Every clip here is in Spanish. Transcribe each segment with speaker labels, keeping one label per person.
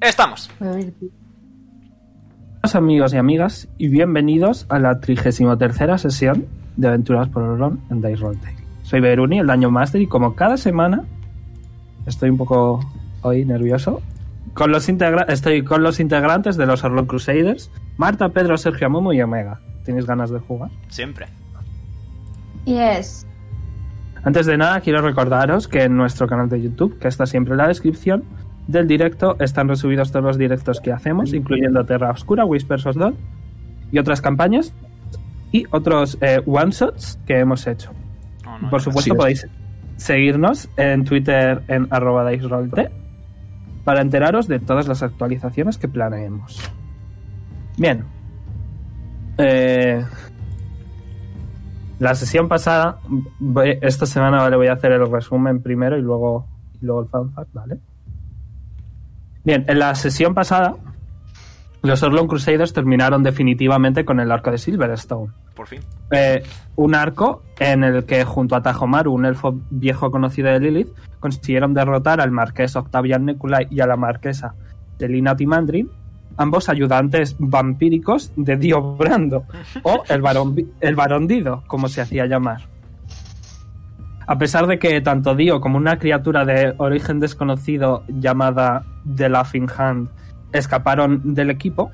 Speaker 1: Estamos.
Speaker 2: Hola, amigos y amigas, y bienvenidos a la 33 sesión de Aventuras por Oron en Dice Roll Tale. Soy Beruni, el Daño Master, y como cada semana estoy un poco hoy nervioso. Con los integra- estoy con los integrantes de los Orlon Crusaders, Marta, Pedro, Sergio Amumu y Omega. ¿Tenéis ganas de jugar?
Speaker 1: Siempre.
Speaker 3: Yes.
Speaker 2: Antes de nada, quiero recordaros que en nuestro canal de YouTube, que está siempre en la descripción del directo, están resubidos todos los directos que hacemos, incluyendo Terra Obscura, Whispers of Dawn y otras campañas y otros eh, one-shots que hemos hecho.
Speaker 1: No, no,
Speaker 2: Por
Speaker 1: no.
Speaker 2: supuesto,
Speaker 4: es.
Speaker 2: podéis seguirnos en Twitter en arroba dicerollt para enteraros de todas las actualizaciones que planeemos. Bien. Eh, la sesión pasada, voy- esta semana vale, voy a hacer el resumen primero y luego, y luego el fanfact, ¿vale? Bien, en la sesión pasada, los Orlon Crusaders terminaron definitivamente con el arco de Silverstone.
Speaker 1: Por fin.
Speaker 2: Eh, un arco en el que junto a Tajomaru, un elfo viejo conocido de Lilith, consiguieron derrotar al marqués Octavian Necula y a la marquesa Delina Timandrin, ambos ayudantes vampíricos de Dio Brando, o el varón, vi- el varón Dido, como se hacía llamar. A pesar de que tanto Dio como una criatura de origen desconocido llamada The Laughing Hand escaparon del equipo,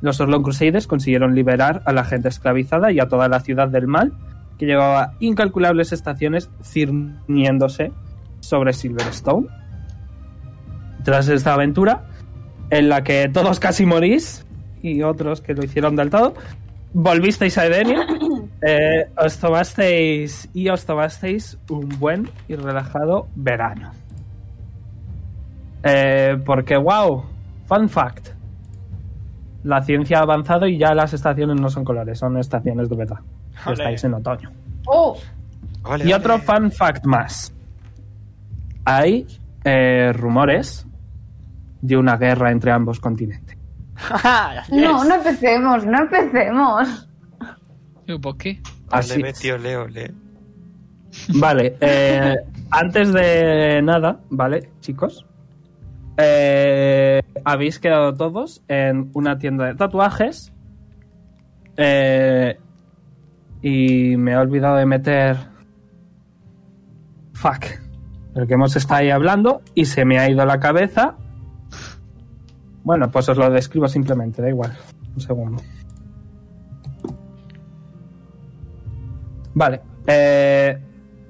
Speaker 2: los Orlon Crusaders consiguieron liberar a la gente esclavizada y a toda la ciudad del mal, que llevaba incalculables estaciones cirniéndose sobre Silverstone. Tras esta aventura, en la que todos casi morís y otros que lo hicieron del todo, volvisteis a Edenia, eh, os tomasteis y os tomasteis un buen y relajado verano. Eh, porque, wow, fun fact la ciencia ha avanzado y ya las estaciones no son colores, son estaciones de verdad.
Speaker 1: Ole.
Speaker 2: Estáis en otoño.
Speaker 3: Oh,
Speaker 4: Ole,
Speaker 2: Y
Speaker 4: ole.
Speaker 2: otro fan fact más. Hay eh, rumores de una guerra entre ambos continentes.
Speaker 3: no, no empecemos, no empecemos.
Speaker 5: Yo, ¿Por qué?
Speaker 4: Ole,
Speaker 2: Así es.
Speaker 4: Betty, ole, ole.
Speaker 2: Vale, eh, antes de nada, ¿vale, chicos? Eh, habéis quedado todos en una tienda de tatuajes. Eh, y me he olvidado de meter. Fuck. El que hemos estado ahí hablando y se me ha ido la cabeza. Bueno, pues os lo describo simplemente, da igual. Un segundo. Vale. eh,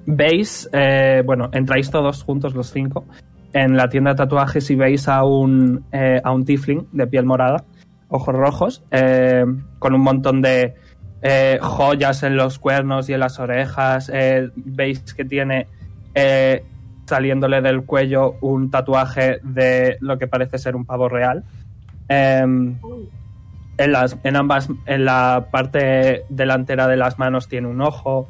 Speaker 2: veis, eh, bueno, entráis todos juntos los cinco en la tienda de tatuajes y veis a un, eh, a un tiefling de piel morada, ojos rojos, eh, con un montón de eh, joyas en los cuernos y en las orejas. eh, veis que tiene eh, saliéndole del cuello un tatuaje de lo que parece ser un pavo real. Em, en, las, en ambas, en la parte delantera de las manos tiene un ojo.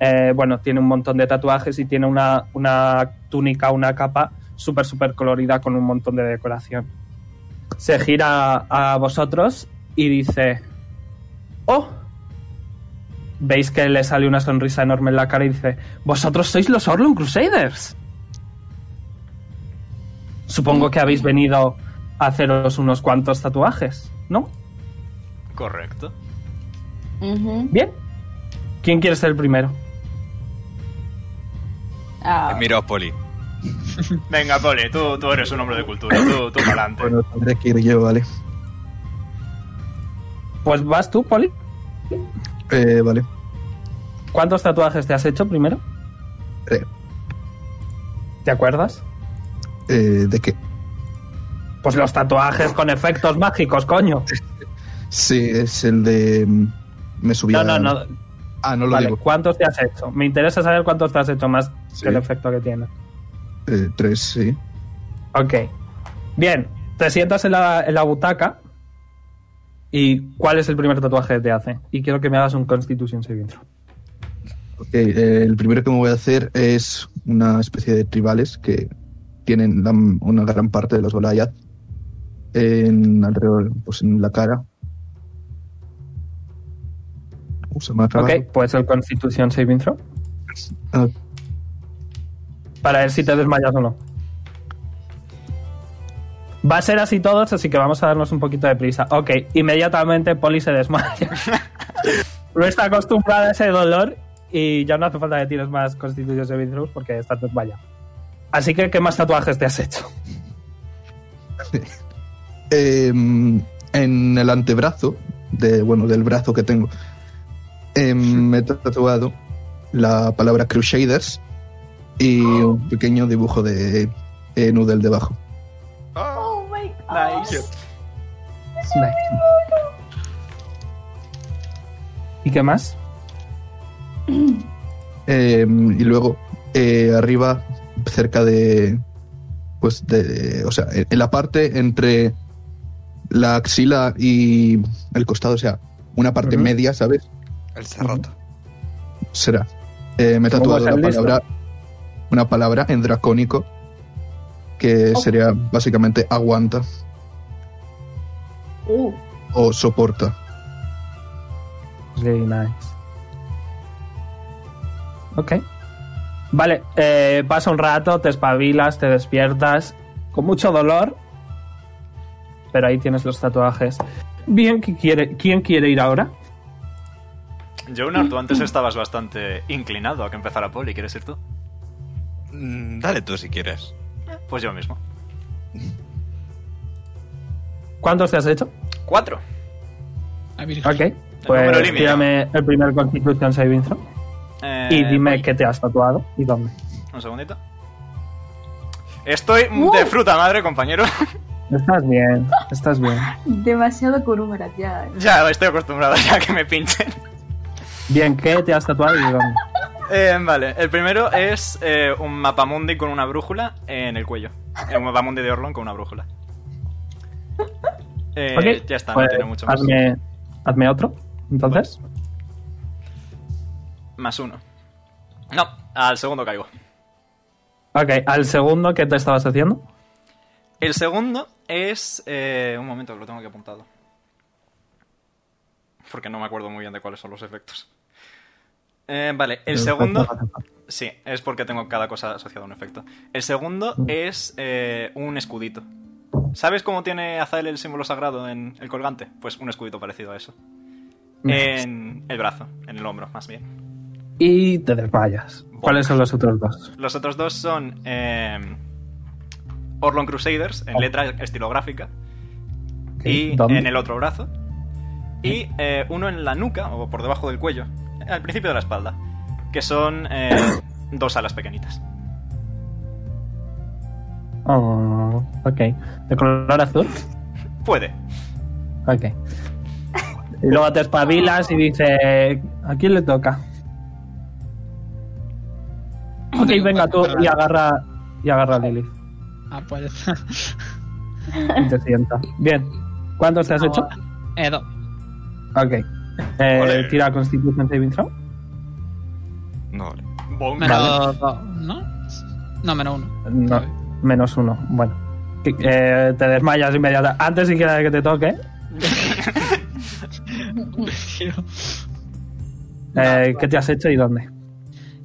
Speaker 2: eh, bueno, tiene un montón de tatuajes y tiene una, una túnica, una capa súper, súper colorida con un montón de decoración. Se gira a vosotros y dice: ¡Oh! Veis que le sale una sonrisa enorme en la cara y dice: Vosotros sois los Orlon Crusaders. Supongo que habéis venido a haceros unos cuantos tatuajes, ¿no?
Speaker 1: Correcto.
Speaker 2: Bien. ¿Quién quiere ser el primero?
Speaker 3: Ah,
Speaker 4: Miro a Poli.
Speaker 1: Venga, Poli, tú, tú eres un hombre de cultura. Tú, tú para adelante.
Speaker 4: Bueno, tendré que ir yo, vale.
Speaker 2: Pues vas tú, Poli.
Speaker 4: Eh, vale.
Speaker 2: ¿Cuántos tatuajes te has hecho primero?
Speaker 4: Tres.
Speaker 2: ¿Te acuerdas?
Speaker 4: Eh, ¿De qué?
Speaker 2: Pues los tatuajes con efectos mágicos, coño.
Speaker 4: Sí, es el de. mm, Me subí
Speaker 2: No,
Speaker 4: a-
Speaker 2: no, no.
Speaker 4: Ah, no lo
Speaker 2: Vale,
Speaker 4: digo.
Speaker 2: ¿cuántos te has hecho? Me interesa saber cuántos te has hecho más
Speaker 4: Sí.
Speaker 2: que el efecto que tiene.
Speaker 4: Eh, tres, sí.
Speaker 2: Ok. Bien, te sientas en la, en la butaca. ¿Y cuál es el primer tatuaje que te hace? Y quiero que me hagas un Constitution Saving Throw.
Speaker 4: Ok, eh, el primero que me voy a hacer es una especie de tribales que tienen la- una gran parte de los Goliath en alrededor, pues en la cara. Uh, se me ha acabado.
Speaker 2: Ok, pues el Constitution Saving Throw.
Speaker 4: Ah,
Speaker 2: Para ver si te desmayas o no. Va a ser así todos, así que vamos a darnos un poquito de prisa. Ok, inmediatamente Polly se desmaya. no está acostumbrada a ese dolor y ya no hace falta que tires más constituyos de Vitreus porque estás desmaya. Así que, ¿qué más tatuajes te has hecho?
Speaker 4: Eh, en el antebrazo, de, bueno, del brazo que tengo, eh, me he tatuado la palabra Crusaders y un pequeño dibujo de eh, Noodle debajo.
Speaker 3: Oh my god.
Speaker 1: Nice.
Speaker 2: ¿Y qué más?
Speaker 4: Eh, y luego, eh, arriba, cerca de. Pues de. O sea, en la parte entre la axila y el costado, o sea, una parte
Speaker 2: Ujú.
Speaker 4: media, ¿sabes?
Speaker 6: El cerroto.
Speaker 4: Será. Eh, me he
Speaker 2: ¿Cómo
Speaker 4: tatuado
Speaker 2: vas a
Speaker 4: una
Speaker 2: ser listo?
Speaker 4: palabra, una palabra en dracónico que
Speaker 3: Oh.
Speaker 4: sería básicamente aguanta
Speaker 3: Uh,
Speaker 4: o soporta.
Speaker 2: Really nice. Ok. Vale, eh, pasa un rato, te espabilas, te despiertas, con mucho dolor, pero ahí tienes los tatuajes. Bien, ¿quién quiere, quién quiere ir ahora?
Speaker 1: Jonar, tú antes estabas bastante inclinado a que empezara Poli, ¿quieres ir tú?
Speaker 6: Mm, Dale tú si quieres.
Speaker 1: Pues yo mismo.
Speaker 2: ¿Cuántos te has hecho?
Speaker 1: Cuatro.
Speaker 5: Ah, Virgen.
Speaker 2: Ok.
Speaker 1: número
Speaker 2: Pues
Speaker 1: límite.
Speaker 2: tírame el primer Constitution Saving Throw
Speaker 1: Eh,
Speaker 2: y dime
Speaker 1: voy.
Speaker 2: qué te has tatuado y dónde.
Speaker 1: Un segundito. Estoy de
Speaker 3: Wow.
Speaker 1: fruta madre, compañero.
Speaker 2: Estás bien, estás bien.
Speaker 3: demasiado curúmara ya.
Speaker 1: ya estoy acostumbrado ya que me pinchen.
Speaker 2: Bien, ¿qué te has tatuado y dónde?
Speaker 1: Eh, vale, el primero es eh, un mapamundi con una brújula en el cuello. Eh, un mapamundi de Orlon con una brújula. Eh,
Speaker 2: Ok,
Speaker 1: ya está,
Speaker 2: pues
Speaker 1: no tiene mucho más.
Speaker 2: Hazme, hazme otro, entonces.
Speaker 1: Más uno. No, al segundo caigo.
Speaker 2: Ok, al segundo que te estabas haciendo.
Speaker 1: El segundo es... eh, un momento, lo tengo aquí apuntado. Porque no me acuerdo muy bien de cuáles son los efectos. Eh, vale, el segundo... Sí, es porque tengo cada cosa asociada a un efecto. El segundo
Speaker 2: Mm.
Speaker 1: es eh, un escudito. ¿Sabes cómo tiene Azael el símbolo sagrado en el colgante? Pues un escudito parecido a eso.
Speaker 2: Mm.
Speaker 1: En el brazo, en el hombro, más bien.
Speaker 2: Y te desmayas. ¿Cuáles son los otros dos?
Speaker 1: Los otros dos son eh, Orlon Crusaders, en letra estilográfica,
Speaker 2: Ah. Ok,
Speaker 1: y
Speaker 2: ¿dónde?
Speaker 1: en el otro brazo. Y eh, uno en la nuca, o por debajo del cuello, al principio de la espalda, que son eh, dos alas pequeñitas.
Speaker 2: Oh, ok. ¿De color azul?
Speaker 1: Puede.
Speaker 2: Ok. Y luego te espabilas y dice, ¿a quién le toca? Ok,
Speaker 5: Tengo
Speaker 2: venga
Speaker 5: cuatro
Speaker 2: tú y agarra, y agarra a Lily.
Speaker 5: Ah, pues ya está.
Speaker 2: Y te sienta. Bien. ¿Cuántos te has hecho?
Speaker 5: Eh, dos.
Speaker 2: Ok. Eh,
Speaker 1: Ole.
Speaker 2: tira Constitution Saving Throw.
Speaker 6: No, vale.
Speaker 1: Bonk.
Speaker 5: Menos dos, ¿no? No, menos uno.
Speaker 2: No,
Speaker 5: Vale.
Speaker 2: menos uno. Bueno. Eh, te desmayas inmediatamente. Antes siquiera de que te toque,
Speaker 5: Tío.
Speaker 2: Eh, ¿Qué te has hecho y dónde?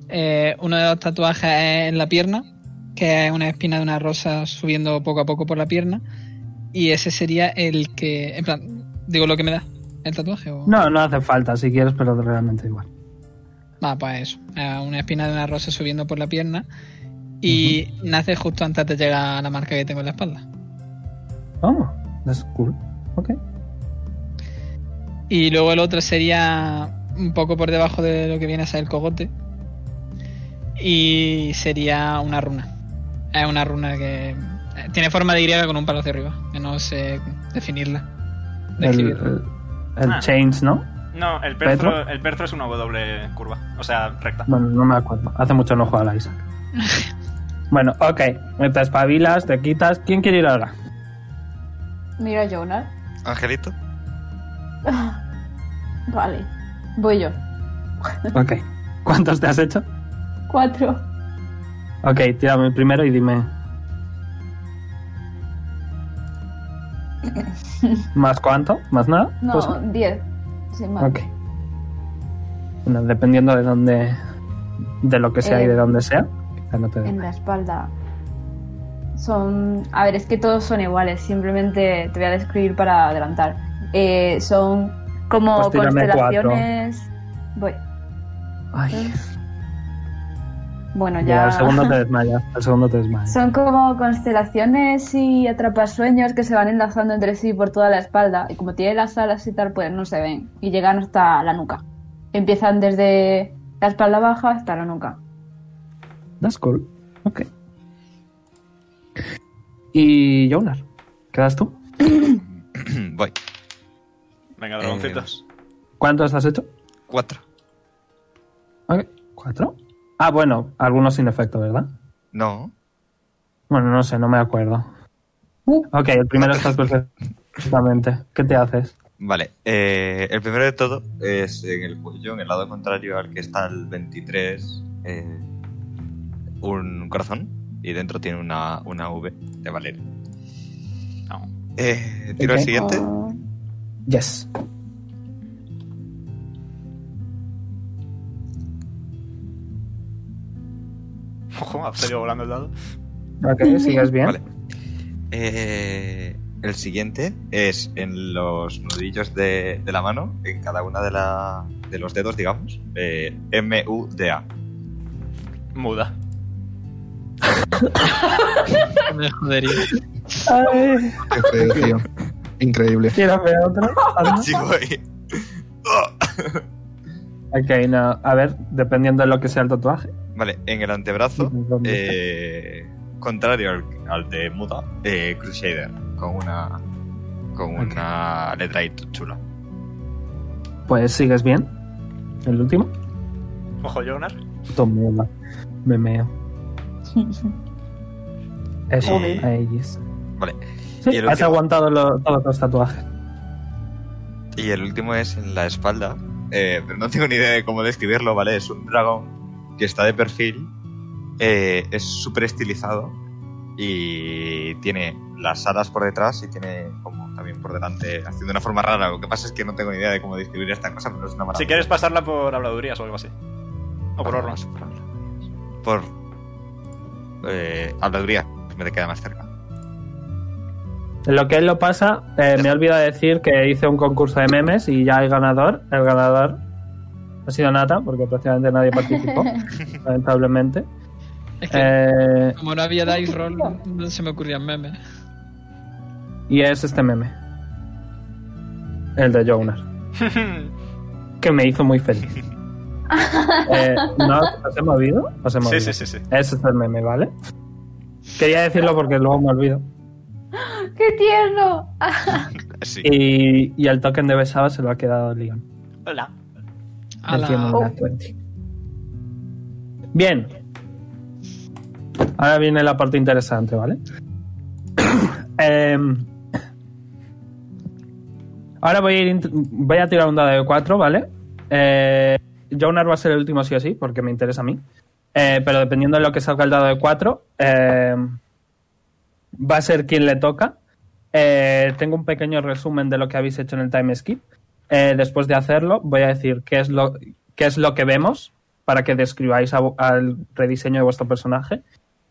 Speaker 5: Eh, uno de los tatuajes es en la pierna, que es una espina de una rosa subiendo poco a poco por la pierna. Y ese sería el que. En plan, digo lo que me da. ¿El tatuaje? O...
Speaker 2: No, no hace falta si quieres, pero realmente igual.
Speaker 5: Ah, pues eso. eh, Una espina de una rosa subiendo por la pierna. Y nace justo antes de llegar a la marca que tengo en la espalda.
Speaker 2: Oh, that's cool. Ok.
Speaker 5: Y luego el otro sería un poco por debajo de lo que viene a ser el cogote. Y sería una runa. Es una runa que eh, tiene forma de Y con un palo hacia arriba. Que no sé definirla.
Speaker 2: El,
Speaker 5: Describirla.
Speaker 2: el- el
Speaker 1: Ah.
Speaker 2: change, ¿no?
Speaker 1: No, el pertro,
Speaker 2: ¿Petro?
Speaker 1: el pertro es una W curva, o sea, recta.
Speaker 2: Bueno, no me acuerdo. Hace mucho no juego a la Isaac. bueno, ok. Te espabilas, te quitas. ¿Quién quiere ir ahora?
Speaker 3: Mira a Jonah.
Speaker 6: Angelito.
Speaker 3: Vale. Voy yo.
Speaker 2: Ok. ¿Cuántos te has hecho?
Speaker 3: Cuatro.
Speaker 2: Ok, tírame el primero y dime. ¿Más cuánto? ¿Más nada?
Speaker 3: No,
Speaker 2: Pues-
Speaker 3: diez. Sin más.
Speaker 2: Ok. Bueno, dependiendo de dónde. de lo que sea
Speaker 3: Eh,
Speaker 2: y de dónde sea. quizá no te dé.
Speaker 3: En la espalda. son. A ver, es que todos son iguales, simplemente te voy a describir para adelantar. Eh, son como
Speaker 2: Pues tírame cuatro.
Speaker 3: constelaciones. Voy.
Speaker 2: Ay,
Speaker 3: Bueno,
Speaker 2: ya.
Speaker 3: ya.
Speaker 2: al segundo te desmayas. Al segundo te desmayas.
Speaker 3: Son como constelaciones y atrapasueños que se van enlazando entre sí por toda la espalda. Y como tiene las alas y tal, pues no se ven. Y llegan hasta la nuca. Empiezan desde la espalda baja hasta la nuca.
Speaker 2: That's cool. Ok. Y Jonar, ¿quedas tú?
Speaker 6: Voy. Eh,
Speaker 1: Venga, dragoncitos.
Speaker 2: ¿Cuántos has hecho?
Speaker 6: Cuatro.
Speaker 2: Ok, ¿Cuatro? Ah, bueno, algunos sin efecto, ¿verdad?
Speaker 6: No.
Speaker 2: Bueno, no sé, no me acuerdo.
Speaker 3: Uh.
Speaker 2: Ok, el primero estás perfectamente. ¿Qué te haces?
Speaker 6: Vale. eh, el primero de todo es en el cuello, en el lado contrario al que está el 23, eh, un corazón y dentro tiene una, una V de Valeria.
Speaker 1: No.
Speaker 6: Eh, tiro
Speaker 2: Ok.
Speaker 6: el siguiente.
Speaker 3: Ah,
Speaker 2: Yes.
Speaker 1: Ojo, ha salido volando el dado.
Speaker 2: Ok, sigues bien.
Speaker 6: Vale. Eh, el siguiente es en los nudillos de, de la mano, en cada una de, la, de los dedos, digamos. Eh, M-U-D-A.
Speaker 1: Muda.
Speaker 5: Me jodería.
Speaker 2: Ay,
Speaker 4: Qué feo, tío. Increíble.
Speaker 2: ¿Quieres ver otro? Hazme.
Speaker 6: Sigo ahí.
Speaker 2: Ok, no. A ver, dependiendo de lo que sea el tatuaje.
Speaker 6: Vale, en el antebrazo,
Speaker 2: ¿Dónde
Speaker 6: eh, contrario al, al de Muda, eh, Crusader, con una, con
Speaker 2: Ok.
Speaker 6: una letra ahí chula.
Speaker 2: está? Pues sigues bien. El último.
Speaker 1: Ojo, Jonar.
Speaker 2: Toma, me meo. Eso,
Speaker 6: Joder.
Speaker 2: a ellos.
Speaker 6: Vale.
Speaker 2: Sí,
Speaker 6: Y el
Speaker 2: has
Speaker 6: último.
Speaker 2: aguantado lo- todos los tatuajes.
Speaker 6: Y el último es en la espalda, eh, pero no tengo ni idea de cómo describirlo, ¿vale? Es un dragón que está de perfil, eh, es súper estilizado y tiene las alas por detrás y tiene como también por delante, haciendo una forma rara. Lo que pasa es que no tengo ni idea de cómo describir esta cosa, pero es una maravilla.
Speaker 1: Si quieres pasarla por habladurías o algo así. O por hornos.
Speaker 6: Por... Eh, habladuría, me te queda más cerca.
Speaker 2: En lo que él lo pasa, eh, me he olvidado decir que hice un concurso de memes y ya hay ganador. El ganador ha sido Nata, porque prácticamente nadie participó, lamentablemente.
Speaker 5: Es que
Speaker 2: Eh,
Speaker 5: como no había dice roll, no se me ocurrían memes.
Speaker 2: y es este meme. El de Jonas. Que me hizo muy feliz. Eh, ¿No os he movido? ¿Os he movido?
Speaker 1: sí, sí, sí, sí.
Speaker 2: Ese es el meme, ¿vale? Quería decirlo porque luego me olvido.
Speaker 3: ¡Qué tierno! Ah,
Speaker 6: Sí.
Speaker 2: Y, y el token de besado se lo ha quedado Leon.
Speaker 1: Hola.
Speaker 5: A
Speaker 2: Él tiene un
Speaker 5: la...
Speaker 2: nat 20. Bien. Ahora viene la parte interesante, ¿vale? Em, ahora voy a, ir int- voy a tirar un dado de 4, ¿vale? Eh, Jonar va a ser el último sí o sí, porque me interesa a mí. Eh, pero dependiendo de lo que salga el dado de 4, va a ser quien le toca. Eh, tengo un pequeño resumen de lo que habéis hecho en el time skip. Eh, después de hacerlo, voy a decir qué es lo, qué es lo que vemos para que describáis a vu- al rediseño de vuestro personaje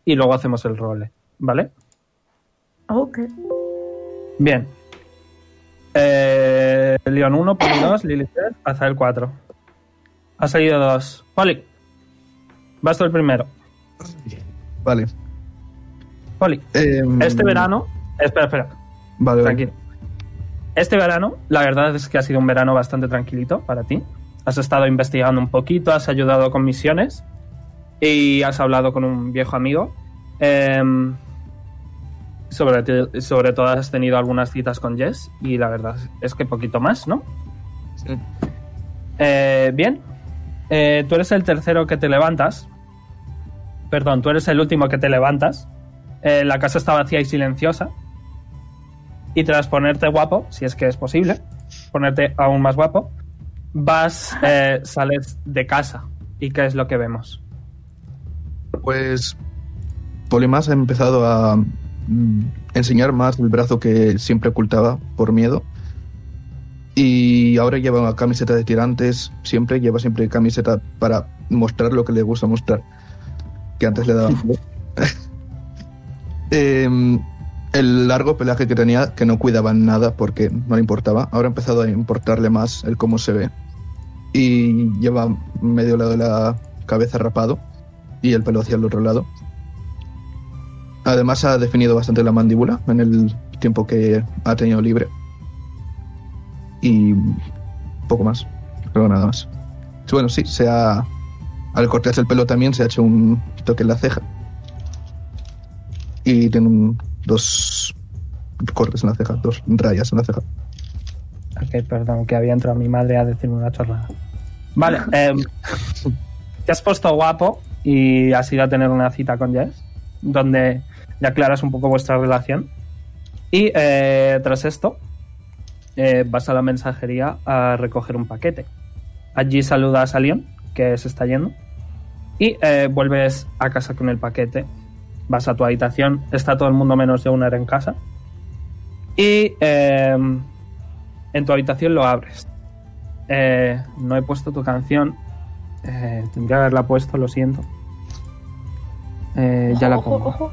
Speaker 2: y luego hacemos el role, ¿vale?
Speaker 3: ok.
Speaker 2: Bien. Eh, Leon 1, Poli 2, Lilith 3, Azael 4. Ha salido 2. Poli, vas tú el primero.
Speaker 4: Vale.
Speaker 2: Poli,
Speaker 4: Em,
Speaker 2: este verano... Espera, espera.
Speaker 4: Vale, vale.
Speaker 2: Tranquilo. Este verano, la verdad es que ha sido un verano bastante tranquilito para ti. Has estado investigando un poquito, has ayudado con misiones y has hablado con un viejo amigo. Em, sobre, ti- sobre todo has tenido algunas citas con Jess y la verdad es que poquito más, ¿no? Eh, bien. Eh, tú eres el tercero que te levantas. Perdón, tú eres el último que te levantas. Eh, la casa está vacía y silenciosa. Y tras ponerte guapo, si es que es posible, ponerte aún más guapo, vas, eh, sales de casa. ¿Y qué es lo que vemos?
Speaker 4: Pues Polemas ha empezado a mm, enseñar más el brazo que siempre ocultaba por miedo. Y ahora lleva una camiseta de tirantes, siempre lleva siempre camiseta para mostrar lo que le gusta mostrar, que antes le daba miedo. eh, el largo pelaje que tenía, que no cuidaba nada porque no le importaba, ahora ha empezado a importarle más el cómo se ve. Y lleva medio lado de la cabeza rapado y el pelo hacia el otro lado. Además ha definido bastante la mandíbula en el tiempo que ha tenido libre. Y poco más, creo nada más. Sí, Bueno, sí, se ha, al cortarse el pelo también se ha hecho un toque en la ceja. Y tiene un- dos cortes en la ceja, dos rayas en la ceja.
Speaker 2: Ok, perdón, que había entrado mi madre a decirme una chorrada. Vale, em, te has puesto guapo y has ido a tener una cita con Jess, donde le aclaras un poco vuestra relación. Y eh, tras esto, eh, vas a la mensajería a recoger un paquete. Allí saludas a Leon, que se está yendo, y eh, vuelves a casa con el paquete. Vas a tu habitación, está todo el mundo menos de una hora en casa. Y em, en tu habitación lo abres. Eh, no he puesto tu canción. Eh, tendría que haberla puesto, lo siento. Eh, ya la
Speaker 3: Oh,
Speaker 2: pongo.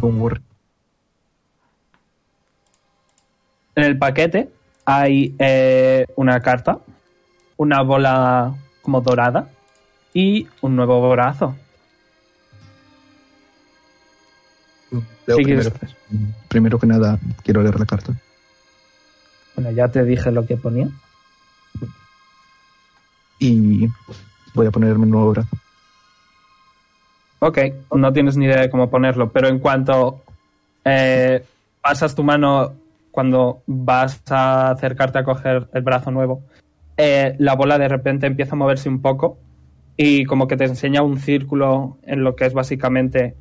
Speaker 4: Don't worry.
Speaker 2: En el paquete hay eh, una carta, una bola como dorada y un nuevo brazo.
Speaker 4: Leo
Speaker 2: Sí,
Speaker 4: primero. Primero que nada, quiero leer la carta.
Speaker 2: Bueno, ya te dije lo que ponía.
Speaker 4: Y voy a ponerme un nuevo brazo.
Speaker 2: Ok, no tienes ni idea de cómo ponerlo, pero en cuanto eh, pasas tu mano cuando vas a acercarte a coger el brazo nuevo, eh, la bola de repente empieza a moverse un poco y como que te enseña un círculo en lo que es básicamente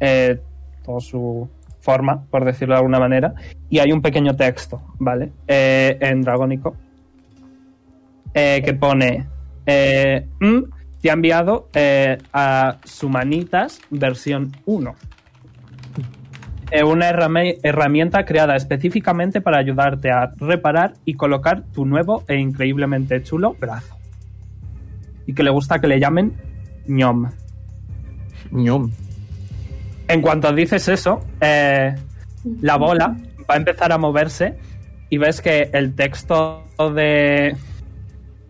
Speaker 2: eh, toda su forma, por decirlo de alguna manera, y hay un pequeño texto, ¿vale? Eh, en dragónico, eh, que pone... eh, "Mm, te ha enviado eh, a Sumanitas versión 1. Eh, una herrami- herramienta creada específicamente para ayudarte a reparar y colocar tu nuevo e increíblemente chulo brazo. Y que le gusta que le llamen ñom.
Speaker 4: Ñom.
Speaker 2: En cuanto dices eso, eh, la bola va a empezar a moverse y ves que el texto de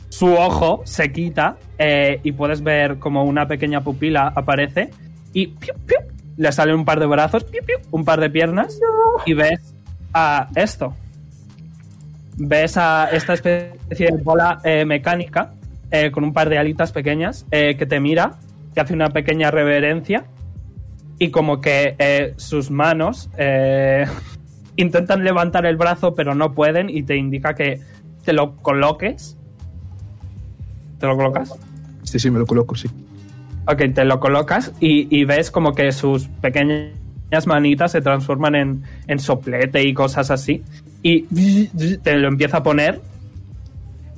Speaker 2: su ojo se quita eh, y puedes ver como una pequeña pupila aparece y piu, piu, le salen un par de brazos, piu, piu, un par de piernas y ves a esto. Ves a esta especie de bola eh, mecánica eh, con un par de alitas pequeñas eh, que te mira, te hace una pequeña reverencia y como que eh, sus manos eh, intentan levantar el brazo pero no pueden y te indica que te lo coloques. ¿Te lo colocas?
Speaker 4: Sí, sí, me lo coloco, sí.
Speaker 2: Ok, te lo colocas y, y ves como que sus pequeñas manitas se transforman en, en soplete y cosas así. Y te lo empieza a poner.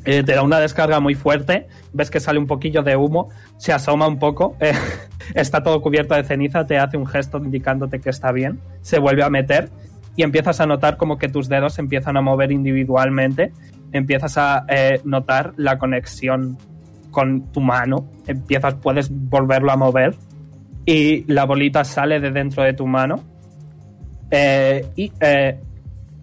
Speaker 2: eh, te da una descarga muy fuerte. Ves que sale un poquillo de humo. Se asoma un poco. eh, está todo cubierto de ceniza. Te hace un gesto indicándote que está bien. Se vuelve a meter. Y empiezas a notar como que tus dedos se empiezan a mover individualmente. Empiezas a eh, notar la conexión con tu mano, empiezas, puedes volverlo a mover y la bolita sale de dentro de tu mano eh, y eh,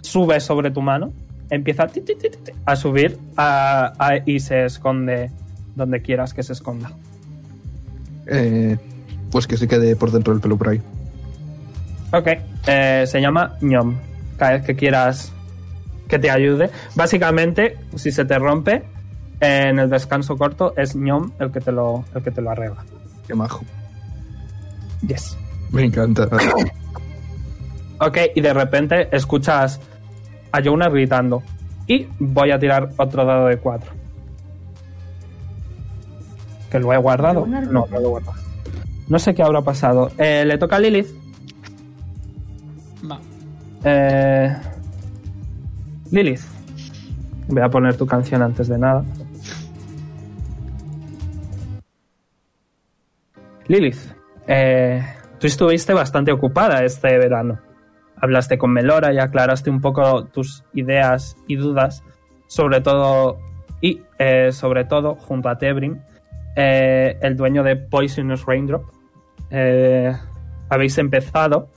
Speaker 2: sube sobre tu mano, empieza a, ti, ti, ti, ti, ti, a subir a- a- y se esconde donde quieras que se esconda.
Speaker 4: Eh, pues que se quede por dentro del pelo por ahí.
Speaker 2: Ok, eh, se llama ñom. Cada vez que quieras que te ayude. Básicamente, si se te rompe, eh, en el descanso corto es ñom el que te lo, el que te lo arregla.
Speaker 4: Qué majo.
Speaker 2: Yes.
Speaker 4: Me encanta.
Speaker 2: Ok, y de repente escuchas a Jonah gritando. Y voy a tirar otro dado de 4. ¿Que lo he guardado?
Speaker 3: Jonah
Speaker 2: No, no lo he guardado. No sé qué habrá pasado. Eh, le toca a Lilith.
Speaker 5: Va.
Speaker 2: Eh, Lilith. Voy a poner tu canción antes de nada. Lilith, eh, tú estuviste bastante ocupada este verano. Hablaste con Melora y aclaraste un poco tus ideas y dudas, sobre todo y eh, sobre todo junto a Tebrim, eh, el dueño de Poisonous Raindrop. Eh, habéis empezado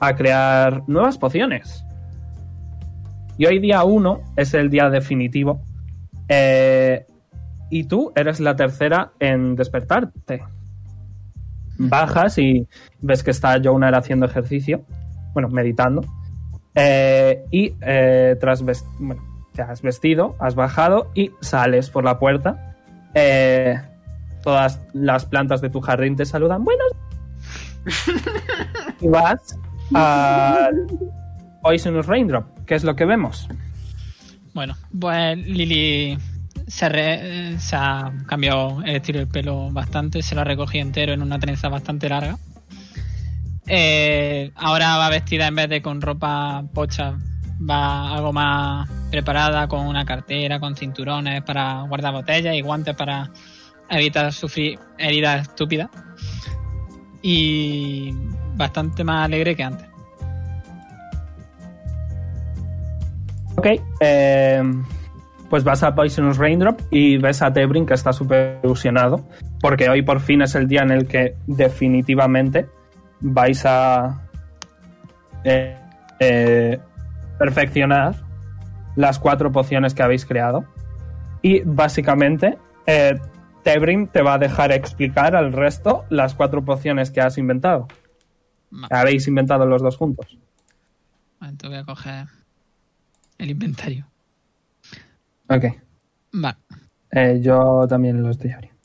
Speaker 2: a crear nuevas pociones. Y hoy día 1 es el día definitivo. eh, y tú eres la tercera en despertarte. Bajas y ves que está Jonar haciendo ejercicio. Bueno, meditando. Eh, y eh, tras ves- bueno, te has vestido, has bajado y sales por la puerta. Eh, todas las plantas de tu jardín te saludan. Buenos días". y vas al Poisonous Raindrop. ¿Qué es lo que vemos?
Speaker 5: Bueno, pues Lily se, re- eh, se ha cambiado el estilo del pelo bastante, se lo ha recogido entero en una trenza bastante larga. Eh, ahora va vestida en vez de con ropa pocha, va algo más preparada, con una cartera, con cinturones para guardar botellas y guantes para evitar sufrir heridas estúpidas. Y bastante más alegre que antes.
Speaker 2: Ok, eh, pues vas a Poisonous Raindrop y ves a Tebrin que está súper ilusionado, porque hoy por fin es el día en el que definitivamente vais a eh, eh, perfeccionar las cuatro pociones que habéis creado. Y básicamente, eh, Tebrin te va a dejar explicar al resto las cuatro pociones que has inventado.
Speaker 5: Ma-
Speaker 2: que Habéis inventado los dos juntos.
Speaker 5: Momento, voy a coger el inventario.
Speaker 2: Ok,
Speaker 5: Vale,
Speaker 2: eh, yo también lo estoy abriendo.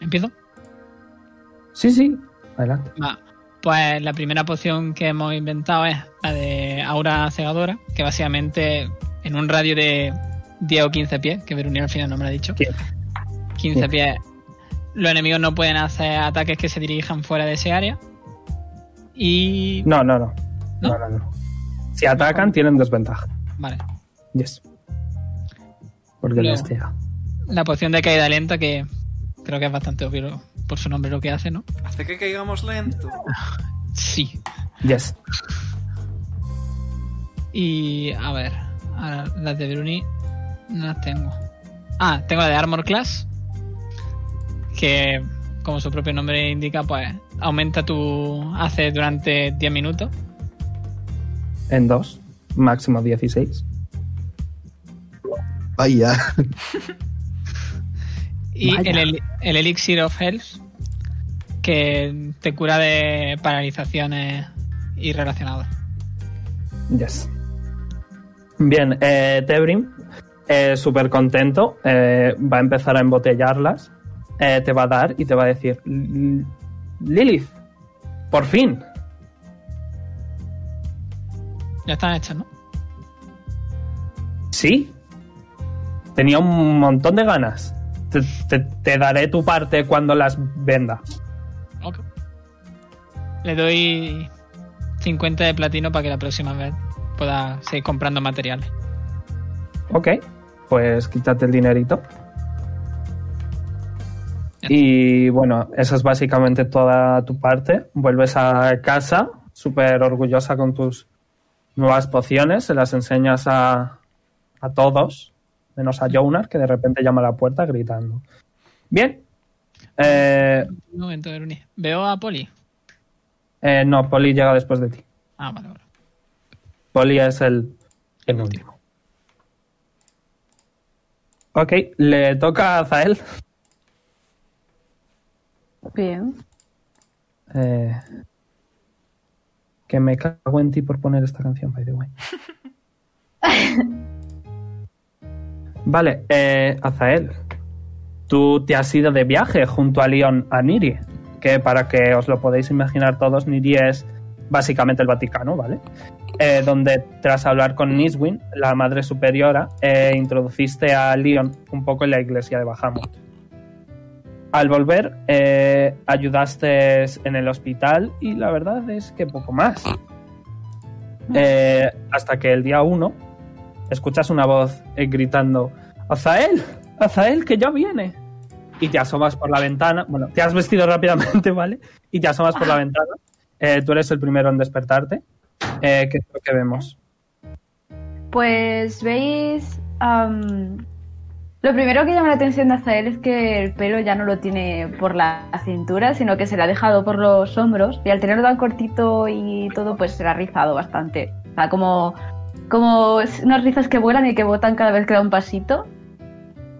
Speaker 5: empiezo.
Speaker 2: Sí, sí, adelante.
Speaker 5: Va, Pues la primera poción que hemos inventado es la de aura cegadora, que básicamente en un radio de 10 o 15 pies, que Verónica al final no me lo ha dicho, 15,
Speaker 2: 15.
Speaker 5: pies, los enemigos no pueden hacer ataques que se dirijan fuera de ese área. Y...
Speaker 2: No, no, no.
Speaker 5: ¿No?
Speaker 2: No, no, no. Si atacan, tienen desventaja.
Speaker 5: Vale.
Speaker 2: Yes. Porque
Speaker 5: Luego.
Speaker 2: les tira.
Speaker 5: La poción de caída lenta, que creo que es bastante obvio por su nombre lo que hace, ¿no?
Speaker 1: Hace que caigamos lento.
Speaker 5: Sí,
Speaker 2: Yes.
Speaker 5: Y a ver, ahora las de Bruni no las tengo. Ah, tengo la de Armor Class, que como su propio nombre indica, pues aumenta tu hace durante 10 minutos.
Speaker 2: En dos. Máximo 16.
Speaker 4: Vaya.
Speaker 5: Y
Speaker 2: Vaya.
Speaker 5: el, el- el Elixir of Health, que te cura de paralizaciones y relacionadas.
Speaker 2: Yes. Bien, eh, Tebrim, eh, súper contento, eh, va a empezar a embotellarlas. Eh, te va a dar y te va a decir: "L- Lilith, por fin.
Speaker 5: Ya están hechas, ¿no?
Speaker 2: Sí. Tenía un montón de ganas. Te- te- te daré tu parte cuando las venda.
Speaker 5: Ok. Le doy 50 de platino para que la próxima vez pueda seguir comprando materiales.
Speaker 2: Ok, pues quítate el dinerito.
Speaker 5: Ya.
Speaker 2: Y bueno, esa es básicamente toda tu parte. Vuelves a casa súper orgullosa con tus nuevas pociones, se las enseñas a, a todos, menos a Jonar, que de repente llama a la puerta gritando. Bien. Eh,
Speaker 5: Un momento, Veruni. Veo a Poli.
Speaker 2: eh, no, Polly llega después de ti.
Speaker 5: Ah, vale, vale.
Speaker 2: Poli es el, el último. Ok, le toca a Zael.
Speaker 3: Bien.
Speaker 2: Eh, que me cago en ti por poner esta canción, by the way. vale, eh, Azael. Tú te has ido de viaje junto a Leon a Niri. Que para que os lo podéis imaginar todos, Niri es básicamente el Vaticano, ¿vale? Eh, donde tras hablar con Niswin, la madre superiora, eh, introduciste a Leon un poco en la iglesia de Bahamut. Al volver, eh, ayudaste en el hospital y la verdad es que poco más. Eh, hasta que el día 1 escuchas una voz eh, gritando: ¡Azael! ¡Azael, que ya viene! Y te asomas por la ventana. Bueno, te has vestido rápidamente, ¿vale? Y te asomas por la ventana. Eh, tú eres el primero en despertarte. Eh, ¿Qué es lo que vemos?
Speaker 3: Pues veis am, Lo primero que llama la atención de Azael es que el pelo ya no lo tiene por la cintura, sino que se le ha dejado por los hombros. Y al tenerlo tan cortito y todo, pues se le ha rizado bastante. O sea, como, como unas rizas que vuelan y que botan cada vez que da un pasito.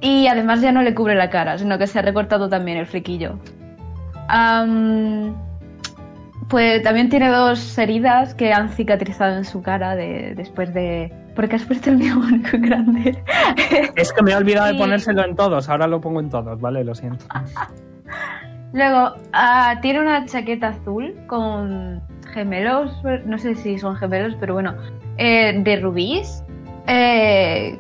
Speaker 3: Y además ya no le cubre la cara, sino que se ha recortado también el flequillo. Am, pues también tiene dos heridas que han cicatrizado en su cara de, después de... Porque has puesto el mío grande.
Speaker 2: Es que me he olvidado
Speaker 3: Sí.
Speaker 2: de ponérselo en todos, ahora lo pongo en todos, ¿vale? Lo siento.
Speaker 3: Luego, ah, tiene una chaqueta azul con gemelos, no sé si son gemelos, pero bueno, eh, de rubíes. eh,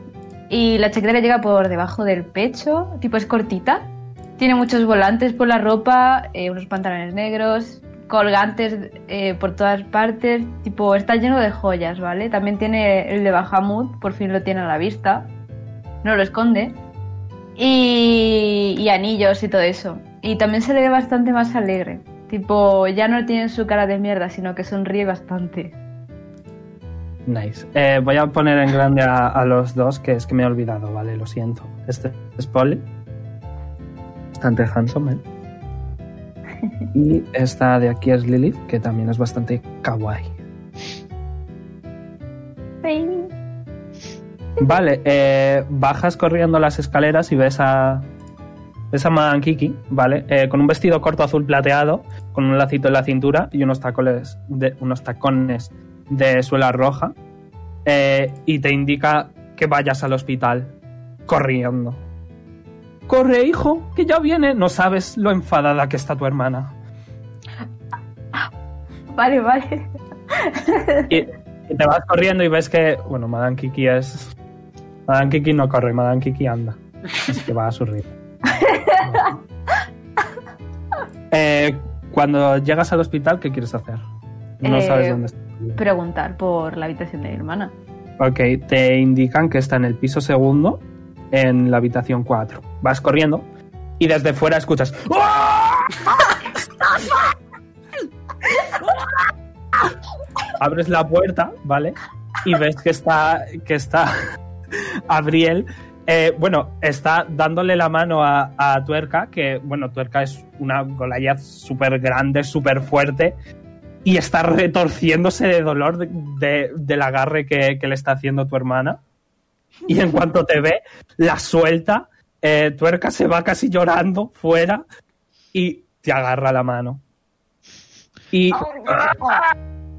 Speaker 3: y la chaqueta le llega por debajo del pecho, tipo es cortita. Tiene muchos volantes por la ropa, eh, unos pantalones negros, colgantes eh, por todas partes, tipo está lleno de joyas, ¿vale? También tiene el de Bahamut, por fin lo tiene a la vista, no lo esconde y, y anillos y todo eso. Y también se le ve bastante más alegre. Tipo, ya no tiene su cara de mierda, sino que sonríe bastante.
Speaker 2: Nice. Eh, voy a poner en grande a, a los dos, que es que me he olvidado, ¿vale? Lo siento. Este es Polly. Bastante handsome, ¿eh? Y esta de aquí es Lilith, que también es bastante kawaii. Vale, eh, bajas corriendo las escaleras y ves a. Ves a Madame Kiki, ¿vale? Eh, con un vestido corto azul plateado, con un lacito en la cintura y unos tacones de, unos tacones de suela roja. eh, y te indica que vayas al hospital corriendo. Corre, hijo, que ya viene. No sabes lo enfadada que está tu hermana.
Speaker 3: Vale, vale.
Speaker 2: Y, y te vas corriendo y ves que, bueno, Madame Kiki es... Madame Kiki no corre, Madame Kiki anda. Así que va a su ritmo. Eh, cuando llegas al hospital, ¿qué quieres hacer? No
Speaker 3: Eh,
Speaker 2: sabes dónde está.
Speaker 3: Preguntar por la habitación de mi hermana.
Speaker 2: Ok, te indican que está en el piso segundo, en la habitación 4. Vas corriendo y desde fuera escuchas... ¡Ah! Abres la puerta, ¿vale? Y ves que está, que está Abriel. eh, bueno, está dándole la mano a, a Tuerca, que, bueno, Tuerca es una Goliath súper grande, súper fuerte, y está retorciéndose de dolor de- de- del agarre que, que le está haciendo tu hermana. Y en cuanto te ve, la suelta, eh, tuerca se va casi llorando fuera y te agarra la mano. Y...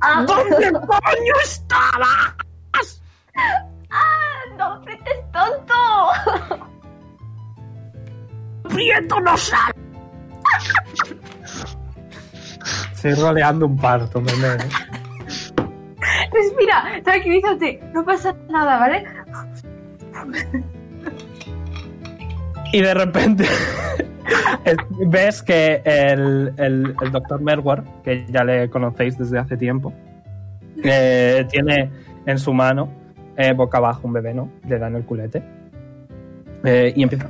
Speaker 3: Ah,
Speaker 2: ¿Dónde coño estaba?
Speaker 3: ¡Ah, ¡No apretes tonto!
Speaker 2: ¡Prieto no sale! Estoy roleando un parto, me
Speaker 3: Respira, tranquilízate, no pasa nada, ¿vale?
Speaker 2: Y de repente es- ves que el, el- el doctor Merwer, que ya le conocéis desde hace tiempo, eh, tiene en su mano eh, boca abajo un bebé, ¿no? Le dan el culete. Eh, y empieza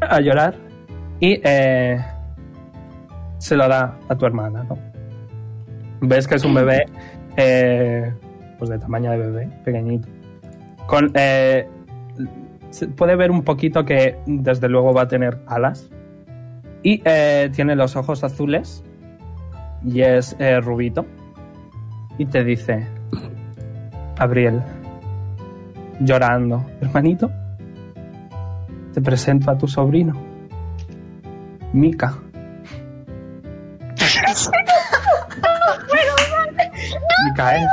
Speaker 2: a llorar. Y eh, se lo da a tu hermana, ¿no? Ves que es un bebé, eh, pues de tamaño de bebé, pequeñito. Con, eh, se puede ver un poquito que desde luego va a tener alas. Y eh, tiene los ojos azules y es eh, rubito. Y te dice, Abriel, llorando, hermanito, te presento a tu sobrino, Mika. Micael.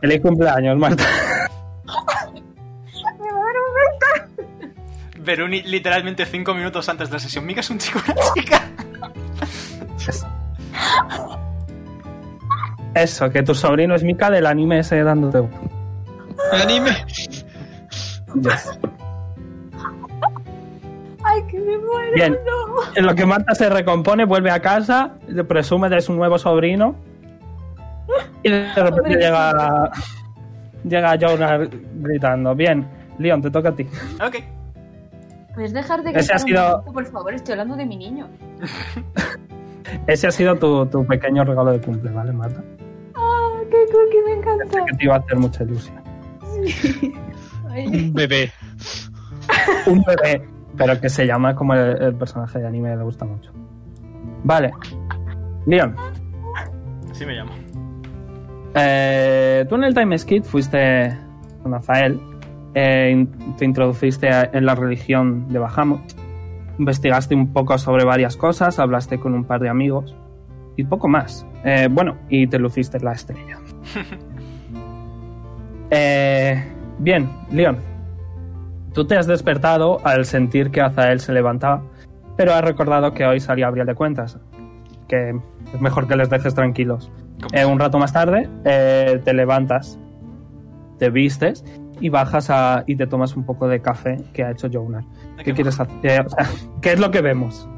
Speaker 2: Feliz cumpleaños, Marta.
Speaker 1: Veruni, literalmente cinco minutos antes de la sesión. Mika es un chico y una chica.
Speaker 2: Eso, que tu sobrino es Mika del anime ese dándote. un-
Speaker 5: Anime.
Speaker 2: Yes.
Speaker 3: ¡Ay, que me muero!
Speaker 2: Bien.
Speaker 3: ¡No!
Speaker 2: En lo que Marta se recompone, vuelve a casa, le presume de su nuevo sobrino. Y de repente
Speaker 3: Hombre.
Speaker 2: llega. Llega Jonar gritando. Bien, Leon, te toca a ti.
Speaker 1: Ok.
Speaker 3: ¿Puedes dejar de
Speaker 2: Ese
Speaker 3: gritar
Speaker 2: ha
Speaker 3: un
Speaker 2: sido-
Speaker 3: momento, por favor? Estoy hablando de mi niño.
Speaker 2: Ese ha sido tu, tu pequeño regalo de cumple, ¿vale, Marta?
Speaker 3: ¡Ah, qué cookie me
Speaker 2: Pensé
Speaker 3: encantó.
Speaker 2: que te iba a hacer mucha ilusión.
Speaker 3: Ay,
Speaker 5: Un bebé.
Speaker 2: Un bebé, pero que se llama como el, el personaje de anime le gusta mucho. Vale. Leon,
Speaker 1: Sí me llamo.
Speaker 2: eh, tú en el Time Skid fuiste con Azael, eh, in- te introduciste a- en la religión de Bahamut, investigaste un poco sobre varias cosas, hablaste con un par de amigos y poco más. Eh, bueno, y te luciste la estrella. Eh, bien, Leon, tú te has despertado al sentir que Azael se levantaba, pero has recordado que hoy salía Abril de Cuentas, que es mejor que les dejes tranquilos.
Speaker 1: ¿Cómo?
Speaker 2: Eh, un rato más tarde eh, te levantas, te vistes y bajas a, y te tomas un poco de café que ha hecho Jonar.
Speaker 1: ¿De
Speaker 2: ¿Qué
Speaker 1: qué
Speaker 2: quieres hacer? Eh, o sea, ¿Qué es lo que vemos?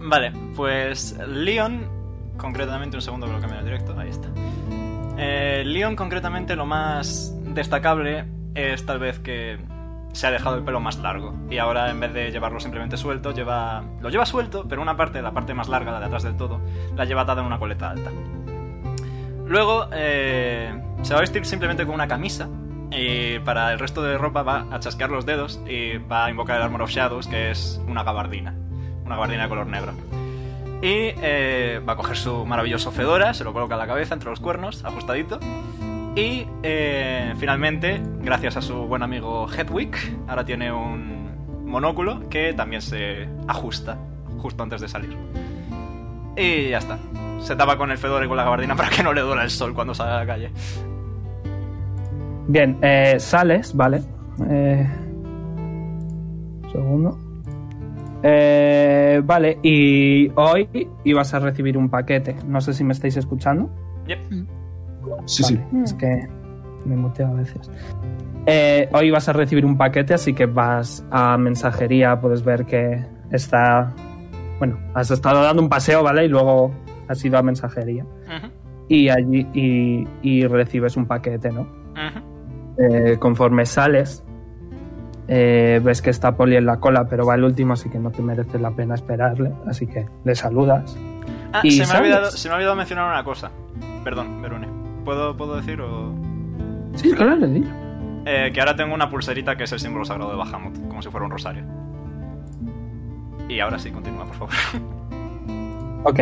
Speaker 1: Vale, pues Leon, concretamente, un segundo que lo cambio de directo, ahí está. Eh, Leon, concretamente, lo más destacable es tal vez que se ha dejado el pelo más largo. Y ahora, en vez de llevarlo simplemente suelto, lleva. Lo lleva suelto, pero una parte, la parte más larga, la de atrás del todo, la lleva atada en una coleta alta. Luego, eh, se va a vestir simplemente con una camisa. Y para el resto de ropa va a chasquear los dedos y va a invocar el Armor of Shadows, que es una gabardina una gabardina de color negro. Y eh, va a coger su maravilloso fedora, se lo coloca a la cabeza entre los cuernos, ajustadito. Y eh, finalmente, gracias a su buen amigo Hedwig, ahora tiene un monóculo que también se ajusta justo antes de salir. Y ya está. Se tapa con el fedora y con la gabardina para que no le duela el sol cuando salga a la calle.
Speaker 2: Bien, eh, sales, vale. Eh, un segundo. Eh, vale, y hoy ibas a recibir un paquete. No sé si me estáis escuchando.
Speaker 1: Yep.
Speaker 4: Sí, sí.
Speaker 7: Hmm.
Speaker 2: Vale, Es que me muteo a veces. Eh, hoy vas a recibir un paquete, así que vas a mensajería. Puedes ver que está. Bueno, has estado dando un paseo, ¿vale? Y luego has ido a mensajería.
Speaker 1: Ujú,
Speaker 2: Y allí y, y recibes un paquete, ¿no?
Speaker 1: ujú.
Speaker 2: Eh, conforme sales, eh, ves que está Poli en la cola, pero va el último, así que no te merece la pena esperarle. Así que le saludas.
Speaker 1: Ah,
Speaker 2: ¿Y
Speaker 1: se me, ha
Speaker 2: sales?
Speaker 1: olvidado, se me ha olvidado mencionar una cosa. Perdón, Verone. ¿Puedo, ¿Puedo decir o.?
Speaker 2: Sí, claro, le digo.
Speaker 1: Eh, que ahora tengo una pulserita que es el símbolo sagrado de Bahamut, como si fuera un rosario. Y ahora sí, continúa, por favor.
Speaker 2: Ok.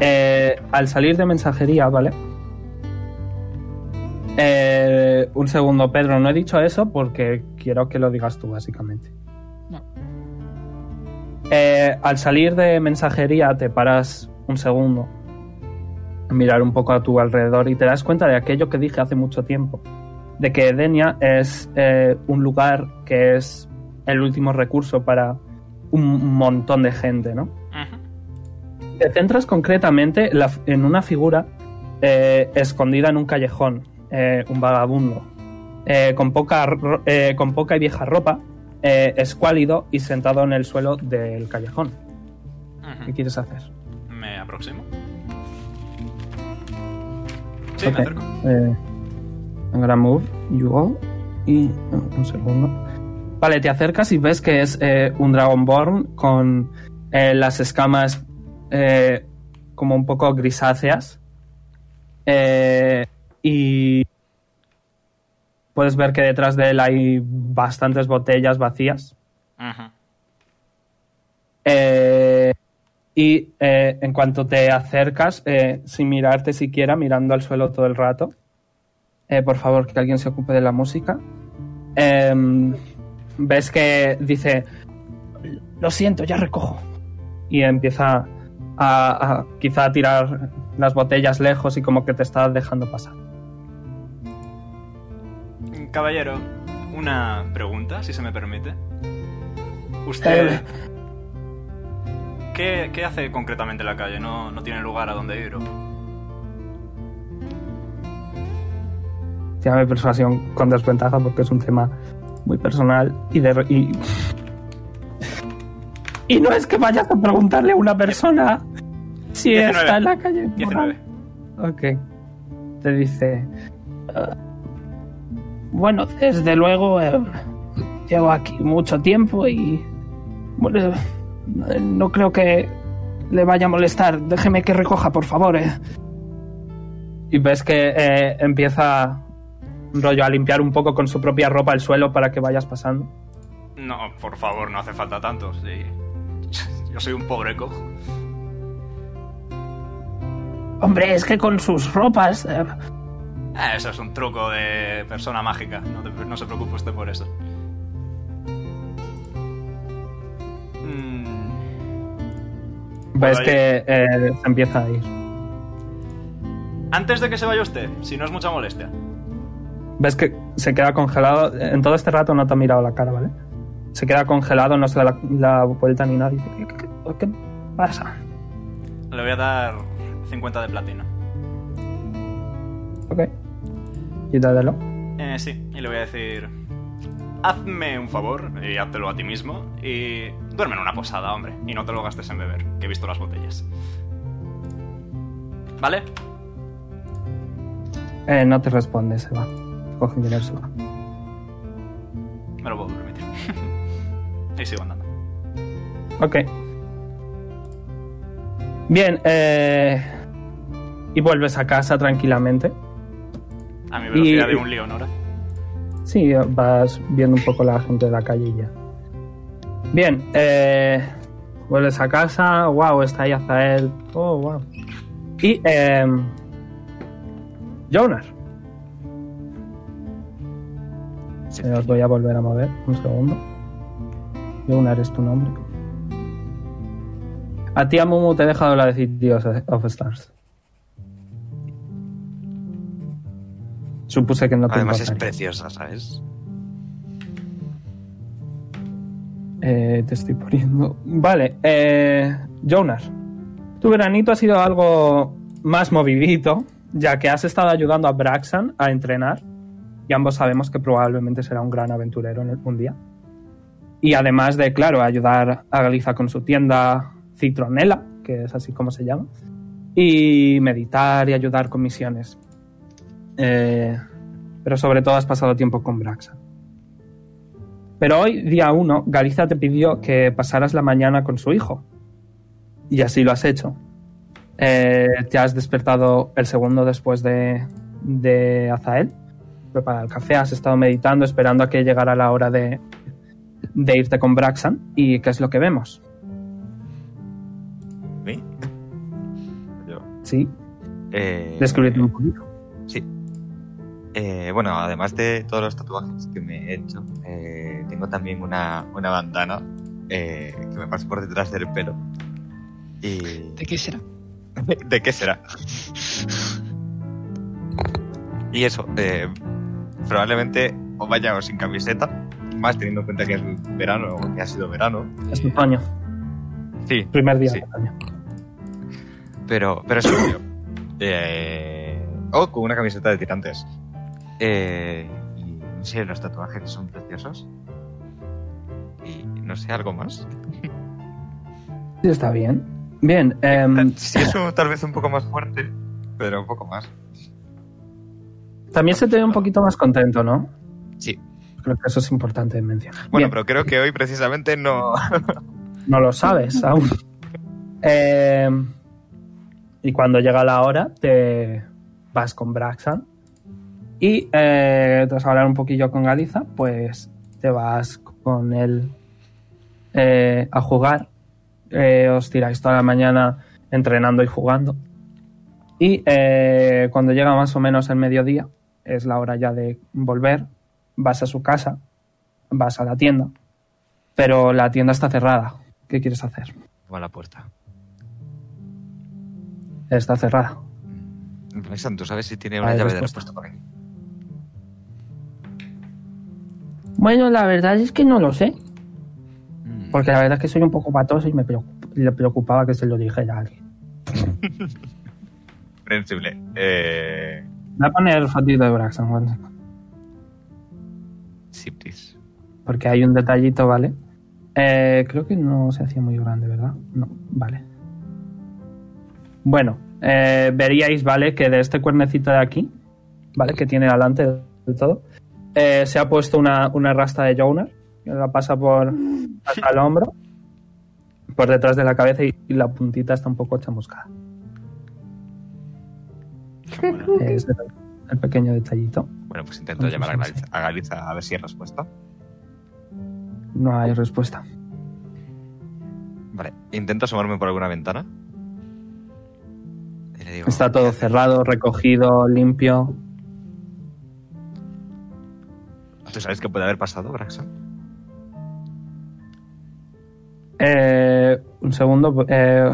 Speaker 2: Eh, al salir de mensajería, ¿vale? Eh, un segundo, Pedro, no he dicho eso porque quiero que lo digas tú, básicamente.
Speaker 5: No.
Speaker 2: Eh, al salir de mensajería te paras un segundo, a mirar un poco a tu alrededor y te das cuenta de aquello que dije hace mucho tiempo, de que Edenia es eh, un lugar que es el último recurso para un montón de gente, ¿no? Te centras concretamente la- en una figura eh, escondida en un callejón, eh, un vagabundo, eh, con, poca, ro- eh, con poca y vieja ropa, eh, escuálido y sentado en el suelo del callejón.
Speaker 1: Mm.
Speaker 2: ¿Qué quieres hacer?
Speaker 1: Me aproximo. Sí,
Speaker 2: Ok.
Speaker 1: me acerco.
Speaker 2: Eh, I'm gonna move you all. Y uh, un segundo. Vale, te acercas y ves que es eh, un Dragonborn con eh, las escamas eh, como un poco grisáceas. Eh, y puedes ver que detrás de él hay bastantes botellas vacías.
Speaker 1: Ujú.
Speaker 2: Eh, y eh, en cuanto te acercas, eh, sin mirarte siquiera, mirando al suelo todo el rato, eh, por favor que alguien se ocupe de la música, Em, ves que dice, lo siento, ya recojo. Y empieza a, a quizá a tirar las botellas lejos y como que te está dejando pasar.
Speaker 1: Caballero, una pregunta, si se me permite. Usted. ¿Qué, qué hace concretamente en la calle? No, no tiene lugar a donde ir. ¿o?
Speaker 2: Tírame persuasión con desventaja porque es un tema muy personal y de... Y, y no es que vayas a preguntarle a una persona si
Speaker 1: 19.
Speaker 2: está en la calle.
Speaker 1: 19.
Speaker 2: Ok. Te dice... "Ah, bueno, desde luego eh, llevo aquí mucho tiempo y... Bueno, eh, no creo que le vaya a molestar. Déjeme que recoja, por favor. eh". y ves que eh, empieza rollo a limpiar un poco con su propia ropa el suelo para que vayas pasando.
Speaker 1: No, por favor, no hace falta tanto. sí. Yo soy un pobre cojo.
Speaker 2: Hombre, es que con sus ropas... eh,
Speaker 1: Ah, eso es un truco de persona mágica. No, te- no se preocupe usted por eso. Mm,
Speaker 2: ves
Speaker 1: ahí.
Speaker 2: que eh, se empieza a ir.
Speaker 1: Antes de que se vaya usted, si no es mucha molestia.
Speaker 2: Ves que se queda congelado. En todo este rato no te ha mirado la cara, ¿vale? Se queda congelado, no se da la, la vuelta ni nada. y dice, ¿Qué, qué- qué pasa?
Speaker 1: Le voy a dar 50 de platino.
Speaker 2: Ok. Quítatelo.
Speaker 1: Eh, sí, y le voy a decir... Hazme un favor y háztelo a ti mismo y duerme en una posada, hombre, y no te lo gastes en beber, que he visto las botellas. ¿Vale?
Speaker 2: Eh, no te responde, se va. Coge el dinero y se va.
Speaker 1: Me lo puedo permitir. y sigo andando.
Speaker 2: Ok. Bien, eh, Y vuelves a casa tranquilamente.
Speaker 1: A mi velocidad
Speaker 2: Y-
Speaker 1: de un león ahora.
Speaker 2: Sí, vas viendo un poco la gente de la calle y ya. Bien, eh, vuelves a casa. Wow, está ahí Azael. Oh, wow. Y, eh, Jonas,
Speaker 6: Sí.
Speaker 2: Eh, os voy a volver a mover. Un segundo. Jonar es tu nombre. A ti, Amumu, te he dejado la de City of Stars. Supuse que no te
Speaker 6: Además es
Speaker 2: importaría.
Speaker 6: preciosa, ¿sabes?
Speaker 2: Eh, te estoy poniendo. Vale, eh, Jonas, tu veranito ha sido algo más movidito, ya que has estado ayudando a Braxan a entrenar y ambos sabemos que probablemente será un gran aventurero en el- un día. Y además de, claro, ayudar a Galiza con su tienda Citronela, que es así como se llama, y meditar y ayudar con misiones. Eh, pero sobre todo has pasado tiempo con Braxan. Pero hoy, día 1, Galiza te pidió que pasaras la mañana con su hijo. Y así lo has hecho. Eh, te has despertado el segundo después de, de Azael. Preparar el café, has estado meditando, esperando a que llegara la hora de, de irte con Braxan. ¿Y qué es lo que vemos?
Speaker 6: ¿Mí? Yo.
Speaker 2: Sí,
Speaker 6: Eh,
Speaker 2: descubrirlo un poquito.
Speaker 6: Sí. Eh, bueno, además de todos los tatuajes que me he hecho, eh, tengo también una, una bandana eh, que me pasa por detrás del pelo. Y...
Speaker 5: ¿De qué será?
Speaker 6: ¿De qué será? Y eso, eh, probablemente os vayamos sin camiseta, más teniendo en cuenta que es verano, o que ha sido verano.
Speaker 2: Es otoño,
Speaker 6: Sí,
Speaker 2: primer día
Speaker 6: Sí.
Speaker 2: de otoño.
Speaker 6: pero, pero eso es eh, O con una camiseta de tirantes. Eh, y no sé, los tatuajes que son preciosos. Y no sé, algo más.
Speaker 2: Sí, está bien. Bien, em,
Speaker 6: Sí, eso tal vez un poco más fuerte, pero un poco más.
Speaker 2: también se te ve un poquito más contento, ¿no?
Speaker 6: Sí.
Speaker 2: Creo que eso es importante mencionar.
Speaker 6: Bueno,
Speaker 2: Bien.
Speaker 6: pero creo que hoy precisamente no.
Speaker 2: No lo sabes aún. Eh, y cuando llega la hora, te vas con Braxan. Y eh, tras hablar un poquillo con Galiza, pues te vas con él eh, a jugar. Eh, os tiráis toda la mañana entrenando y jugando. Y eh, cuando llega más o menos el mediodía, es la hora ya de volver, vas a su casa, vas a la tienda, pero la tienda está cerrada. ¿Qué quieres hacer?
Speaker 6: Toma la puerta.
Speaker 2: Está cerrada.
Speaker 6: Alexandra, ¿tú sabes si tiene
Speaker 2: Ah,
Speaker 6: una
Speaker 2: es
Speaker 6: llave de
Speaker 2: respuesta.
Speaker 6: respuesta por aquí?
Speaker 2: Bueno, la verdad es que no lo sé.
Speaker 6: Mm.
Speaker 2: Porque la verdad es que soy un poco patoso y me preocup- le preocupaba que se lo dijera a alguien.
Speaker 6: Comprensible. Eh.
Speaker 2: Voy a poner fatido de Braxton, bueno,
Speaker 6: Sí, please.
Speaker 2: porque hay un detallito, ¿vale? Eh, creo que no se hacía muy grande, ¿verdad? No, vale. Bueno, eh, veríais, ¿vale? Que de este cuernecito de aquí, ¿vale? Que tiene delante de todo, eh, se ha puesto una, una rasta de Jonar, que la pasa por hasta el hombro, por detrás de la cabeza y, y la puntita está un poco chamuscada. Ese era el pequeño detallito.
Speaker 6: Bueno, pues intento llamar a Galiza, a Galiza a ver si hay respuesta.
Speaker 2: No hay respuesta.
Speaker 6: Vale, intento asomarme por alguna ventana. Y le digo,
Speaker 2: Está todo cerrado, recogido, limpio.
Speaker 6: ¿Tú sabes qué puede haber pasado, Braxton?
Speaker 2: Eh, un segundo. Eh,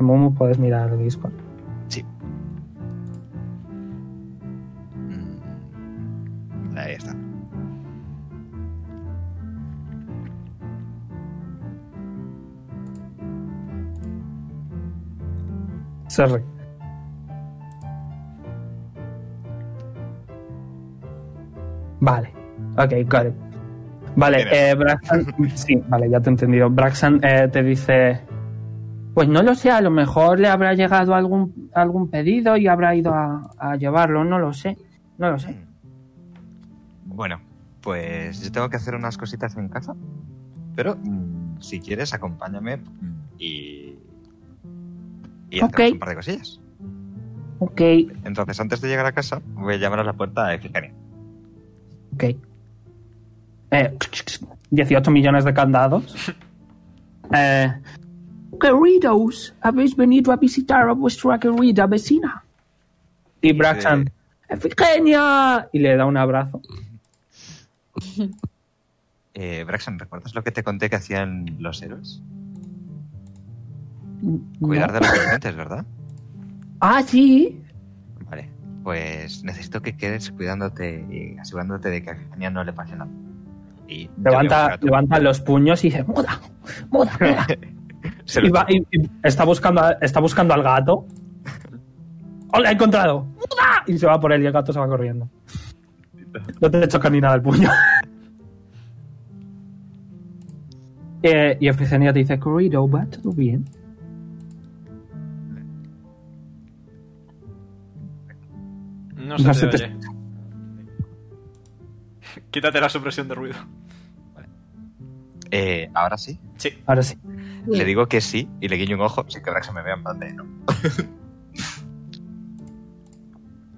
Speaker 2: Momo, puedes mirar el Discord.
Speaker 6: Mm. Ahí está.
Speaker 2: Sorry. Vale. Ok, got it. Vale,
Speaker 6: Bien.
Speaker 2: eh, Braxan. sí, vale, ya te he entendido. Braxan eh, te dice. Pues no lo sé, a lo mejor le habrá llegado algún, algún pedido y habrá ido a, a llevarlo, no lo sé. No lo sé.
Speaker 6: Mm. Bueno, pues yo tengo que hacer unas cositas en casa. Pero mm, si quieres, acompáñame y. Y hacemos
Speaker 2: Ok.
Speaker 6: un par de cosillas.
Speaker 2: Ok,
Speaker 6: Entonces, antes de llegar a casa, voy a llamar a la puerta de Fijania.
Speaker 2: ok. Eh, 18 millones de candados. Eh, queridos, habéis venido a visitar a vuestra querida vecina. Y Braxan. ¡Efigenia! Y le da un abrazo.
Speaker 6: Eh, Braxton, ¿recuerdas lo que te conté que hacían los héroes? Cuidar de los clientes, ¿verdad?
Speaker 2: Ah, sí.
Speaker 6: Vale. Pues necesito que quedes cuidándote y asegurándote de que a Fijania no le pase nada. Y yo le voy a
Speaker 2: Levanta,
Speaker 6: buscar a tu-
Speaker 2: levanta los puños y dice, muda, muda, muda.
Speaker 6: Se
Speaker 2: y
Speaker 6: lo-
Speaker 2: va- y- y está, buscando a- está buscando al gato. ¡Oh, lo he encontrado! ¡Muda! Y se va por él y el gato se va corriendo. No te choca ni nada el puño. Eh, y Efigenia te dice, Corrido, va todo bien.
Speaker 1: No se
Speaker 2: No
Speaker 1: te
Speaker 2: se te
Speaker 1: oye. Quítate la supresión de ruido.
Speaker 6: Eh, ahora sí.
Speaker 1: Sí.
Speaker 2: Ahora sí.
Speaker 6: Le digo que sí y le guiño un ojo sin que Braxton me vea en plan de no.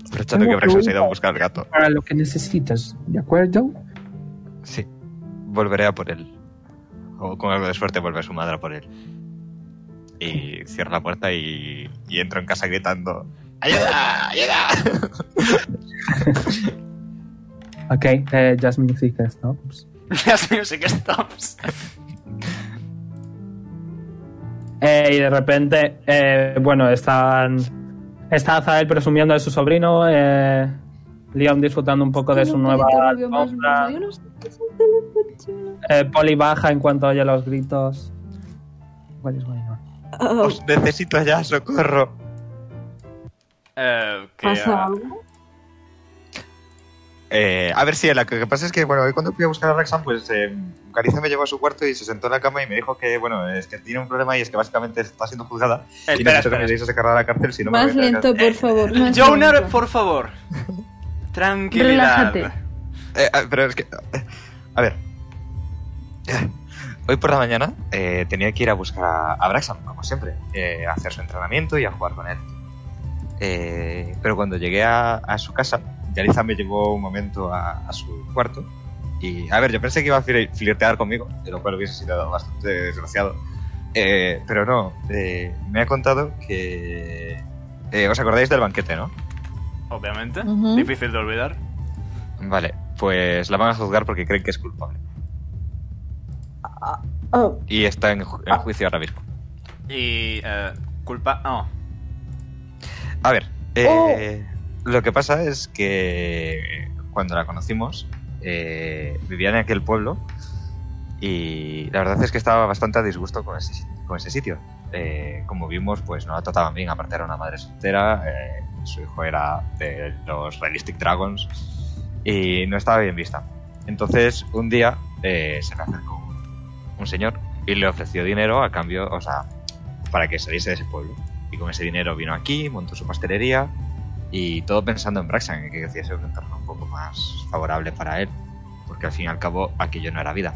Speaker 6: Aprovechando
Speaker 2: Tengo
Speaker 6: que Braxton se ha ido a
Speaker 2: preguntas.
Speaker 6: buscar al gato.
Speaker 2: Para lo que necesitas, ¿de acuerdo?
Speaker 6: Sí. Volveré a por él. O con algo de suerte vuelve su madre a por él. Y cierro la puerta y, y entro en casa gritando. ¡Ayuda! ¡Ayuda!
Speaker 2: Ok, eh, Jasmine dice esto.
Speaker 1: Las music stops.
Speaker 2: Eh, y de repente, eh, bueno, están. Está Azael presumiendo de su sobrino, eh, Leon disfrutando un poco de su nueva alfombra. Eh, Polly baja en cuanto oye los gritos. What is going on?
Speaker 6: ¡Os necesito ya! ¡Socorro!
Speaker 1: Eh, que,
Speaker 3: ¿Pasa
Speaker 1: ah,
Speaker 3: algo?
Speaker 6: Eh, a ver si lo que pasa es que, bueno, hoy cuando fui a buscar a Rexham, pues eh, Cariza me llevó a su cuarto y se sentó en la cama y me dijo que, bueno, es que tiene un problema y es que básicamente está siendo juzgada y
Speaker 1: espera,
Speaker 6: necesito que
Speaker 1: espera.
Speaker 6: me deis a sacar a la cárcel si no me
Speaker 3: Más
Speaker 6: voy a la
Speaker 3: lento,
Speaker 6: cárcel.
Speaker 3: por favor. más
Speaker 1: Jonar,
Speaker 3: lento.
Speaker 1: por favor. Tranquilidad.
Speaker 3: Relájate.
Speaker 6: Eh, ah, pero es que... eh, a ver. Eh, Hoy por la mañana eh, tenía que ir a buscar a, a Braxham, como siempre, eh, a hacer su entrenamiento y a jugar con él. Eh, pero cuando llegué a, a su casa, Yaliza me llevó un momento a, a su cuarto. Y, a ver, yo pensé que iba a flir- flirtear conmigo, de lo cual hubiese sido bastante desgraciado. Eh, pero no, eh, me ha contado que... eh, ¿Os acordáis del banquete, no?
Speaker 1: Obviamente.
Speaker 3: Ujú.
Speaker 1: Difícil de olvidar.
Speaker 6: Vale, pues la van a juzgar porque creen que es culpable.
Speaker 3: Oh,
Speaker 6: y está en, ju- en juicio ahora mismo.
Speaker 1: Y. eh, culpa. No.
Speaker 6: A ver, eh, lo que pasa es que cuando la conocimos eh, vivía en aquel pueblo y la verdad es que estaba bastante a disgusto con ese, sit- con ese sitio. Eh, como vimos, pues no la trataban bien, aparte era una madre soltera, eh, su hijo era de los Realistic Dragons y no estaba bien vista. Entonces, un día eh, se me acercó un- un señor y le ofreció dinero a cambio, o sea, para que saliese de ese pueblo. Y con ese dinero vino aquí, montó su pastelería y todo pensando en Braxan, en que hiciese un entorno un poco más favorable para él, porque al fin y al cabo aquello no era vida.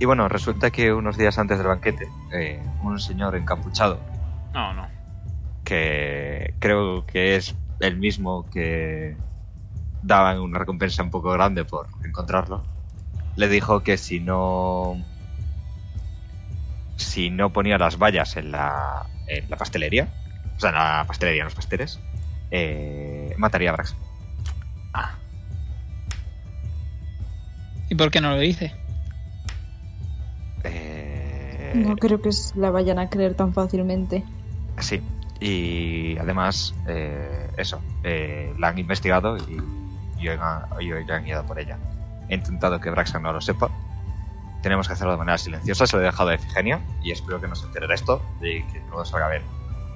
Speaker 6: Y bueno, resulta que unos días antes del banquete, eh, un señor encapuchado
Speaker 1: No, no.
Speaker 6: que creo que es el mismo que daban una recompensa un poco grande por encontrarlo, le dijo que si no si no ponía las vallas en la, en la pastelería, o sea, en la pastelería, en los pasteles, eh, mataría a Brax.
Speaker 5: ¿Y por qué no lo dice?
Speaker 6: Eh,
Speaker 7: No creo que s- la vayan a creer tan fácilmente.
Speaker 6: Sí, y además, eh, eso, eh, la han investigado y, y hoy han, y hoy han ido por ella. He intentado que Braxan no lo sepa. Tenemos que hacerlo de manera silenciosa, se lo he dejado a Efigenia y espero que no se entere de esto y que todo salga bien.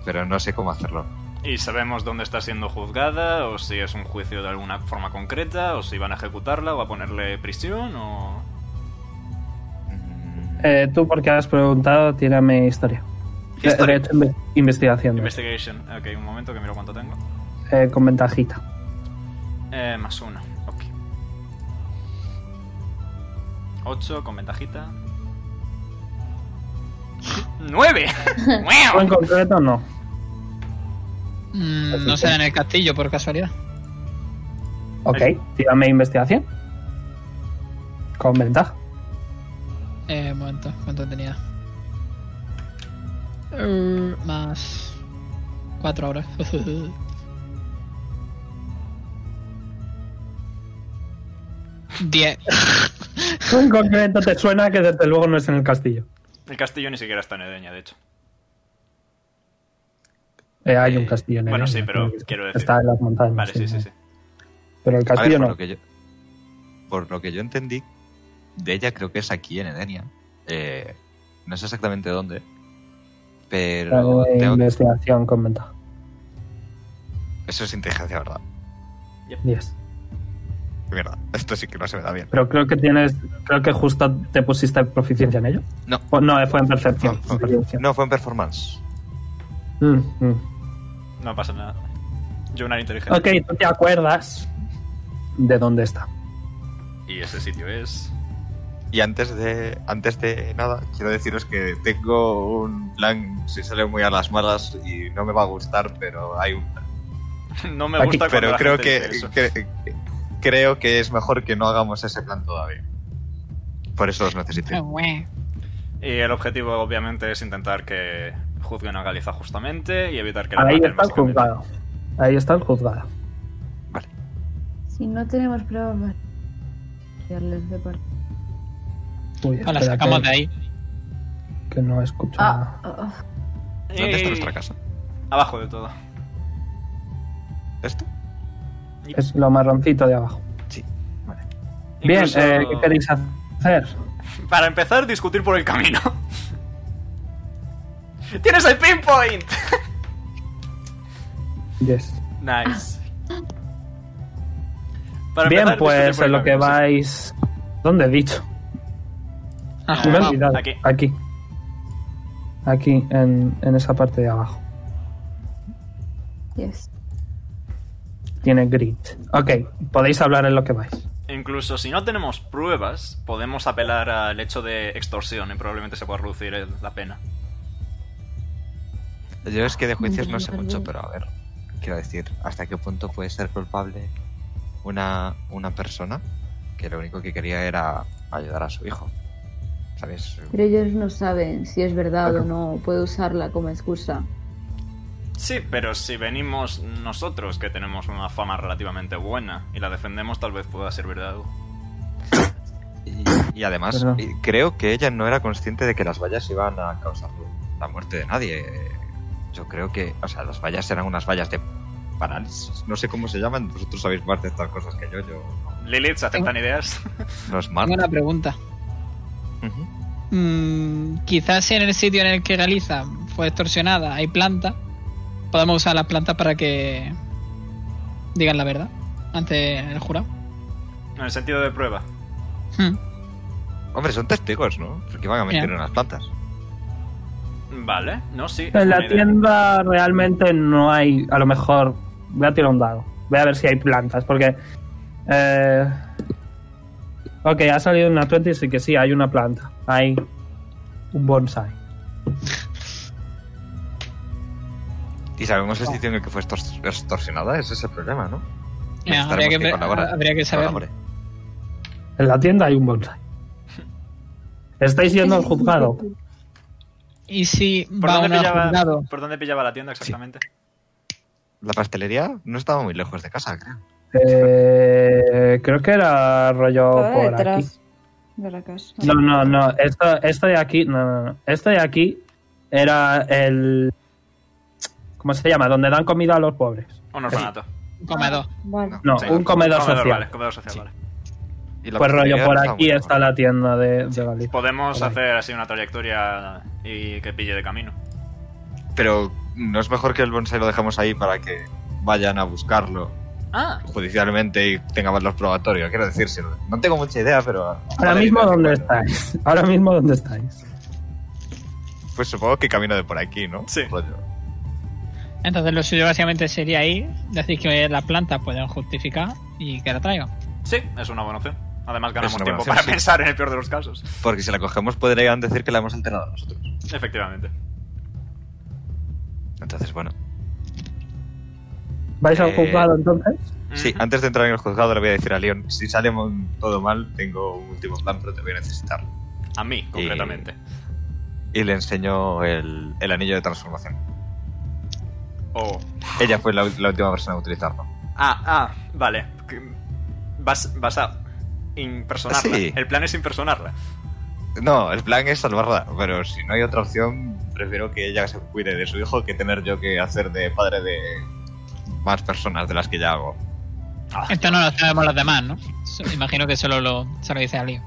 Speaker 6: Pero no sé cómo hacerlo.
Speaker 1: ¿Y sabemos dónde está siendo juzgada? ¿O si es un juicio de alguna forma concreta? ¿O si van a ejecutarla o a ponerle prisión? ¿O.?
Speaker 6: Mm,
Speaker 2: Eh, tú, porque has preguntado, tírame historia. Eh,
Speaker 1: Historia.
Speaker 2: De hecho, inve- investigación.
Speaker 1: Investigation. Ok, un momento que miro cuánto tengo.
Speaker 2: Eh, con ventajita.
Speaker 1: Eh, más uno. Ok. Ocho con ventajita. ¡Nueve!
Speaker 2: O en
Speaker 1: ¡Wow!
Speaker 2: concreto, no.
Speaker 5: Mm, no sea en el castillo, por casualidad.
Speaker 2: Ok, tírame Eh, investigación. Con ventaja.
Speaker 5: Eh, un momento, ¿cuánto tenía? Eh, más. Cuatro horas. Diez.
Speaker 2: Tú en concreto te suena que desde luego no es en el castillo.
Speaker 1: El castillo ni siquiera está en Edeña, de hecho.
Speaker 2: Eh, hay
Speaker 1: Eh,
Speaker 2: un castillo en
Speaker 1: bueno,
Speaker 2: Ereña,
Speaker 1: sí, pero
Speaker 2: creo que
Speaker 1: quiero
Speaker 2: Está
Speaker 1: decir-
Speaker 2: en las montañas.
Speaker 1: Vale, sí, sí, sí.
Speaker 2: Pero el
Speaker 6: a ver,
Speaker 2: castillo
Speaker 6: por
Speaker 2: no.
Speaker 6: lo que yo, por lo que yo entendí, de ella creo que es aquí en Edenia. Eh, no sé exactamente dónde, pero
Speaker 2: Tírame
Speaker 6: tengo-
Speaker 2: Eh, investigación con ventaja.
Speaker 6: eso es inteligencia, ¿verdad?
Speaker 2: 10.
Speaker 6: Mierda, esto sí que no se me da bien.
Speaker 2: Pero creo que tienes. Creo que justo te pusiste proficiencia en ello.
Speaker 6: No.
Speaker 2: O- no, eh, fue en percepción. en percepción.
Speaker 6: No, fue en performance.
Speaker 2: Mm, mm.
Speaker 1: No pasa nada. Yo una inteligente.
Speaker 2: Ok, tú te acuerdas de dónde está.
Speaker 1: Y ese sitio es.
Speaker 6: Y antes de, antes de nada, quiero deciros que tengo un plan, si sale muy a las malas y no me va a gustar, pero hay un plan.
Speaker 1: No me
Speaker 2: Aquí.
Speaker 1: gusta cuando
Speaker 6: Pero
Speaker 1: la
Speaker 6: creo
Speaker 1: gente
Speaker 6: que,
Speaker 1: dice eso.
Speaker 6: cre- creo que es mejor que no hagamos ese plan todavía. Por eso los
Speaker 5: Ah,
Speaker 6: necesito.
Speaker 1: Y el objetivo, obviamente, es intentar que juzguen a Galiza justamente y evitar que la
Speaker 2: Ahí
Speaker 1: maten,
Speaker 2: está el
Speaker 1: básicamente.
Speaker 2: juzgado. Ahí está el juzgado.
Speaker 7: Si no tenemos pruebas, vale. Darles de parte.
Speaker 2: Uy,
Speaker 5: O la
Speaker 2: espera
Speaker 5: sacamos
Speaker 2: que-
Speaker 5: de ahí.
Speaker 2: Que no escucho
Speaker 7: Ah,
Speaker 2: nada.
Speaker 7: ah,
Speaker 6: ¿Dónde
Speaker 1: Y-
Speaker 6: está nuestra casa?
Speaker 1: Abajo de todo.
Speaker 6: ¿Esto?
Speaker 2: Es lo marroncito de abajo. Bien,
Speaker 1: Incluso-
Speaker 2: eh, ¿qué queréis hacer?
Speaker 1: Para empezar, discutir por el camino. ¡Tienes el pinpoint!
Speaker 2: Yes.
Speaker 1: Nice. Para
Speaker 2: Bien,
Speaker 1: empezar, este
Speaker 2: pues
Speaker 1: discutir por
Speaker 2: en lo
Speaker 1: el
Speaker 2: que
Speaker 1: camino, sí.
Speaker 2: vais. ¿Dónde he dicho?
Speaker 5: Ah,
Speaker 2: Me he
Speaker 5: vamos.
Speaker 2: olvidado.
Speaker 1: aquí.
Speaker 2: Aquí. Aquí, en, en esa parte de abajo.
Speaker 7: yes.
Speaker 2: Tiene grid. Ok, podéis hablar en lo que vais.
Speaker 1: Incluso si no tenemos pruebas, podemos apelar al hecho de extorsión y probablemente se pueda reducir el- la pena.
Speaker 6: Yo es que de juicios no sé
Speaker 7: Vale.
Speaker 6: mucho, pero a ver, quiero decir, ¿hasta qué punto puede ser culpable una, una persona que lo único que quería era ayudar a su hijo? ¿Sabes?
Speaker 7: Pero ellos no saben si es verdad o no. Puede usarla como excusa.
Speaker 1: Sí, pero si venimos nosotros, que tenemos una fama relativamente buena, y la defendemos, tal vez pueda servir de algo.
Speaker 6: Y, y además,
Speaker 2: Perdón.
Speaker 6: y creo que ella no era consciente de que las vallas iban a causar la muerte de nadie. Yo creo que, o sea, las vallas eran unas vallas de parálisis. No sé cómo se llaman, vosotros sabéis más de estas cosas que yo. Yo
Speaker 1: Lilith, ¿se aceptan ideas?
Speaker 6: no es mal.
Speaker 5: Tengo una pregunta.
Speaker 6: Ujú.
Speaker 5: Mm, quizás si en el sitio en el que Galiza fue extorsionada hay plantas, podemos usar las plantas para que digan la verdad ante el jurado.
Speaker 1: En el sentido de prueba.
Speaker 5: Hmm.
Speaker 6: Hombre, son testigos, ¿no? Porque van a mentir
Speaker 5: Ya.
Speaker 6: en las plantas.
Speaker 1: Vale, no, sí. es
Speaker 2: En
Speaker 1: buena
Speaker 2: la
Speaker 1: idea.
Speaker 2: tienda realmente no hay. A lo mejor. Voy a tirar un dado. Voy a ver si hay plantas, porque. eh, ok, ha salido una 20 y sí que sí, hay una planta. Hay un bonsai.
Speaker 6: Y sabemos el sitio en el que fue extors- extorsionada, ese es el problema, ¿no?
Speaker 5: Ya,
Speaker 6: Estaremos
Speaker 5: habría, que,
Speaker 6: que
Speaker 5: ver-
Speaker 6: colabora,
Speaker 5: habría que saber.
Speaker 6: colabore.
Speaker 2: En la tienda hay un bonsai. Estáis yendo al juzgado.
Speaker 5: Y si
Speaker 1: ¿Por
Speaker 5: va
Speaker 1: dónde,
Speaker 5: uno al
Speaker 1: pillaba,
Speaker 5: juzgado,
Speaker 1: ¿Por dónde pillaba la tienda exactamente?
Speaker 6: La pastelería no estaba muy lejos de casa, creo.
Speaker 2: Eh, creo que era rollo
Speaker 7: Estaba
Speaker 2: por aquí.
Speaker 7: detrás de la casa.
Speaker 2: No, no, no. Esto, esto de aquí, no, no, no. Esto de aquí era el. ¿Cómo se llama? Donde dan comida a los pobres.
Speaker 1: Un orfanato.
Speaker 5: comedor.
Speaker 7: Vale.
Speaker 2: No,
Speaker 1: Sí.
Speaker 2: un comedor, social.
Speaker 1: Vale, comedor social,
Speaker 6: Sí.
Speaker 1: vale.
Speaker 6: Y la
Speaker 2: Pues rollo,
Speaker 6: pastelería
Speaker 2: por
Speaker 6: no estaba
Speaker 2: aquí
Speaker 6: muy
Speaker 2: está
Speaker 6: lejos.
Speaker 2: la tienda de, de Galí.
Speaker 1: Podemos
Speaker 2: Por ahí.
Speaker 1: hacer así una trayectoria y que pille de camino.
Speaker 6: Pero no es mejor que el bonsai lo dejemos ahí para que vayan a buscarlo
Speaker 1: Ah,
Speaker 6: judicialmente y tengamos los probatorios. Quiero decir, si no no tengo mucha idea, pero... ah,
Speaker 2: Ahora
Speaker 6: vale, pues,
Speaker 2: mismo,
Speaker 6: idea,
Speaker 2: ¿dónde
Speaker 6: bueno.
Speaker 2: estáis? Ahora mismo, ¿dónde estáis?
Speaker 6: Pues supongo que camino de por aquí, ¿no?
Speaker 1: Sí.
Speaker 6: Rollo.
Speaker 5: Entonces lo suyo básicamente sería ir, decir que las plantas pueden justificar y que la traigan.
Speaker 1: sí, es una buena opción. Además ganamos
Speaker 6: una buena
Speaker 1: tiempo
Speaker 6: opción,
Speaker 1: para
Speaker 6: sí.
Speaker 1: pensar en el peor de los casos.
Speaker 6: Porque si la cogemos podrían decir que la hemos alterado nosotros.
Speaker 1: Efectivamente.
Speaker 6: Entonces, bueno.
Speaker 2: ¿Vais al
Speaker 6: Eh,
Speaker 2: juzgado entonces?
Speaker 6: Sí,
Speaker 1: Ujú.
Speaker 6: antes de entrar en el juzgado le voy a decir a Leon, si sale mon- todo mal, tengo un último plan, pero te voy a necesitar.
Speaker 1: A mí, concretamente.
Speaker 6: Y le enseño el, el anillo de transformación.
Speaker 1: Oh.
Speaker 6: Ella fue la, la última persona a utilizarlo.
Speaker 1: Ah, ah, vale. Que- Vas, vas a impersonarla.
Speaker 6: Sí.
Speaker 1: El plan es impersonarla.
Speaker 6: No, el plan es salvarla, pero si no hay otra opción, prefiero que ella se cuide de su hijo que tener yo que hacer de padre de más personas de las que ya hago.
Speaker 1: Ah,
Speaker 5: Esto no lo sabemos los demás, ¿no? So- Imagino que solo lo, se lo dice a Leo.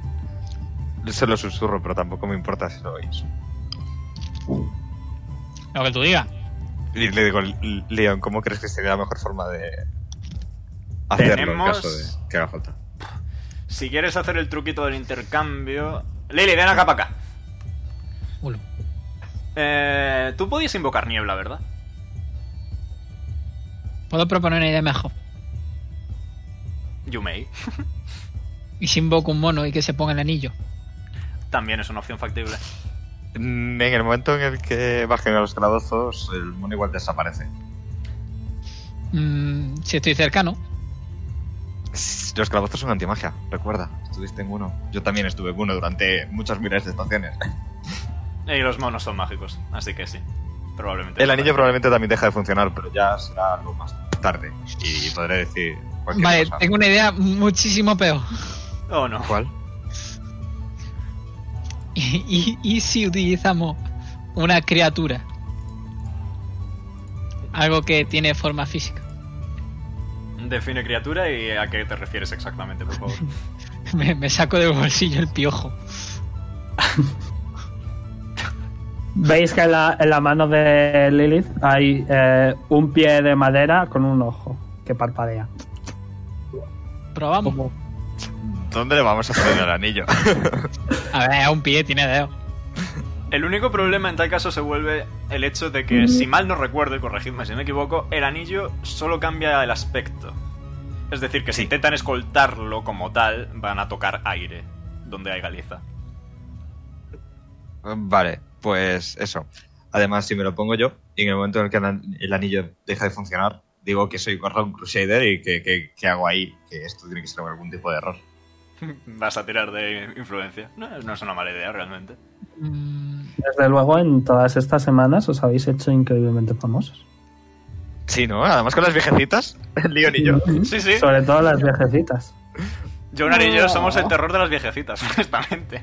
Speaker 6: Se lo susurro, pero tampoco me importa si lo oís.
Speaker 5: Lo que tú digas.
Speaker 6: Y le digo, Leon, ¿cómo crees que sería la mejor forma de hacerlo en
Speaker 1: Tenemos-
Speaker 6: caso de que haga falta?
Speaker 1: Si quieres hacer el truquito del intercambio... Lily, ven acá para acá.
Speaker 5: Ulo.
Speaker 1: Eh, Tú podías invocar niebla, ¿verdad?
Speaker 5: Puedo proponer una idea mejor.
Speaker 1: You may.
Speaker 5: Y si invoco un mono y que se ponga el anillo.
Speaker 1: También es una opción factible.
Speaker 6: Mm, En el momento en el que bajen a los calabozos, el mono igual desaparece.
Speaker 5: Mm, si estoy cercano,
Speaker 6: Sss, Los calabozos son antimagia, recuerda. Estuviste en uno. Yo también estuve en uno durante muchas miles de estaciones.
Speaker 1: Y los monos son mágicos, así que sí. Probablemente.
Speaker 6: El anillo probablemente también deja de funcionar, pero ya será algo más tarde. Y podré decir cualquier
Speaker 5: vale,
Speaker 6: cosa.
Speaker 5: tengo una idea muchísimo peor.
Speaker 1: Oh, no.
Speaker 6: ¿Cuál?
Speaker 5: ¿Y, y- y si utilizamos una criatura? Algo que tiene forma física.
Speaker 1: Define criatura y a qué te refieres exactamente, por favor.
Speaker 5: Me, me saco del bolsillo el piojo.
Speaker 2: Veis que en la, en la mano de Lilith hay eh, un pie de madera con un ojo que parpadea.
Speaker 5: Probamos.
Speaker 6: ¿Dónde le vamos a poner el anillo?
Speaker 5: A ver, un pie tiene dedo.
Speaker 1: El único problema en tal caso se vuelve el hecho de que, si mal no recuerdo, y corregidme si me equivoco, el anillo solo cambia el aspecto. Es decir, que si intentan escoltarlo como tal, van a tocar aire, donde hay galiza.
Speaker 6: Vale, pues eso. Además, si me lo pongo yo, y en el momento en el que el an- el anillo deja de funcionar, digo que soy Gordon Crusader y que, que- que hago ahí, que esto tiene que ser algún tipo de error.
Speaker 1: Vas a tirar de influencia. No, no es una mala idea, realmente.
Speaker 5: Mm,
Speaker 2: Desde luego, en todas estas semanas os habéis hecho increíblemente famosos.
Speaker 6: Sí, ¿no? Además con las viejecitas, Leon y yo.
Speaker 1: Sí, sí.
Speaker 2: Sobre todo las viejecitas.
Speaker 1: Jonar y yo somos el terror de las viejecitas, honestamente.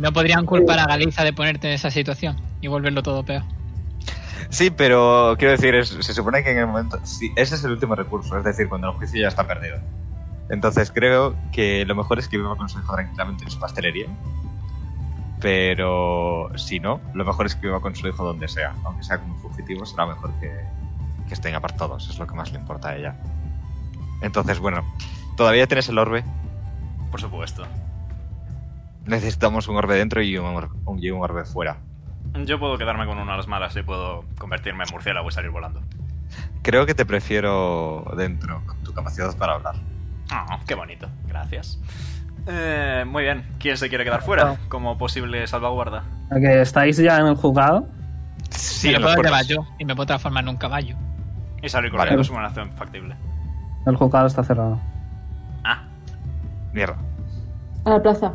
Speaker 5: no podrían culpar a Galiza de ponerte en esa situación y volverlo todo peor.
Speaker 6: Sí, pero quiero decir, es- se supone que en el momento... Sí, ese es el último recurso, es decir, cuando el juicio ya está perdido. Entonces creo que lo mejor es que viva con su hijo tranquilamente en su pastelería. Pero si no, lo mejor es que viva con su hijo donde sea. Aunque sea como fugitivo, será mejor que, que estén apartados. Es lo que más le importa a ella. Entonces, bueno, todavía tienes el orbe.
Speaker 1: Por supuesto.
Speaker 6: Necesitamos un orbe dentro y un, or- un- y un orbe fuera.
Speaker 1: Yo puedo quedarme con una de las malas y puedo convertirme en murciélago y salir volando.
Speaker 6: Creo que te prefiero dentro, con tu capacidad para hablar.
Speaker 1: Ah, qué bonito. Gracias. Eh, muy bien. ¿Quién se quiere quedar fuera como posible salvaguarda?
Speaker 2: Ok, estáis ya en el juzgado.
Speaker 6: Sí,
Speaker 5: me
Speaker 6: en
Speaker 5: lo
Speaker 6: los
Speaker 5: puedo
Speaker 6: cuernos.
Speaker 5: llevar yo y me puedo transformar en un caballo.
Speaker 1: Y salir corriendo es una acción factible.
Speaker 2: El juzgado está cerrado.
Speaker 1: Ah,
Speaker 6: Mierda.
Speaker 3: A la plaza.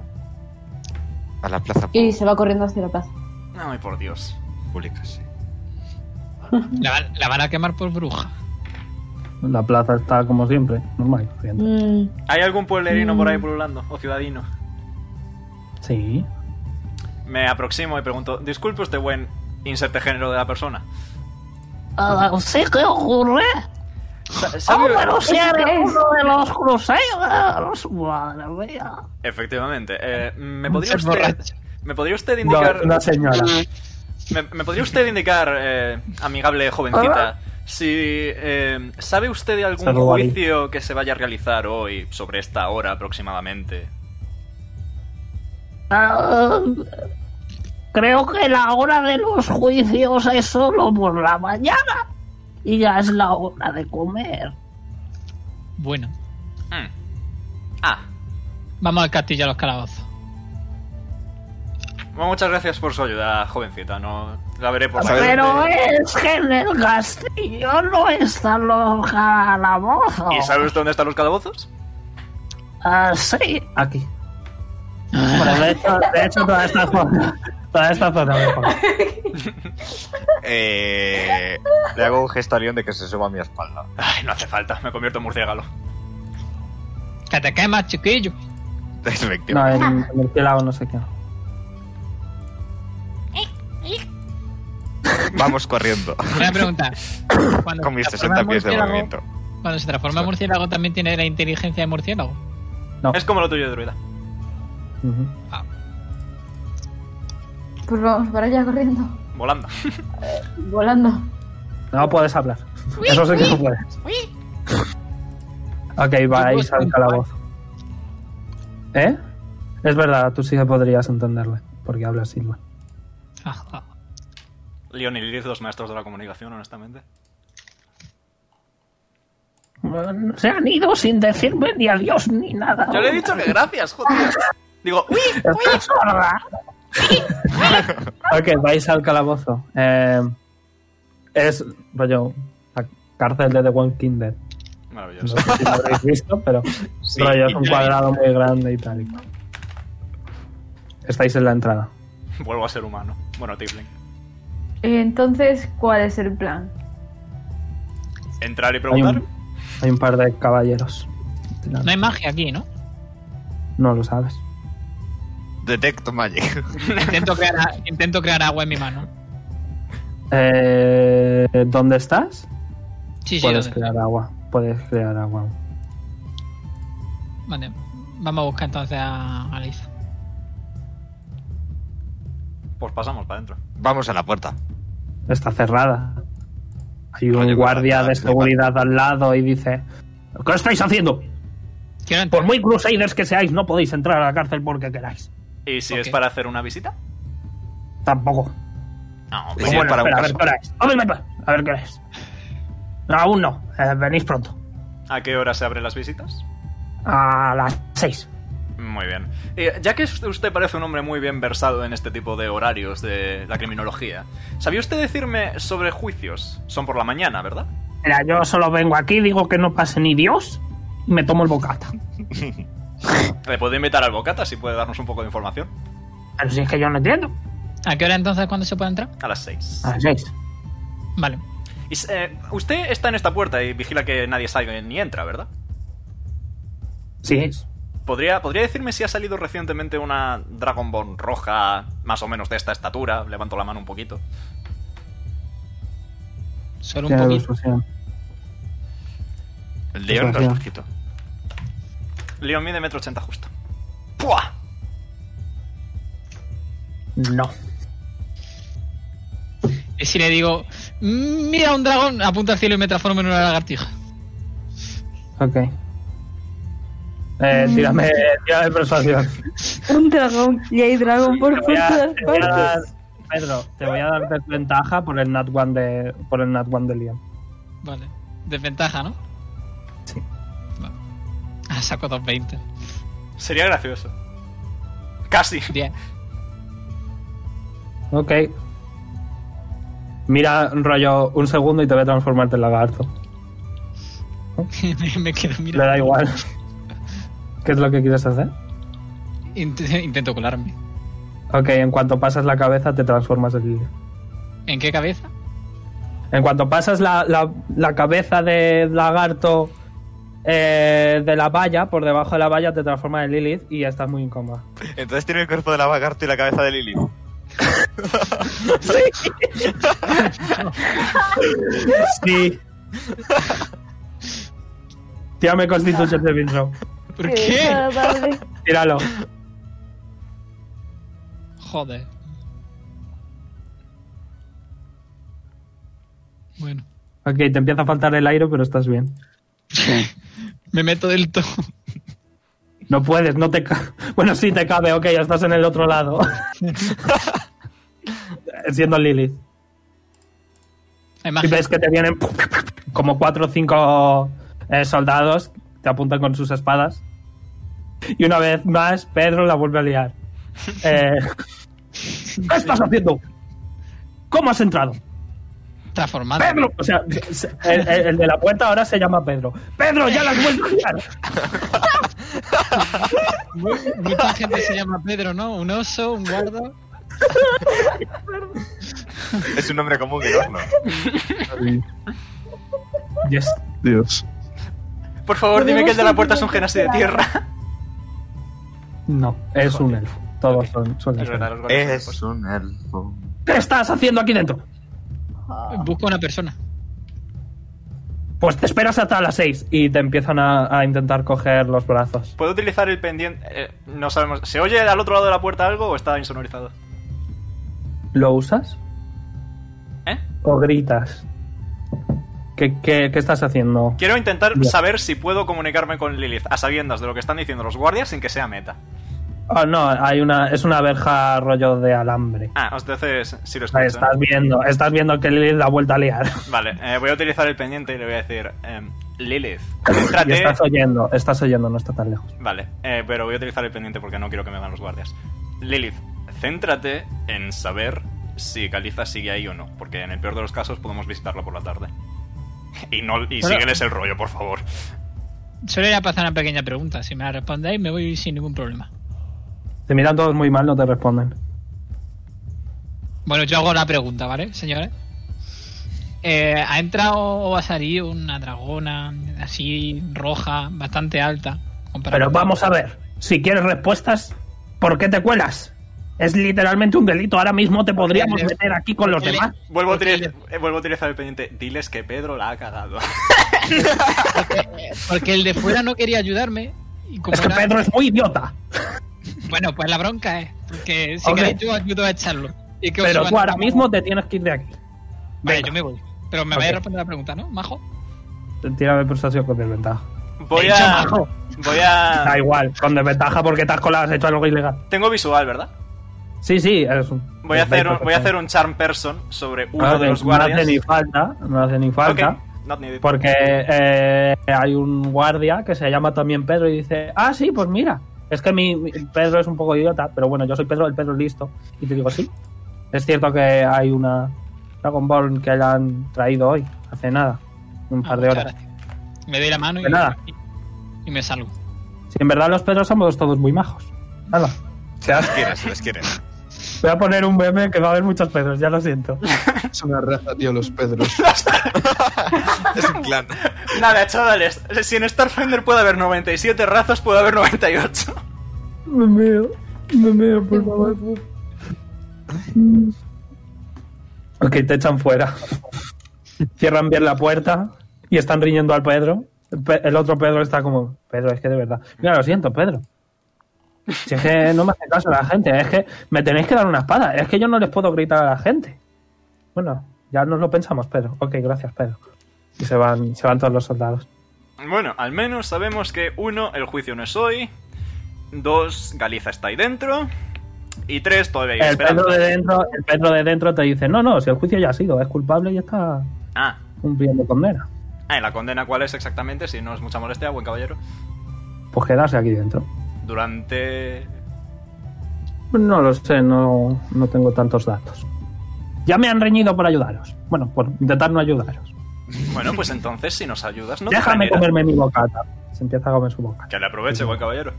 Speaker 6: A la plaza
Speaker 3: Y se va corriendo hacia la plaza.
Speaker 1: ay por Dios.
Speaker 6: pública, sí.
Speaker 5: La, van- la van a quemar por bruja.
Speaker 2: La plaza está como siempre, normal y corriente.
Speaker 3: Mm,
Speaker 1: ¿Hay algún pueblerino por ahí pululando? ¿O ciudadino?
Speaker 2: Sí.
Speaker 1: Me aproximo y pregunto, disculpe usted, buen inserte género de la persona.
Speaker 8: Ah, sí, ¿qué ocurre?
Speaker 1: Sa-
Speaker 8: ¡Oh,
Speaker 1: ¿Sabe?
Speaker 8: pero si
Speaker 7: Ah,
Speaker 3: ¿Eso qué
Speaker 8: eres
Speaker 3: es?
Speaker 8: uno de los crusaders! ¡Madre mía!
Speaker 1: Efectivamente. eh, ¿me, podría
Speaker 5: Es
Speaker 1: usted,
Speaker 5: borracho.
Speaker 1: ¿Me podría usted
Speaker 2: No,
Speaker 1: indicar...
Speaker 2: una señora.
Speaker 1: ¿Me, me podría usted indicar, eh, amigable jovencita, si eh, sabe usted de algún
Speaker 2: Saludo, Ari.
Speaker 1: juicio que se vaya a realizar hoy sobre esta hora aproximadamente?
Speaker 8: Ah, creo que la hora de los juicios es solo por la mañana. Y ya es la hora de comer.
Speaker 5: Bueno,
Speaker 1: Mm. Ah,
Speaker 5: vamos al castillo a los calabozos.
Speaker 1: bueno, muchas gracias por su ayuda, jovencita. No la veré por la calle.
Speaker 8: Pero es que en el castillo no están los calabozos.
Speaker 1: ¿Y sabe usted dónde están los calabozos?
Speaker 8: Ah, sí.
Speaker 2: Aquí. Bueno, de hecho, de hecho toda esta zona. Toda esta zona mejor.
Speaker 6: Eh, le hago un gesto a Leon de que se suba a mi espalda.
Speaker 1: Ay, no hace falta, me convierto en murciélago.
Speaker 5: Que te quemas, chiquillo.
Speaker 2: No,
Speaker 6: Efectivamente.
Speaker 2: en, en el pelado no sé qué.
Speaker 6: Vamos corriendo.
Speaker 5: Una pregunta. Cuando
Speaker 6: Con mis
Speaker 5: se
Speaker 6: 60
Speaker 5: transforma en
Speaker 6: pies de
Speaker 5: murciélago-
Speaker 6: movimiento.
Speaker 5: Cuando se transforma en murciélago, ¿también tiene la inteligencia de murciélago?
Speaker 1: Es como lo tuyo, druida.
Speaker 2: Ujú.
Speaker 7: Pues vamos para allá corriendo.
Speaker 1: Volando.
Speaker 7: Volando.
Speaker 2: No puedes hablar. Eso sí que no puedes. Ok, vais al calabozo. ¿Eh? Es verdad, tú sí que podrías entenderle, porque hablas Silva.
Speaker 5: Ah, ah.
Speaker 1: Leon y Lilith, los maestros de la comunicación, honestamente.
Speaker 8: Se han ido sin decirme ni adiós ni nada.
Speaker 1: Yo le he dicho que gracias, joder. Digo, uy,
Speaker 8: ¿Estás sorda?
Speaker 2: Ok, vais al calabozo. Eh, es, rollo, la cárcel de The Walking Dead. No
Speaker 1: Maravilloso.
Speaker 2: sé si lo habréis visto, pero rollo, es un cuadrado muy grande y tal. y cual. Estáis en la entrada.
Speaker 1: Vuelvo a ser humano. Bueno, Tiefling.
Speaker 7: Eh, Entonces, ¿cuál es el plan?
Speaker 1: Entrar y
Speaker 2: Hay
Speaker 1: preguntar.
Speaker 2: un, hay un par de caballeros.
Speaker 5: No hay magia aquí, ¿no?
Speaker 2: No lo sabes.
Speaker 6: Detecto Magic.
Speaker 5: Intento crear, a- intento crear agua en mi mano.
Speaker 2: Eh, ¿Dónde estás?
Speaker 5: Sí, sí,
Speaker 2: Puedes
Speaker 5: ¿dónde?
Speaker 2: crear agua. Puedes crear agua.
Speaker 5: Vale. Vamos a buscar entonces a a Liz.
Speaker 1: Pues pasamos para adentro.
Speaker 6: Vamos a la puerta.
Speaker 2: Está cerrada. Hay un
Speaker 6: Coño,
Speaker 2: guardia
Speaker 6: verdad,
Speaker 2: de
Speaker 6: verdad.
Speaker 2: seguridad al lado y dice: ¿Qué estáis haciendo?
Speaker 5: Quiero entrar.
Speaker 2: Por muy crusaders que seáis, no podéis entrar a la cárcel porque queráis.
Speaker 1: ¿Y si es
Speaker 5: Ok.
Speaker 1: para hacer una visita?
Speaker 2: Tampoco.
Speaker 1: No,
Speaker 6: Y si es
Speaker 2: Bueno,
Speaker 6: para un
Speaker 2: espera, a ver
Speaker 6: caso.
Speaker 2: qué hora es. Ábreme, pa- A ver qué hora es. No, aún no. Eh, venís pronto.
Speaker 1: ¿A qué hora se abren las visitas?
Speaker 2: A las 6.
Speaker 1: Muy bien. Eh, ya que usted parece un hombre muy bien versado en este tipo de horarios de la criminología, ¿sabía usted decirme sobre juicios? Son por la mañana, ¿verdad?
Speaker 2: Mira, yo solo vengo aquí, digo que no pase ni Dios y me tomo el bocata.
Speaker 1: Le puedo invitar al Bocata si puede darnos un poco de información.
Speaker 2: Pero si es que yo no entiendo.
Speaker 5: ¿A qué hora entonces cuándo se puede entrar?
Speaker 1: A las seis.
Speaker 2: A las 6.
Speaker 5: Vale.
Speaker 1: Y s- eh, usted está en esta puerta y vigila que nadie salga ni entra, ¿verdad?
Speaker 2: Sí es.
Speaker 1: ¿Podría, ¿Podría decirme si ha salido recientemente una Dragonborn roja, más o menos de esta estatura? Levanto la mano un poquito.
Speaker 5: Solo un
Speaker 2: Tiene
Speaker 5: poquito.
Speaker 2: persuasión.
Speaker 6: El Leon no es
Speaker 2: Persuasión.
Speaker 6: bajito.
Speaker 1: Leon mide metro ochenta justo. ¡Puah!
Speaker 2: No.
Speaker 5: Y si le digo, "Mm, mira un dragón, apunta al cielo y me transformo en una lagartija.
Speaker 2: Ok. Eh, tírame, tírame persuasión.
Speaker 7: Un dragón. Y hay dragón por,
Speaker 2: Te
Speaker 7: por
Speaker 2: voy a-
Speaker 7: todas
Speaker 2: te voy a dar-
Speaker 7: partes.
Speaker 2: Pedro, te voy a dar desventaja por el Nat One de, por el Nat One de Leon.
Speaker 5: Vale. Desventaja, ¿no?
Speaker 2: Sí.
Speaker 5: Vale. Ah, saco 220.
Speaker 1: Sería gracioso. Casi.
Speaker 5: Bien.
Speaker 2: Ok. Mira, rollo, un segundo y te voy a transformarte en lagarto.
Speaker 5: me, me quedo
Speaker 2: Le da
Speaker 5: mirando.
Speaker 2: igual. ¿Qué es lo que quieres hacer?
Speaker 5: Int- intento colarme.
Speaker 2: Ok, en cuanto pasas la cabeza te transformas en Lilith.
Speaker 5: ¿En qué cabeza?
Speaker 2: En cuanto pasas la, la- la cabeza de lagarto eh, de la valla, por debajo de la valla te transformas en Lilith y estás muy incómoda.
Speaker 6: Entonces tiene el cuerpo de la lagarto y la cabeza de Lilith.
Speaker 2: Sí. Tírame me constituye el Vinro.
Speaker 5: ¿Por qué?
Speaker 2: Tíralo.
Speaker 5: Joder. Bueno,
Speaker 2: Ok, te empieza a faltar el aire, pero estás bien.
Speaker 5: me meto del todo.
Speaker 2: No puedes, no te ca- Bueno, sí te cabe, ok, ya estás en el otro lado. Siendo Lilith. Y
Speaker 5: Hay magia.
Speaker 2: ves que te vienen como cuatro o cinco eh, soldados, te apuntan con sus espadas. Y una vez más, Pedro la vuelve a liar. Eh, ¿Qué estás haciendo? ¿Cómo has entrado?
Speaker 5: Transformado.
Speaker 2: ¡Pedro! O sea, se- el, el- el de la puerta ahora se llama Pedro. ¡Pedro, ya la has vuelto a liar!
Speaker 5: Mu- Mucha gente se llama Pedro, ¿no? Un oso, un guardo.
Speaker 6: Es un nombre común que horno.
Speaker 2: Yes.
Speaker 4: Dios.
Speaker 1: Por favor, dime que el de la puerta es un genasi de
Speaker 3: Podemos ir
Speaker 1: tierra.
Speaker 2: No, es un elfo. Todos son, son
Speaker 1: Es
Speaker 2: elfos.
Speaker 1: verdad, los guardias son
Speaker 6: Es un elfo.
Speaker 2: ¿Qué estás haciendo aquí dentro?
Speaker 5: Busco una persona.
Speaker 2: Pues te esperas hasta las 6 y te empiezan a, a intentar coger los brazos.
Speaker 1: ¿Puedo utilizar el pendiente? Eh, no sabemos. ¿Se oye al otro lado de la puerta algo o está insonorizado?
Speaker 2: ¿Lo usas?
Speaker 1: ¿Eh?
Speaker 2: ¿O gritas? ¿Qué, qué- qué estás haciendo?
Speaker 1: Quiero intentar
Speaker 2: Ya.
Speaker 1: saber si puedo comunicarme con Lilith a sabiendas de lo que están diciendo los guardias sin que sea meta.
Speaker 2: Ah, no, hay una, es una verja rollo de alambre.
Speaker 1: Ah, entonces sí lo
Speaker 2: O sea,
Speaker 1: escucho.
Speaker 2: Estás viendo, estás viendo que Lilith la ha vuelto a liar.
Speaker 1: Vale, eh, voy a utilizar el pendiente y le voy a decir, em, Lilith,
Speaker 2: Y
Speaker 1: céntrate.
Speaker 2: estás oyendo, estás oyendo, no está tan lejos.
Speaker 1: Vale, eh, pero voy a utilizar el pendiente porque no quiero que me hagan los guardias. Lilith, céntrate en saber si Caliza sigue ahí o no, porque en el peor de los casos podemos visitarla por la tarde. Y, no, y
Speaker 5: Pero-
Speaker 1: sígueles el rollo, por favor.
Speaker 5: Solo era para hacer una pequeña pregunta. Si me la respondéis, me voy sin ningún problema.
Speaker 2: Te miran todos muy mal, no te responden.
Speaker 5: Bueno, yo hago la pregunta, ¿vale, señores? Eh, ha entrado o ha salido una dragona así roja, bastante alta. comparada
Speaker 2: Pero
Speaker 5: con-
Speaker 2: vamos a ver, si quieres respuestas, ¿por qué te cuelas? Es literalmente un delito. Ahora mismo te podríamos
Speaker 5: Porque-
Speaker 2: meter aquí con los
Speaker 5: porque-
Speaker 2: demás.
Speaker 1: Vuelvo a,
Speaker 5: Porque
Speaker 1: utilizar, eh, vuelvo a utilizar el pendiente. Diles que Pedro la ha cagado.
Speaker 5: Porque el de fuera no quería ayudarme. Y como
Speaker 2: Es que
Speaker 5: era-
Speaker 2: Pedro es muy idiota.
Speaker 5: Bueno, pues la bronca es. Porque si
Speaker 2: Hombre.
Speaker 5: queréis, yo ayudo a echarlo. Y que os
Speaker 2: Pero
Speaker 5: van
Speaker 2: tú
Speaker 5: a-
Speaker 2: ahora mismo te tienes que ir de aquí.
Speaker 5: Vale,
Speaker 2: venga.
Speaker 5: yo me voy. Pero me vais a
Speaker 2: Ok.
Speaker 5: responder la pregunta, ¿no, majo?
Speaker 2: Tírame persuasión con desventaja.
Speaker 1: Voy
Speaker 5: He dicho
Speaker 1: a.
Speaker 5: majo.
Speaker 1: Voy a.
Speaker 2: Da igual, con desventaja porque te has colado, has hecho algo ilegal.
Speaker 1: Tengo visual, ¿verdad?
Speaker 2: Sí, sí, es un.
Speaker 1: Voy a hacer un, voy a hacer
Speaker 2: un.
Speaker 1: un charm person sobre uno de los
Speaker 2: Ah, no
Speaker 1: guardias.
Speaker 2: hace ni falta, no hace ni falta.
Speaker 1: Ok, not needed.
Speaker 2: Porque eh, hay un guardia que se llama también Pedro y dice, ah, sí, pues mira, es que mi, mi- Pedro es un poco idiota, pero bueno, yo soy Pedro, el Pedro listo. Y te digo, sí, es cierto que hay una Dragon Ball que la han traído hoy, hace nada, un
Speaker 5: Ah,
Speaker 2: par de
Speaker 1: pues
Speaker 2: horas.
Speaker 5: muchas gracias. Me doy la mano y,
Speaker 2: De nada.
Speaker 5: y me salgo.
Speaker 2: Si en verdad los Pedros somos todos muy majos. Hala,
Speaker 6: Se las quiere, se las quiere.
Speaker 2: voy a poner un meme que va a haber muchos Pedros, ya lo siento.
Speaker 4: Es una raza, tío, los pedros.
Speaker 6: Es un clan.
Speaker 1: Nada, chavales. Si en Starfinder puede haber 97 razas, puede haber 98.
Speaker 2: Me meo, me meo, por favor. Ok, te echan fuera. Cierran bien la puerta y están riñendo al Pedro. Pe- El otro Pedro está como, Pedro, es que de verdad. Mira, lo siento, Pedro. Si es que no me hace caso la gente, es que me tenéis que dar una espada, es que yo no les puedo gritar a la gente. Bueno, ya nos lo pensamos, Pedro. Ok, gracias, Pedro. Y se van, se van todos los soldados.
Speaker 1: Bueno, al menos sabemos que, uno, el juicio no es hoy. Dos, Galiza está ahí dentro. Y tres, todavía hay
Speaker 2: El Pedro,
Speaker 1: esperanza.
Speaker 2: de dentro, el Pedro de dentro te dice, no, no, si el juicio ya ha sido, es culpable y está
Speaker 1: Ah,
Speaker 2: cumpliendo condena.
Speaker 1: ah, ¿y la condena cuál es exactamente? Si no es mucha molestia, buen caballero.
Speaker 2: Pues quedarse aquí dentro.
Speaker 1: Durante...
Speaker 2: No lo sé, no, no tengo tantos datos. Ya me han reñido por ayudaros. Bueno, por intentar no ayudaros.
Speaker 1: Bueno, pues entonces, si nos ayudas, no te
Speaker 2: Déjame
Speaker 1: reñirán.
Speaker 2: comerme mi bocata. Se empieza a comer su boca.
Speaker 1: Que le aproveche, buen caballero.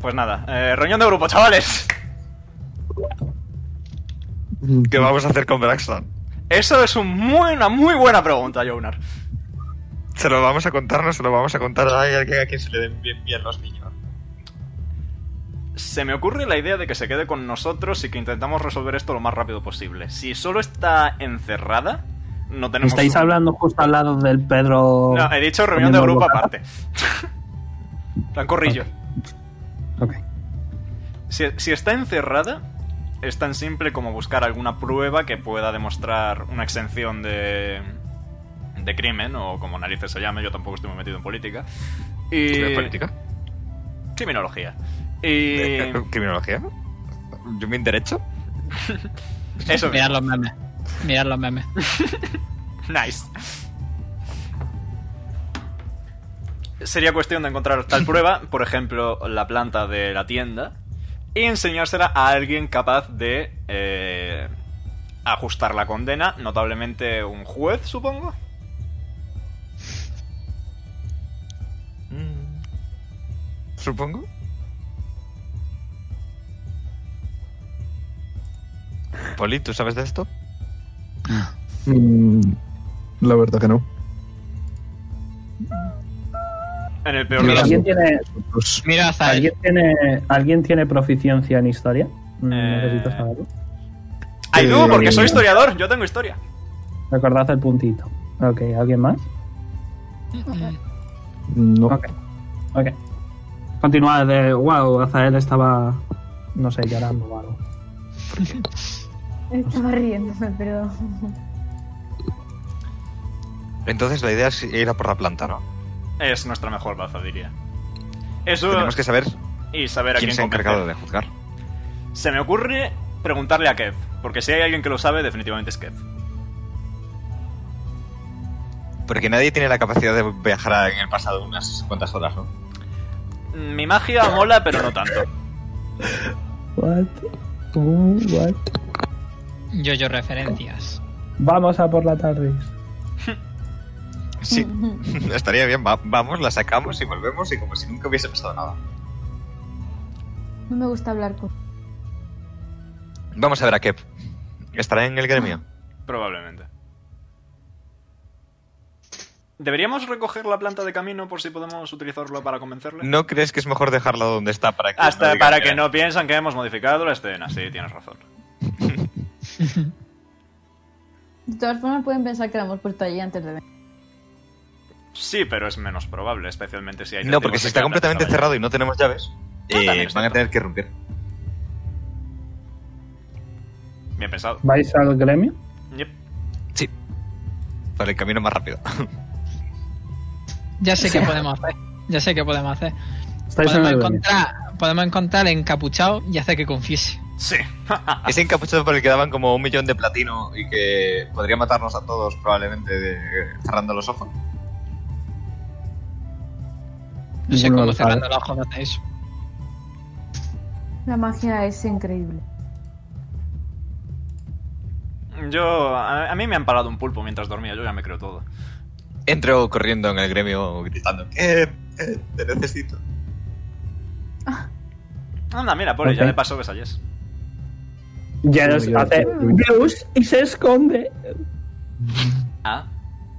Speaker 1: Pues nada, eh, reunión de grupo, chavales.
Speaker 4: Mm,
Speaker 6: ¿Qué vamos a hacer con Braxton?
Speaker 1: Eso es un muy- una muy buena pregunta, Jonar.
Speaker 6: ¿Se lo vamos a contar? ¿No se lo vamos a contar a alguien a quien se le den bien, bien los niños?
Speaker 1: Se me ocurre la idea de que se quede con nosotros y que intentamos resolver esto lo más rápido posible. Si solo está encerrada, no tenemos...
Speaker 2: Estáis hablando justo al lado del Pedro.
Speaker 1: No, eh, he dicho reunión de grupo
Speaker 2: comiendo bocata.
Speaker 1: aparte. Francorrillo.
Speaker 2: Ok.
Speaker 1: Si, si está encerrada, es tan simple como buscar alguna prueba que pueda demostrar una exención de, de crimen, o como narices se llame, yo tampoco estoy muy metido en política. Y,
Speaker 6: ¿De política?
Speaker 1: Criminología. Y
Speaker 6: ¿Criminología? ¿Yo me derecho?
Speaker 1: eso,
Speaker 5: Mirad los memes. Mirad los memes.
Speaker 1: nice. Sería cuestión de encontrar tal prueba, por ejemplo, la planta de la tienda, y enseñársela a alguien capaz de eh, ajustar la condena, notablemente un juez, supongo. Mm.
Speaker 6: Supongo. Poli, ¿tú sabes de esto?
Speaker 4: Mm, la verdad que no.
Speaker 1: En el peor de
Speaker 4: Mira,
Speaker 1: los...
Speaker 2: ¿Alguien tiene,
Speaker 4: Nosotros-
Speaker 5: Mira a Zael.
Speaker 2: ¿alguien, tiene, ¿Alguien tiene proficiencia en historia? Mm,
Speaker 1: Eh,
Speaker 2: necesito saberlo.
Speaker 1: Ay, tú, porque soy
Speaker 4: Eh,
Speaker 1: historiador, yo tengo historia.
Speaker 2: Recordad el puntito. Ok, ¿alguien más?
Speaker 5: Mm,
Speaker 4: No.
Speaker 2: Ok. Ok. Continúa de. Wow, Azael estaba. No sé, llorando o algo.
Speaker 7: Estaba riéndome, pero.
Speaker 6: Entonces la idea es ir a por la planta, ¿no?
Speaker 1: Es nuestra mejor baza, diría. Eso
Speaker 6: Tenemos que saber
Speaker 1: y saber a
Speaker 6: quién
Speaker 1: quién
Speaker 6: se ha
Speaker 1: convencer.
Speaker 6: encargado de juzgar.
Speaker 1: Se me ocurre preguntarle a Kev, porque si hay alguien que lo sabe, definitivamente es Kev.
Speaker 6: Porque nadie tiene la capacidad de viajar a- en el pasado unas cuantas horas, ¿no?
Speaker 1: Mi magia mola, pero no tanto.
Speaker 2: What? Uh, what?
Speaker 5: Yo, yo, referencias.
Speaker 2: Vamos a por la tarde.
Speaker 6: Sí, estaría bien. va- vamos, la sacamos y volvemos y como si nunca hubiese pasado nada.
Speaker 7: No me gusta hablar con.
Speaker 6: Vamos a ver a Kep. ¿Estará en el gremio?
Speaker 1: Probablemente. ¿Deberíamos recoger la planta de camino por si podemos utilizarlo para convencerle?
Speaker 6: ¿No crees que es mejor dejarla donde está para que no
Speaker 1: Hasta
Speaker 6: digan
Speaker 1: para que no piensan que hemos modificado la escena. Sí, tienes razón.
Speaker 7: De todas formas, pueden pensar que la hemos puesto allí antes de venir.
Speaker 1: Sí, pero es menos probable, especialmente si hay...
Speaker 6: No, porque
Speaker 1: testigos
Speaker 6: si
Speaker 1: de que
Speaker 6: está
Speaker 1: antes
Speaker 6: completamente
Speaker 1: estaba
Speaker 6: cerrado y no tenemos llaves,
Speaker 1: Ah,
Speaker 6: eh,
Speaker 1: también es
Speaker 6: van a
Speaker 1: cierto.
Speaker 6: tener que romper.
Speaker 1: allí. Bien pensado.
Speaker 2: ¿Vais al gremio?
Speaker 1: Yep.
Speaker 6: Sí. Para el camino más rápido.
Speaker 5: Ya sé qué podemos hacer. Ya sé qué podemos hacer.
Speaker 2: Estáis en
Speaker 5: Podemos
Speaker 2: el gremio.
Speaker 5: encontrar, podemos encontrar encapuchado y hacer que confiese.
Speaker 1: Sí.
Speaker 6: Ese encapuchado por el que daban como un millón de platino y que podría matarnos a todos probablemente de- cerrando los ojos.
Speaker 5: No sé
Speaker 2: Ninguno
Speaker 5: cómo
Speaker 2: lo sabe.
Speaker 5: cerrando los ojos hace eso.
Speaker 7: La magia es increíble.
Speaker 1: Yo... A, a mí me han parado un pulpo mientras dormía, yo ya me creo todo.
Speaker 6: Entro corriendo en el gremio gritando, "Kep, eh, te necesito.
Speaker 1: Anda, mira, por ya
Speaker 2: Ok.
Speaker 1: le pasó ves a Jess.
Speaker 2: Jairus
Speaker 4: Yo- yo-
Speaker 2: hace.
Speaker 4: yo-
Speaker 2: Dios, y se esconde.
Speaker 1: Ah,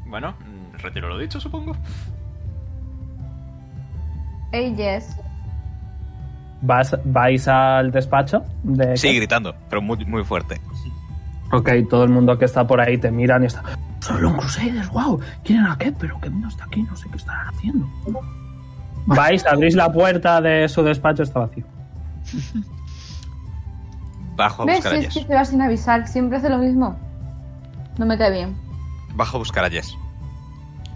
Speaker 1: bueno, mm, retiro lo dicho, supongo.
Speaker 7: Hey, Jess.
Speaker 2: ¿Vas, ¿Vais al despacho? De
Speaker 6: Sí, gritando, pero muy, muy fuerte.
Speaker 2: Ok, todo el mundo que está por ahí te miran y está. Solo un Crusaders, wow. ¿Quién era qué? Pero que no está aquí, no sé qué estarán haciendo. Vais, abrís la puerta de su despacho, está vacío.
Speaker 6: Bajo a
Speaker 7: ¿Ves?
Speaker 6: buscar a
Speaker 7: Si es
Speaker 6: Jess.
Speaker 7: que te va sin avisar, siempre hace lo mismo. No me cae bien.
Speaker 6: Bajo a buscar a Jess.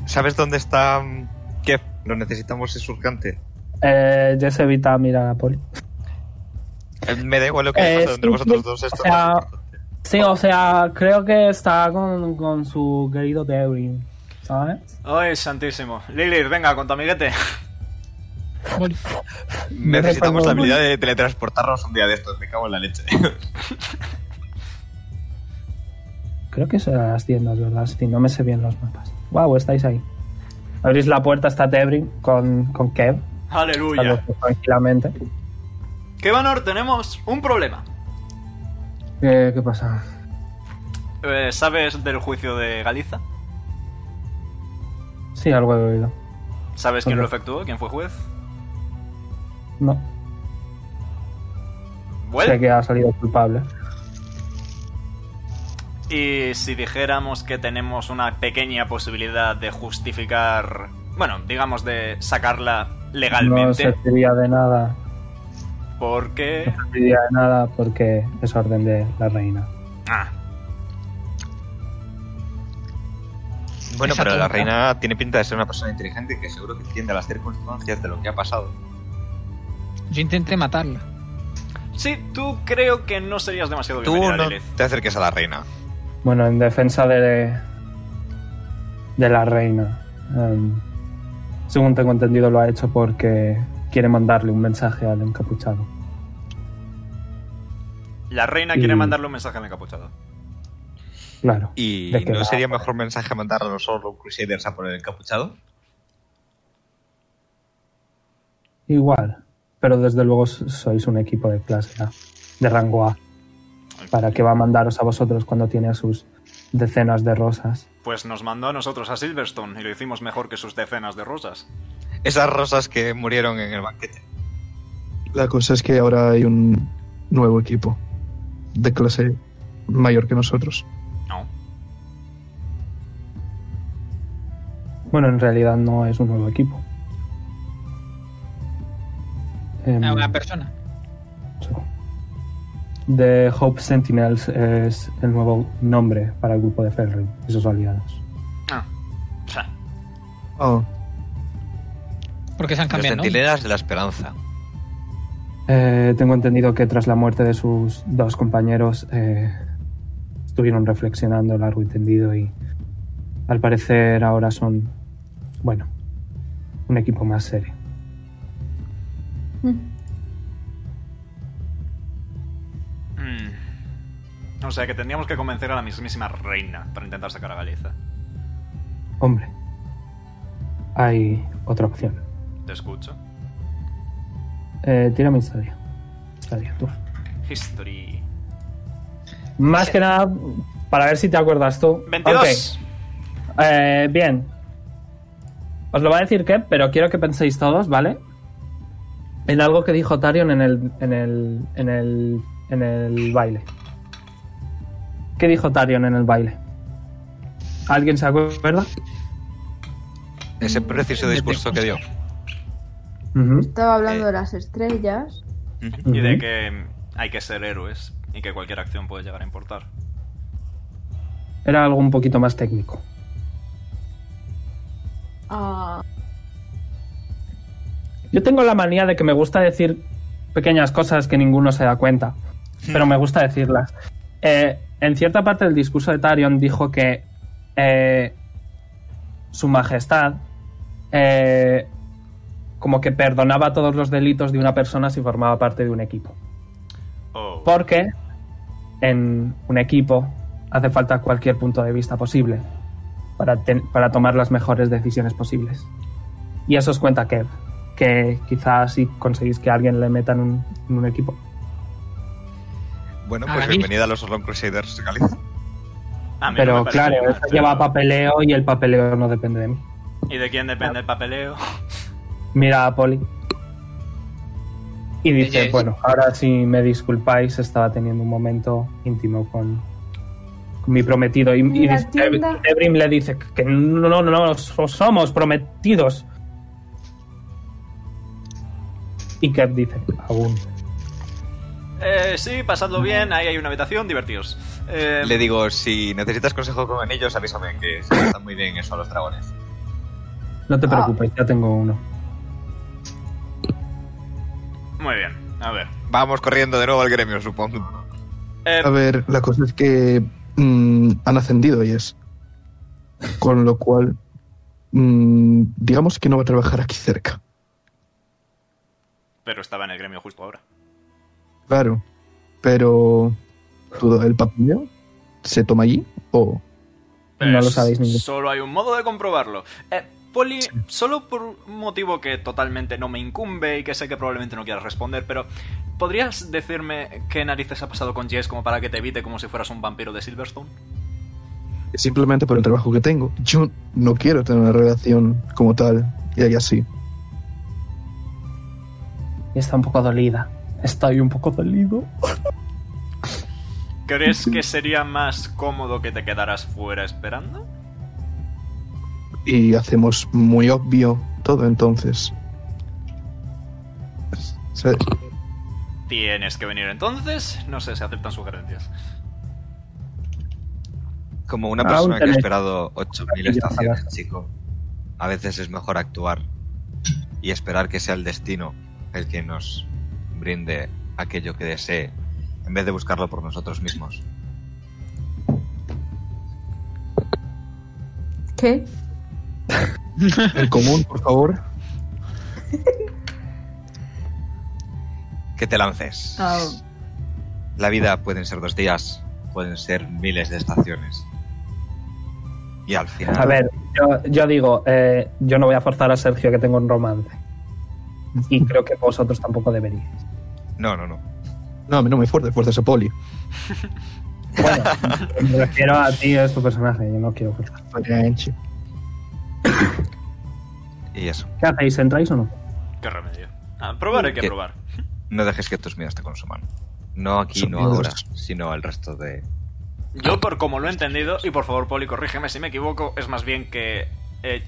Speaker 6: ¿Sabes dónde está mm, Kep? Lo necesitamos, es urgente.
Speaker 2: Eh, Jess evita mirar a Poli.
Speaker 6: Eh, Me da igual lo que haya
Speaker 2: Eh,
Speaker 6: pasado entre
Speaker 2: sí,
Speaker 6: vosotros
Speaker 2: sí,
Speaker 6: dos.
Speaker 2: o
Speaker 6: Esto
Speaker 2: sea,
Speaker 6: no es importante.
Speaker 2: Sí, o sea, creo que está con, con su querido Devlin, ¿sabes?
Speaker 1: Ay, santísimo. Lilith, venga, con tu amiguete.
Speaker 5: Boli.
Speaker 2: Me
Speaker 6: Necesitamos
Speaker 2: repongo.
Speaker 6: la habilidad de teletransportarnos un día de estos. Me cago en la leche.
Speaker 2: Creo que son las tiendas, ¿verdad? Si no me sé bien los mapas. Wow, estáis ahí. Abrís la puerta, está Tebrin con, con Kev. están los
Speaker 1: Aleluya.
Speaker 2: dos Tranquilamente.
Speaker 1: Kevanor, tenemos un problema.
Speaker 2: Eh, ¿Qué pasa?
Speaker 1: Eh, ¿Sabes del juicio de Galiza?
Speaker 2: Sí, algo he oído.
Speaker 1: ¿Sabes quién lo efectuó? ¿Quién fue juez?
Speaker 2: No. Sé
Speaker 1: Bueno,
Speaker 2: que ha salido culpable.
Speaker 1: y si dijéramos que tenemos una pequeña posibilidad de justificar, bueno, digamos de sacarla
Speaker 2: No
Speaker 1: legalmente,
Speaker 2: serviría de nada.
Speaker 1: porque...
Speaker 2: No serviría de nada porque es orden de la reina.
Speaker 1: Ah,
Speaker 6: Bueno,
Speaker 5: Esa
Speaker 6: pero la
Speaker 5: tonta.
Speaker 6: reina tiene pinta de ser una persona inteligente que seguro que entiende las circunstancias de lo que ha pasado.
Speaker 5: Yo intenté matarla.
Speaker 1: sí, tú creo que no serías demasiado
Speaker 6: Tú
Speaker 1: bienvenida,
Speaker 6: no
Speaker 1: Lilith.
Speaker 6: te acerques a la reina.
Speaker 2: Bueno, en defensa de, de la reina. em, según tengo entendido, lo ha hecho porque quiere mandarle un mensaje al encapuchado.
Speaker 1: La reina quiere
Speaker 2: Y-
Speaker 1: mandarle un mensaje al encapuchado.
Speaker 2: Claro.
Speaker 6: ¿Y
Speaker 2: ¿De qué
Speaker 6: no
Speaker 2: va?
Speaker 6: sería mejor mensaje mandar a los Orlo Crusaders a por el encapuchado?
Speaker 2: Igual. Pero desde luego s- sois un equipo de clase A, de rango A. ¿Para qué va a mandaros a vosotros cuando tiene a sus decenas de rosas?
Speaker 1: Pues nos mandó a nosotros a Silverstone y lo hicimos mejor que sus decenas de rosas.
Speaker 6: Esas rosas que murieron en el banquete.
Speaker 4: La cosa es que ahora hay un nuevo equipo de clase mayor que nosotros.
Speaker 1: No.
Speaker 2: Bueno, en realidad no es un nuevo equipo. Em,
Speaker 5: A una persona.
Speaker 2: The Hope Sentinels es el nuevo nombre para el grupo de Felrin y sus aliados.
Speaker 1: Ah. O sea,
Speaker 4: Ah,
Speaker 5: Porque se han
Speaker 6: Los
Speaker 5: cambiado, ¿no?
Speaker 6: centinelas de la esperanza.
Speaker 2: Eh, tengo entendido que tras la muerte de sus dos compañeros eh, estuvieron reflexionando largo y tendido y al parecer ahora son, bueno, un equipo más serio.
Speaker 1: mm. O sea que tendríamos que convencer a la mismísima reina para intentar sacar a Galiza.
Speaker 2: Hombre, hay otra opción.
Speaker 1: Te escucho.
Speaker 2: Eh, tira mi historia. Historia, tú.
Speaker 1: History.
Speaker 2: Más que nada, para ver si te acuerdas tú.
Speaker 1: 22.
Speaker 2: Ok. Eh, bien. Os lo va a decir Kev, pero quiero que penséis todos, ¿vale? En algo que dijo Tarion en el, en el, en el, en el baile. ¿Qué dijo Tarion en el baile? ¿Alguien se acuerda? Mm,
Speaker 6: Ese preciso
Speaker 5: De
Speaker 6: discurso que dio.
Speaker 2: Ujú,
Speaker 7: Estaba hablando
Speaker 6: Eh.
Speaker 7: de las estrellas.
Speaker 6: Ujú.
Speaker 1: Y de
Speaker 2: ujú.
Speaker 1: que hay que ser héroes y que cualquier acción puede llegar a importar.
Speaker 2: Era algo un poquito más técnico.
Speaker 7: Ah,
Speaker 2: Yo tengo la manía de que me gusta decir pequeñas cosas que ninguno se da cuenta, pero me gusta decirlas. Eh, en cierta parte del discurso de Tarion dijo que eh, su majestad eh, como que perdonaba todos los delitos de una persona si formaba parte de un equipo.
Speaker 1: Oh.
Speaker 2: Porque en un equipo hace falta cualquier punto de vista posible para, ten- para tomar las mejores decisiones posibles. Y eso os cuenta Kev, que quizás si conseguís que alguien le meta en un, en un equipo.
Speaker 6: Bueno,
Speaker 5: A
Speaker 6: pues
Speaker 5: la
Speaker 6: bienvenida a los Orlon Crusaders de Galicia.
Speaker 1: A mí no
Speaker 2: Pero
Speaker 1: me parece
Speaker 2: claro,
Speaker 1: mal,
Speaker 2: eso
Speaker 1: pero-
Speaker 2: lleva papeleo y el papeleo no depende de mí.
Speaker 1: ¿Y de quién depende el papeleo?
Speaker 2: Mira a Poli. Y dice,
Speaker 5: Ella es-
Speaker 2: bueno, ahora si me disculpáis, estaba teniendo un momento íntimo con, con mi prometido. Y, y
Speaker 7: Mira,
Speaker 2: dice-
Speaker 7: tienda.
Speaker 2: Ebrim le dice que no, no, no so- somos prometidos. Y Kev dice, aún.
Speaker 1: Eh, sí, pasadlo bien, ahí hay una habitación, divertidos. Eh,
Speaker 6: Le digo, si necesitas consejo con ellos, avísame que se está muy bien eso a los dragones.
Speaker 2: No te
Speaker 7: Ah.
Speaker 2: preocupes, ya tengo uno.
Speaker 1: Muy bien, a ver.
Speaker 6: Vamos corriendo de nuevo al gremio, supongo.
Speaker 1: Eh,
Speaker 4: a ver, la cosa es que mm, han ascendido y es. Con lo cual, mm, digamos que no va a trabajar aquí cerca.
Speaker 1: pero estaba en el gremio justo ahora.
Speaker 4: Claro. Pero. ¿tú- ¿El papeleo se toma allí? ¿O.?
Speaker 2: No
Speaker 1: Eh,
Speaker 2: lo sabéis ninguno.
Speaker 1: Solo hay un modo de comprobarlo. Eh, Poli, solo por un motivo que totalmente no me incumbe y que sé que probablemente no quieras responder, pero ¿podrías decirme qué narices ha pasado con Jess como para que te evite como si fueras un vampiro de Silverstone?
Speaker 4: Simplemente por el trabajo que tengo. Yo no quiero tener una relación como tal. Y ahí así.
Speaker 2: Y está un poco dolida. Estoy un poco dolido.
Speaker 1: ¿Crees que sería más cómodo que te quedaras fuera esperando?
Speaker 4: Y hacemos muy obvio todo entonces. O sea,
Speaker 1: Tienes que venir entonces. No sé si aceptan sugerencias.
Speaker 6: Como una
Speaker 2: Ah,
Speaker 6: persona
Speaker 2: un
Speaker 6: que ha
Speaker 2: tele-
Speaker 6: esperado 8.000
Speaker 2: Ya,
Speaker 6: estaciones, chico, a veces es mejor actuar y esperar que sea el destino el que nos brinde aquello que desee, en vez de buscarlo por nosotros mismos.
Speaker 3: ¿Qué?
Speaker 4: En común, por favor.
Speaker 6: Que te lances.
Speaker 8: Ah.
Speaker 6: La vida pueden ser dos días, pueden ser miles de estaciones. Y al final...
Speaker 2: A ver, yo, yo digo, eh, yo no voy a forzar a Sergio que tenga un romance. Y creo que vosotros tampoco deberíais.
Speaker 6: No, no, no.
Speaker 4: No, a mí no me fuerces, fuerzas a Poli.
Speaker 2: Bueno, me refiero a ti, es tu personaje, yo no quiero forzar.
Speaker 6: Y eso.
Speaker 2: ¿Qué hacéis? ¿Entráis o no?
Speaker 1: Qué remedio. Ah, probar hay que
Speaker 6: ¿Qué?
Speaker 1: probar.
Speaker 6: No dejes que tus miedos te consuman. No aquí,
Speaker 4: Son
Speaker 6: no
Speaker 4: miedos.
Speaker 6: ahora, sino al resto de...
Speaker 1: Yo, por como lo he entendido, y por favor, Poli, corrígeme si me equivoco, es más bien que eh,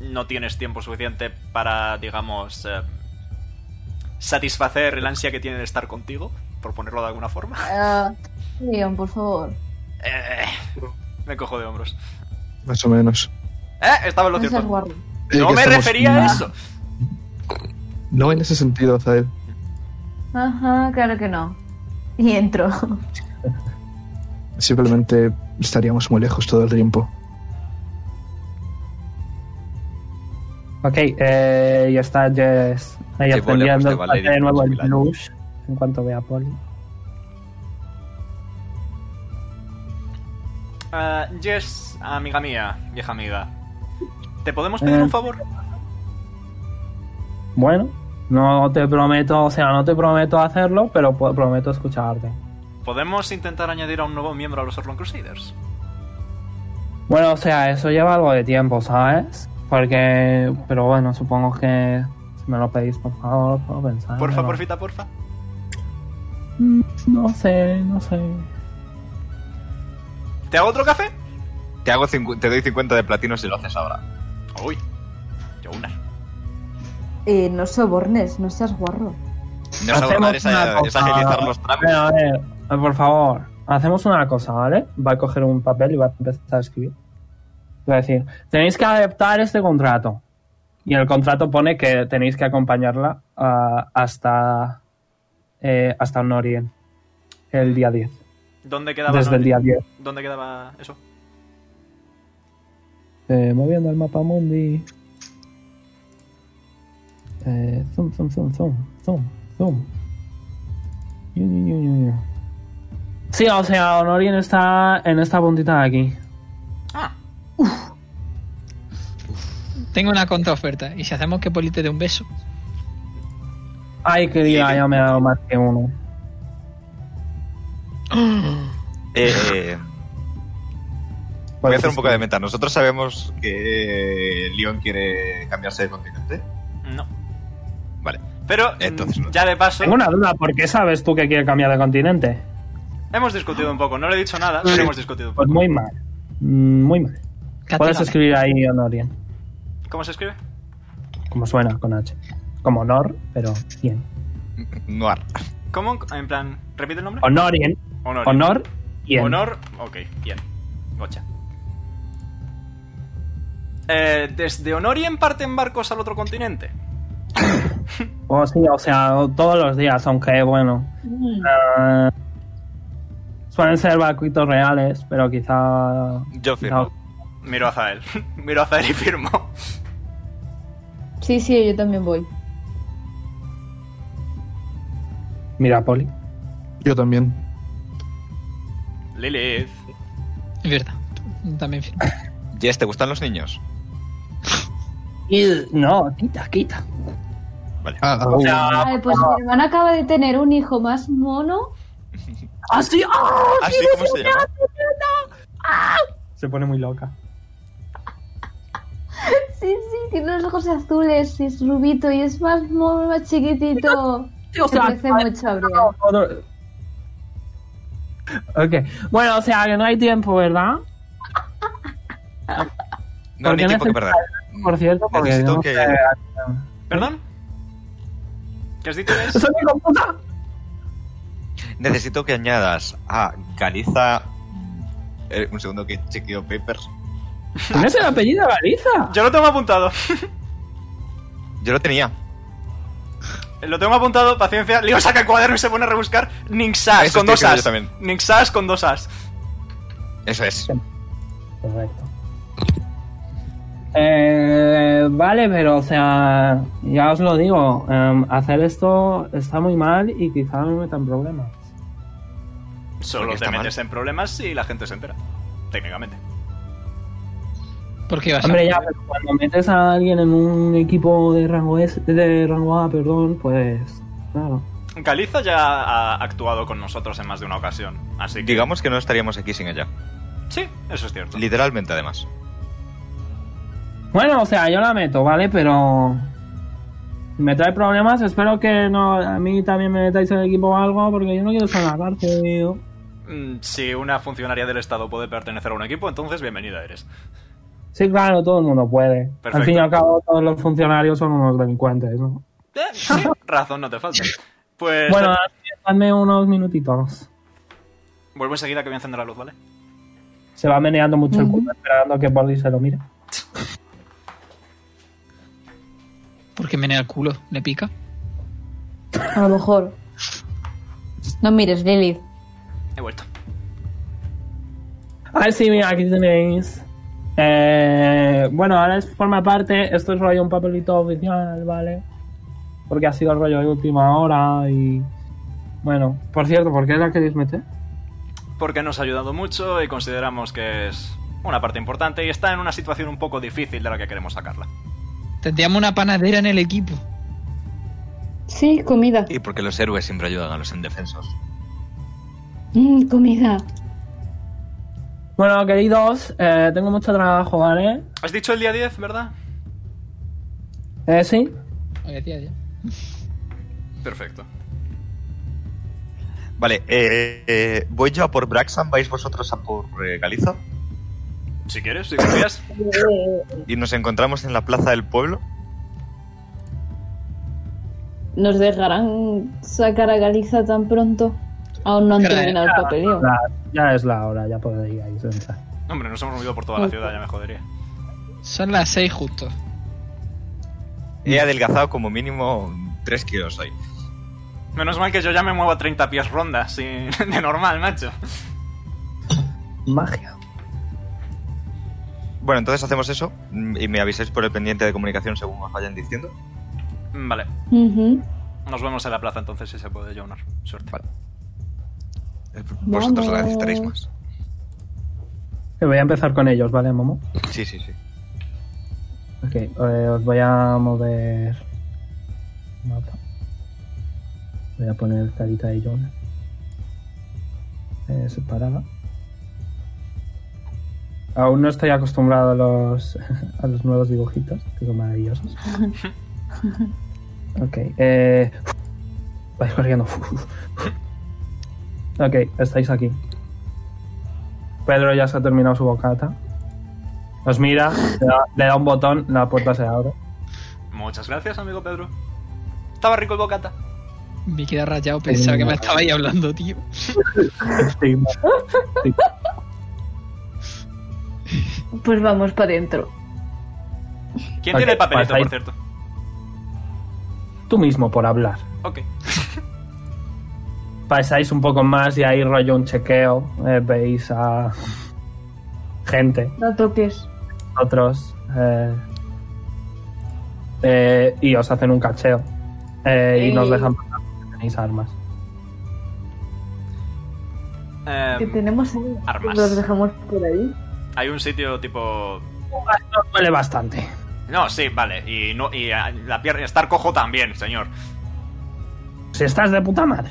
Speaker 1: no tienes tiempo suficiente para, digamos, eh, satisfacer el ansia que tiene de estar contigo, por ponerlo de alguna forma.
Speaker 3: Ah,
Speaker 7: Leon, por favor.
Speaker 1: Eh, me cojo de hombros.
Speaker 4: Más o menos.
Speaker 1: Eh, estaba en lo
Speaker 7: No seas
Speaker 1: cierto.
Speaker 7: guarro.
Speaker 4: Eh,
Speaker 1: No
Speaker 4: que
Speaker 1: me
Speaker 4: estamos-
Speaker 1: refería a eso.
Speaker 4: No en ese sentido, Azael.
Speaker 7: Ajá, claro que no. Y entro.
Speaker 4: Simplemente estaríamos muy lejos todo el tiempo.
Speaker 2: Ok, eh, ya está Jess ahí
Speaker 6: Sí, volvemos
Speaker 2: aprendiendo
Speaker 6: de Valeria,
Speaker 2: de nuevo el
Speaker 6: vamos a Milán.
Speaker 2: blues en cuanto vea a Poli.
Speaker 1: Ah, Jess, amiga mía, vieja amiga, ¿te podemos pedir un
Speaker 2: Eh.
Speaker 1: favor?
Speaker 2: Bueno, no te prometo, o sea, no te prometo hacerlo, pero po- prometo escucharte.
Speaker 1: ¿Podemos intentar añadir a un nuevo miembro a los Orlon Crusaders?
Speaker 2: Bueno, o sea, eso lleva algo de tiempo, ¿sabes? Porque, pero bueno, supongo que si me lo pedís, por favor, puedo pensar. Mm,
Speaker 1: Porfa, porfita, porfa.
Speaker 2: No sé, no sé.
Speaker 1: ¿Te hago otro café?
Speaker 6: Te, hago cincu- te doy 50 de platino si lo haces ahora.
Speaker 1: Uy, yo una.
Speaker 7: Eh, no sobornes, no seas guarro.
Speaker 6: No es abordar, es, a- es agilizar los trámites.
Speaker 2: Bueno, a ver, eh, por favor, hacemos una cosa, ¿vale? Va a coger un papel y va a empezar a escribir. Va a decir, tenéis que aceptar este contrato. Y en el contrato pone que tenéis que acompañarla ah, hasta, eh, hasta Norien, el día 10.
Speaker 1: ¿Dónde quedaba,
Speaker 2: desde el día 10.
Speaker 1: ¿Dónde quedaba eso?
Speaker 2: Eh, moviendo el mapa mundi. Eh, zoom, zoom, zoom, zoom, zoom, zoom. Ñu, Ñu, Ñu, Ñu, Ñu. Sí, o sea, Honorien está en esta puntita de aquí.
Speaker 1: Ah,
Speaker 5: Tengo una contraoferta. ¿Y si hacemos que Polite dé un beso?
Speaker 2: Ay, querida, ya me ha dado más que uno.
Speaker 6: Eh, eh, pues voy a hacer un poco de meta. Nosotros sabemos que eh, Leon quiere cambiarse de continente.
Speaker 1: no.
Speaker 6: Vale.
Speaker 1: Pero
Speaker 6: Entonces,
Speaker 1: mm,
Speaker 6: no.
Speaker 1: ya de paso,
Speaker 2: Tengo una duda, ¿por qué sabes tú que quiere cambiar de continente?
Speaker 1: hemos discutido un poco. No le he dicho nada, pero hemos discutido un
Speaker 2: Pues
Speaker 1: poco.
Speaker 2: muy mal. Mm, Muy mal. Puedes
Speaker 5: Castígame.
Speaker 2: escribir ahí Honorien,
Speaker 1: ¿Cómo se escribe?
Speaker 2: como suena con H. Como honor, pero bien.
Speaker 6: Noir.
Speaker 1: ¿Cómo? En plan, ¿repite el nombre?
Speaker 2: Honorien,
Speaker 1: Honor.
Speaker 2: honor, bien.
Speaker 1: Honor. Ok, bien. Gocha. Eh, desde Honorien parten barcos al otro continente.
Speaker 2: Oh, sí, o sea, todos los días, aunque bueno. eh, suelen ser vacuitos reales, pero quizá.
Speaker 6: Yo firmo.
Speaker 2: No.
Speaker 1: Miro a Zael. Miro a Zael y firmo.
Speaker 7: Sí, sí, yo también voy.
Speaker 2: Mira, Poli.
Speaker 4: Yo también.
Speaker 1: Lilith.
Speaker 5: Es verdad. También firmo.
Speaker 6: Jess, ¿te gustan los niños?
Speaker 8: Y- No, quita, quita.
Speaker 6: Vale.
Speaker 4: Ah, ah,
Speaker 3: Ay, pues mi hermana acaba de tener un hijo más mono.
Speaker 8: Así, ¡ah!
Speaker 6: Ah, sí, ¿cómo se llama?
Speaker 2: Se pone muy loca.
Speaker 3: Sí, sí, tiene los ojos azules y es rubito y es más mono, más chiquitito.
Speaker 8: Dios,
Speaker 3: Se
Speaker 8: la-
Speaker 3: parece mucho a Brian.
Speaker 2: Otro- Ok. Bueno, o sea, que no hay tiempo, ¿verdad?
Speaker 6: No,
Speaker 2: ¿Por
Speaker 6: ni
Speaker 2: qué
Speaker 6: tiempo que
Speaker 2: necesitas-
Speaker 6: Mm. perder.
Speaker 2: Por cierto, porque
Speaker 6: Necesito
Speaker 2: no
Speaker 6: que-
Speaker 2: sé-
Speaker 1: ¿Perdón? ¿Qué has dicho? Jess?
Speaker 2: ¡Soy hijo puta!
Speaker 6: Necesito que añadas a Galiza. eh, un segundo que chequeo papers.
Speaker 2: ¿Tienes el apellido Galiza?
Speaker 1: Yo lo tengo apuntado.
Speaker 6: Yo lo tenía.
Speaker 1: Lo tengo apuntado, paciencia. Leo saca el cuaderno y se pone a rebuscar Nixas
Speaker 6: Eso
Speaker 1: con dos
Speaker 6: estoy
Speaker 1: as.
Speaker 6: haciendo yo
Speaker 1: Nixas con dos as.
Speaker 6: Eso es.
Speaker 2: Correcto. Eh, vale, pero o sea, ya os lo digo, em, hacer esto está muy mal y quizá me metan problemas.
Speaker 1: Solo
Speaker 6: Porque
Speaker 1: te
Speaker 6: está mal.
Speaker 1: metes en problemas si la gente se entera. Técnicamente.
Speaker 5: Porque vas a.
Speaker 2: Hombre, ya, pero cuando metes a alguien en un equipo de rango S, de rango A, perdón, pues claro.
Speaker 1: Caliza ya ha actuado con nosotros en más de una ocasión. Así que.
Speaker 6: Digamos que no estaríamos aquí sin ella.
Speaker 1: Sí, eso es cierto.
Speaker 6: Literalmente, además.
Speaker 2: Bueno, o sea, yo la meto, ¿vale? Pero si me trae problemas, espero que no a mí también me metáis en el equipo o algo, porque yo no quiero estar en la cárcel, tío.
Speaker 1: Mm, Si una funcionaria del Estado puede pertenecer a un equipo, entonces bienvenida eres.
Speaker 2: Sí, claro, todo el mundo puede.
Speaker 1: Perfecto.
Speaker 2: Al fin y al cabo, todos los funcionarios son unos delincuentes, ¿no?
Speaker 1: Eh, sí, razón no te falta. Pues.
Speaker 2: Bueno, dadme unos minutitos.
Speaker 1: Vuelvo enseguida que voy a encender la luz, ¿vale?
Speaker 2: Se va meneando mucho el culo esperando que Polly se lo mire.
Speaker 5: Porque menea el culo, le pica.
Speaker 3: A lo mejor. No mires, Lilith.
Speaker 1: He vuelto.
Speaker 2: Ah, sí, mira, aquí tenéis. Eh, bueno, ahora es, forma parte, esto es rollo un papelito oficial, ¿vale? Porque ha sido rollo de última hora y... Bueno, por cierto, ¿por qué la queréis meter?
Speaker 1: Porque nos ha ayudado mucho y consideramos que es una parte importante y está en una situación un poco difícil de la que queremos sacarla.
Speaker 5: Tendríamos una panadera en el equipo.
Speaker 7: Sí, comida.
Speaker 6: Y porque los héroes siempre ayudan a los indefensos.
Speaker 7: Mm, comida.
Speaker 2: Bueno, queridos, eh, tengo mucho trabajo, ¿vale?
Speaker 1: ¿Has dicho el día 10, verdad?
Speaker 2: Eh, sí.
Speaker 5: Oye, tía, ya.
Speaker 1: Perfecto.
Speaker 6: Vale, eh, eh, voy yo a por Braxan, vais vosotros a por eh, Galiza.
Speaker 1: Si quieres, si confías.
Speaker 6: Y nos encontramos en la plaza del pueblo.
Speaker 7: ¿Nos dejarán sacar a Galiza tan pronto? Aún no han
Speaker 5: Caray,
Speaker 7: terminado el papeleo.
Speaker 2: La- ya es la hora, ya podéis entrar.
Speaker 1: Hombre, nos hemos movido por toda la ciudad, ya me jodería.
Speaker 5: Son las seis justo.
Speaker 6: He adelgazado como mínimo 3 kilos hoy.
Speaker 1: Menos mal que yo ya me muevo a 30 pies ronda, sí, de normal, macho.
Speaker 2: Magia.
Speaker 6: Bueno, entonces hacemos eso mm, y me avisáis por el pendiente de comunicación según os vayan diciendo.
Speaker 1: Mm, Vale,
Speaker 7: Ujú.
Speaker 1: nos vemos en la plaza entonces si se puede, Jonar. Suerte.
Speaker 6: Eh, Vosotros la
Speaker 7: Vamos.
Speaker 6: necesitaréis más.
Speaker 2: Que voy a empezar con ellos, ¿vale, Momo?
Speaker 6: Sí, sí, sí.
Speaker 2: Ok, eh, os voy a mover. Mapa. Voy a poner carita de Jonah. Eh, separada. Aún no estoy acostumbrado a los, a los nuevos dibujitos, que son maravillosos. Ok, eh. Vais corriendo. Ok, estáis aquí. Pedro ya se ha terminado su bocata. Os mira, le da, le da un botón, la puerta se abre.
Speaker 1: Muchas gracias, amigo Pedro. Estaba rico el bocata.
Speaker 5: Me queda rayado, pensaba
Speaker 2: Eh,
Speaker 5: que me estabais hablando, tío.
Speaker 7: Pues vamos para adentro.
Speaker 1: ¿Quién
Speaker 2: Ok,
Speaker 1: tiene el papelito,
Speaker 2: pues ahí-
Speaker 1: por cierto?
Speaker 2: Tú mismo por hablar.
Speaker 1: Ok.
Speaker 2: Pasáis un poco más y ahí rollo un chequeo. eh, veis a gente,
Speaker 7: No toques.
Speaker 2: otros. eh, eh, y os hacen un cacheo. eh, y nos
Speaker 7: Ey.
Speaker 2: dejan pasar porque tenéis armas.
Speaker 1: em,
Speaker 7: Que tenemos ahí.
Speaker 1: armas.
Speaker 7: Los dejamos por ahí.
Speaker 1: hay un sitio tipo...
Speaker 2: Esto duele bastante.
Speaker 1: No, sí, vale. Y, no, y ah, la pierna... Estar cojo también, señor.
Speaker 2: Si estás de puta madre.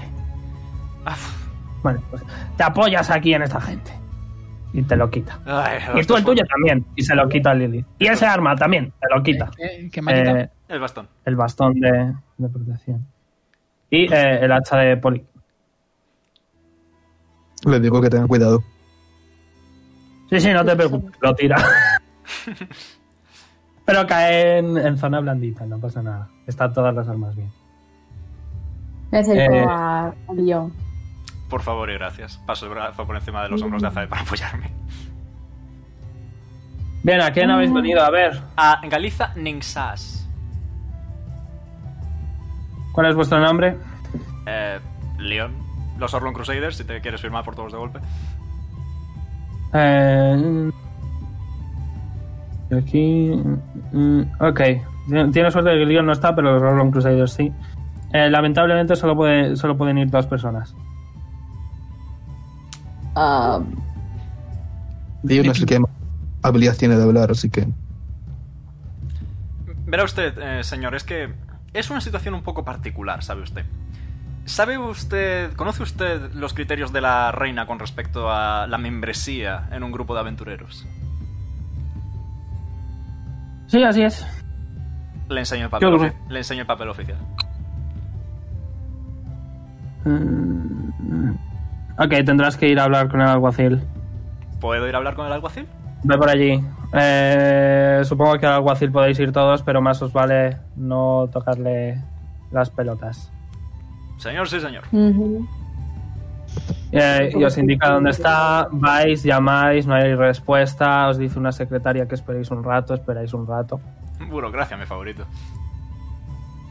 Speaker 1: Ah, pf,
Speaker 2: Bueno, pues te apoyas aquí en esta gente. Y te lo quita.
Speaker 1: ay, el
Speaker 2: Y tú
Speaker 1: bastón.
Speaker 2: el tuyo también. Y se lo quita a Lilith. Y ese arma también. Te lo quita.
Speaker 5: Que, que me ha quitado.
Speaker 2: Eh,
Speaker 1: El bastón.
Speaker 2: el bastón de, de protección. Y eh, el hacha de poli.
Speaker 4: Le digo que tenga cuidado.
Speaker 2: Sí, sí, no te preocupes. Lo tira. Pero cae en, en zona blandita. No pasa nada. Están todas las armas bien.
Speaker 3: Me acerco
Speaker 2: Eh.
Speaker 3: a a Leon.
Speaker 1: Por favor y gracias. Paso el brazo por encima de los hombros de Azael para apoyarme.
Speaker 2: Bien, ¿a quién habéis venido? A ver.
Speaker 1: A Ah, Galiza Ningsas.
Speaker 2: ¿Cuál es vuestro nombre?
Speaker 1: Eh, León. Los Orlon Crusaders, si te quieres firmar por todos de golpe.
Speaker 2: Eh, aquí. mm, Ok. Tien- Tiene suerte de que Leon no está, pero los Rollon Crusaders sí. Eh, lamentablemente solo, puede, solo pueden ir dos personas.
Speaker 3: Ah,
Speaker 4: Y no sé qué más habilidad tiene de hablar, así que.
Speaker 1: Verá usted, eh, señor, es que es una situación un poco particular, ¿sabe usted? ¿Sabe usted, conoce usted los criterios de la reina con respecto a la membresía en un grupo de aventureros?
Speaker 2: Sí, así es.
Speaker 1: Le enseño el papel,
Speaker 2: Yo lo
Speaker 1: ofi- le enseño el papel oficial.
Speaker 2: Mm, Ok, tendrás que ir a hablar con el alguacil.
Speaker 1: ¿Puedo ir a hablar con el alguacil?
Speaker 2: Ve por allí. Eh, supongo que al alguacil podéis ir todos, pero más os vale no tocarle las pelotas.
Speaker 1: Señor, sí, señor.
Speaker 3: ujú.
Speaker 2: Eh, y os indica dónde está, vais, llamáis, no hay respuesta, os dice una secretaria que esperéis un rato, esperáis un rato.
Speaker 1: Burocracia, mi favorito.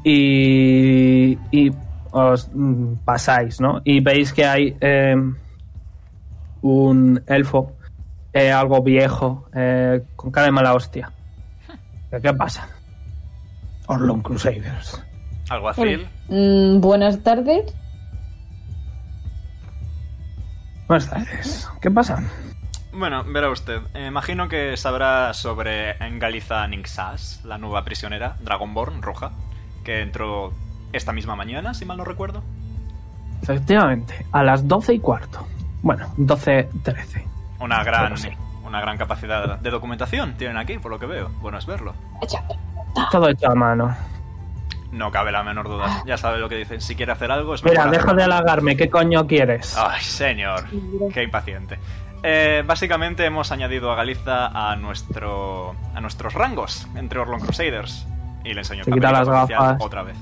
Speaker 2: Y, y os mm, pasáis, ¿no? Y veis que hay eh, un elfo, eh, algo viejo, eh, con cara de mala hostia. ¿Qué- ¿Qué pasa? Orlon Crusaders.
Speaker 1: Alguacil,
Speaker 3: Mm, buenas tardes.
Speaker 2: Buenas tardes. ¿Qué pasa?
Speaker 1: Bueno, verá usted. eh, imagino que sabrá sobre Engaliza Nixas, la nueva prisionera, Dragonborn, roja, que entró esta misma mañana, si mal no recuerdo.
Speaker 2: Efectivamente, a las 12 y cuarto. Bueno, 12, 13.
Speaker 1: Una gran,
Speaker 2: Bueno, sí.
Speaker 1: una gran capacidad de documentación tienen aquí, por lo que veo. Bueno es verlo.
Speaker 2: Todo hecho a mano.
Speaker 1: No cabe la menor duda. Ya sabe lo que dicen. Si quiere hacer algo, es
Speaker 2: Ah. Mira,
Speaker 1: mejor
Speaker 2: deja
Speaker 1: hacerlo.
Speaker 2: de halagarme, ¿qué coño quieres?
Speaker 1: Ay, señor. Qué impaciente. Eh, básicamente hemos añadido a Galiza a nuestro a nuestros rangos entre Orlon Crusaders. Y le enseño el
Speaker 2: Se quita
Speaker 1: papelito
Speaker 2: las
Speaker 1: oficial
Speaker 2: gafas.
Speaker 1: otra vez.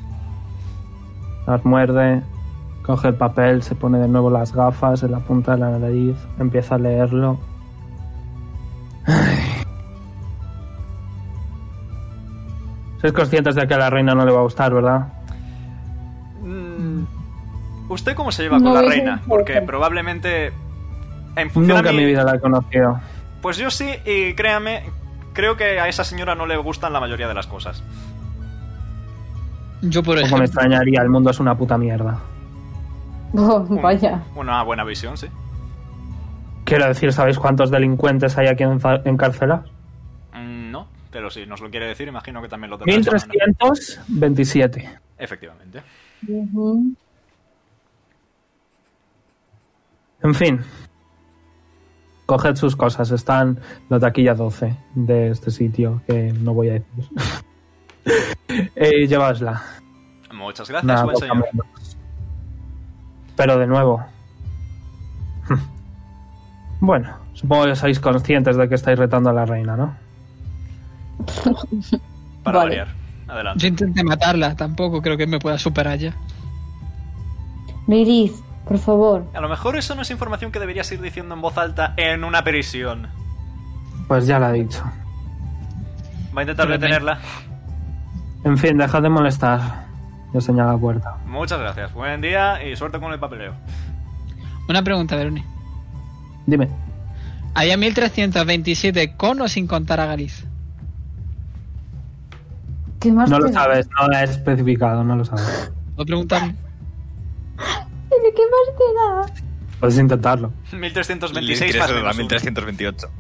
Speaker 2: Nos muerde, coge el papel, se pone de nuevo las gafas en la punta de la nariz, empieza a leerlo. Ay. Sois conscientes de que a la reina no le va a gustar, ¿verdad?
Speaker 1: Mm, ¿Usted cómo se lleva
Speaker 3: No
Speaker 1: con la
Speaker 3: digo
Speaker 1: reina?
Speaker 3: nada.
Speaker 1: Porque probablemente en función
Speaker 2: Nunca
Speaker 1: a
Speaker 2: en
Speaker 1: mi-
Speaker 2: mi vida la he conocido.
Speaker 1: Pues yo sí, y créame, creo que a esa señora no le gustan la mayoría de las cosas.
Speaker 5: Yo, por
Speaker 2: Poco me
Speaker 5: ejemplo,
Speaker 2: extrañaría, el mundo es una puta mierda.
Speaker 3: Oh,
Speaker 1: Un-
Speaker 3: vaya.
Speaker 1: Una buena visión, sí.
Speaker 2: Quiero decir, ¿sabéis cuántos delincuentes hay aquí en, fa- en Cárcela?
Speaker 1: Mm, No, pero si nos lo quiere decir, imagino que también lo tendrá. en su mano.
Speaker 2: 1327.
Speaker 1: Efectivamente.
Speaker 3: Ujú.
Speaker 2: En fin. Coged sus cosas, están la taquilla 12 de este sitio, que no voy a decir. eh, llevadla.
Speaker 1: Muchas gracias,
Speaker 2: Nada, pues,
Speaker 1: buen
Speaker 2: poca
Speaker 1: señor.
Speaker 2: menos. Pero de nuevo. bueno, supongo que sois conscientes de que estáis retando a la reina, ¿no?
Speaker 1: Para
Speaker 3: Vale.
Speaker 1: variar. Adelante.
Speaker 5: yo intenté matarla, tampoco creo que me pueda superar ya.
Speaker 7: Lilith, por favor.
Speaker 1: A lo mejor eso no es información que deberías ir diciendo en voz alta en una prisión.
Speaker 2: Pues ya la he dicho.
Speaker 1: Va a intentar
Speaker 5: Pero me-
Speaker 1: detenerla.
Speaker 2: En fin, dejad de molestar. Yo señalo la puerta.
Speaker 1: Muchas gracias. Buen día y suerte con el papeleo.
Speaker 5: Una pregunta, Veroni.
Speaker 2: Dime.
Speaker 5: ¿Había 1327 con o sin contar a Galiz?
Speaker 7: ¿Qué más
Speaker 2: No lo
Speaker 7: te da?
Speaker 2: sabes, no lo he especificado, no lo sabes.
Speaker 5: ¿Puedo preguntarle?
Speaker 7: Dile, ¿Qué más te da?
Speaker 2: Puedes intentarlo.
Speaker 1: 1326
Speaker 6: Ingreso
Speaker 1: más
Speaker 6: de la
Speaker 1: menos uno.
Speaker 6: 1328.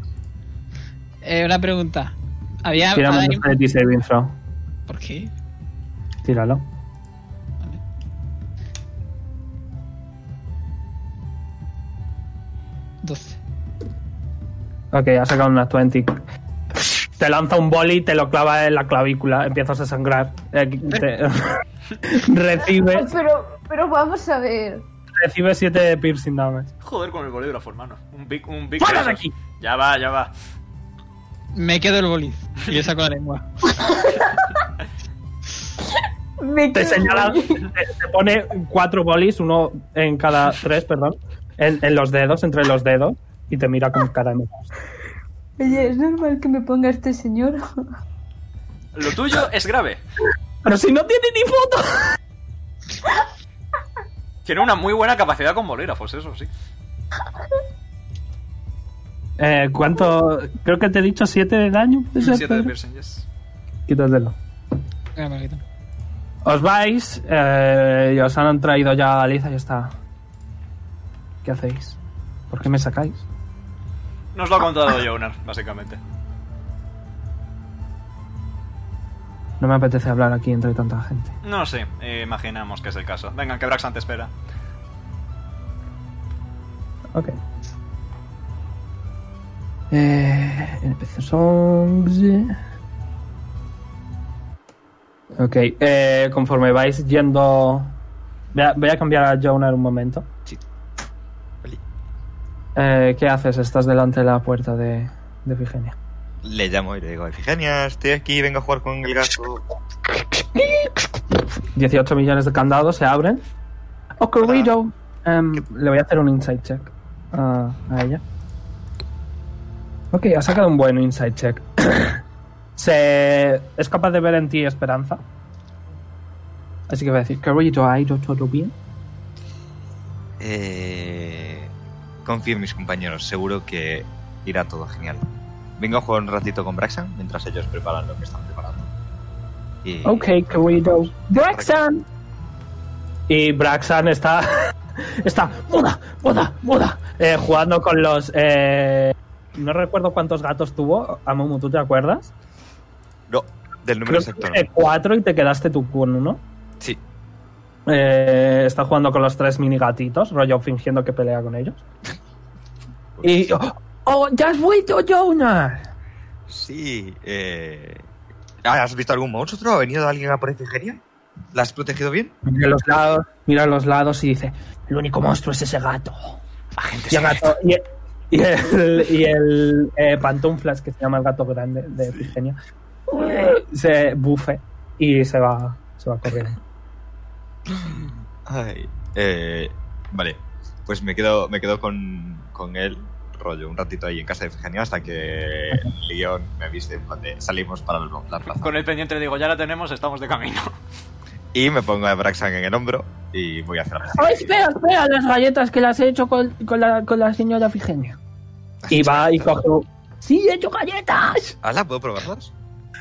Speaker 5: Eh, una pregunta. Había.
Speaker 2: Tírame
Speaker 5: hay-
Speaker 2: un Sanity Saving Throw.
Speaker 5: ¿Por qué?
Speaker 2: Tíralo.
Speaker 5: Doce.
Speaker 2: Ok, ha sacado una 20. Te lanza un boli y te lo clava en la clavícula. Empiezas a sangrar. Eh, te-
Speaker 3: Ay,
Speaker 2: recibes,
Speaker 3: Pero, pero vamos a ver.
Speaker 2: recibes 7 de piercing damage.
Speaker 1: Joder con el bolígrafo, hermano. Un big, un big
Speaker 2: ¡Fuera de
Speaker 1: besos.
Speaker 2: aquí!
Speaker 1: Ya va, ya va.
Speaker 5: Me quedo el boliz y le saco la lengua.
Speaker 3: Me
Speaker 2: Te
Speaker 3: quedo-
Speaker 2: señala, te, te pone cuatro bolis, uno en cada tres, perdón, en, en los dedos, entre los dedos, y te mira con cara de mierda.
Speaker 3: Oye, ¿es normal que me ponga este señor?
Speaker 1: Lo tuyo es grave.
Speaker 2: Pero si no tiene ni foto.
Speaker 1: Tiene una muy buena capacidad con bolígrafos, eso sí.
Speaker 2: Eh, ¿Cuánto? Creo que te he dicho 7 de daño. ¿puede ser,
Speaker 1: 7 de
Speaker 2: Pedro?
Speaker 1: piercing, yes.
Speaker 2: Quítatelo.
Speaker 5: Venga, me lo quito.
Speaker 2: Os vais, eh, y os han traído ya a Liza y está. ¿Qué hacéis? ¿Por qué me sacáis?
Speaker 1: Nos lo ha contado Jonar, básicamente.
Speaker 2: No me apetece hablar aquí entre tanta gente.
Speaker 1: No sé, eh, imaginamos que es el caso. Venga, que Braxan te espera.
Speaker 2: Ok. Eh, NPC Songs. Ok, eh, conforme vais yendo. Voy a, voy a cambiar a Jonar un momento.
Speaker 6: Sí. Oli.
Speaker 2: Eh, ¿Qué haces? Estás delante de la puerta de, de Virginia.
Speaker 6: Le llamo y le digo, Efigenia, estoy aquí, vengo a jugar con el gato.
Speaker 2: 18 millones de candados se abren. Oh, Okurito, Em, le voy a hacer un insight check a, a ella. Ok, ha sacado un buen insight check. se es capaz de ver en ti esperanza. Así que va a decir, Okurito, ¿ha ido todo bien?
Speaker 6: Eh, confío en mis compañeros, seguro que irá todo genial. Vengo a jugar un ratito con Braxan mientras ellos preparan lo que están preparando. Y-
Speaker 2: Ok, Okurito. ¡Braxan! Y Braxan está... está... ¡Moda! ¡Moda! ¡Moda! Eh, jugando con los... eh, no recuerdo cuántos gatos tuvo. Amumu, ¿tú te acuerdas?
Speaker 6: No, del número
Speaker 2: Creo
Speaker 6: exacto.
Speaker 2: que
Speaker 6: no.
Speaker 2: 4 y te quedaste tú con uno.
Speaker 6: Sí,
Speaker 2: Eh, está jugando con los tres mini gatitos, rollo fingiendo que pelea con ellos. y. ¡Oh! oh, ¡Ya has vuelto, Jonah!
Speaker 6: sí. Eh... Ah, ¿Has visto algún monstruo? ¿Ha venido alguien a por Efigenia? ¿La has protegido bien?
Speaker 2: Mira a los lados, mira a los lados y dice: El único monstruo es ese gato. Y el, gato- y el- y el- y el, eh, pantuflas, que se llama el gato grande de Virginia, se bufe y se va, se va corriendo.
Speaker 6: Ay, eh, vale, pues me quedo, me quedo con, con él, rollo, un ratito ahí en casa de Efigenia hasta que Leon me avise cuando salimos para el- la plaza.
Speaker 1: Con el pendiente le digo, ya la tenemos, estamos de camino.
Speaker 6: Y me pongo a Braxan en el hombro y voy a hacer la
Speaker 2: ¡Ay, espera, espera! Las galletas que las he hecho con, con la, con la señora Figenia. Y va y coge. un- ¡Sí, he hecho galletas!
Speaker 6: ¿Hala? ¿Puedo probarlas?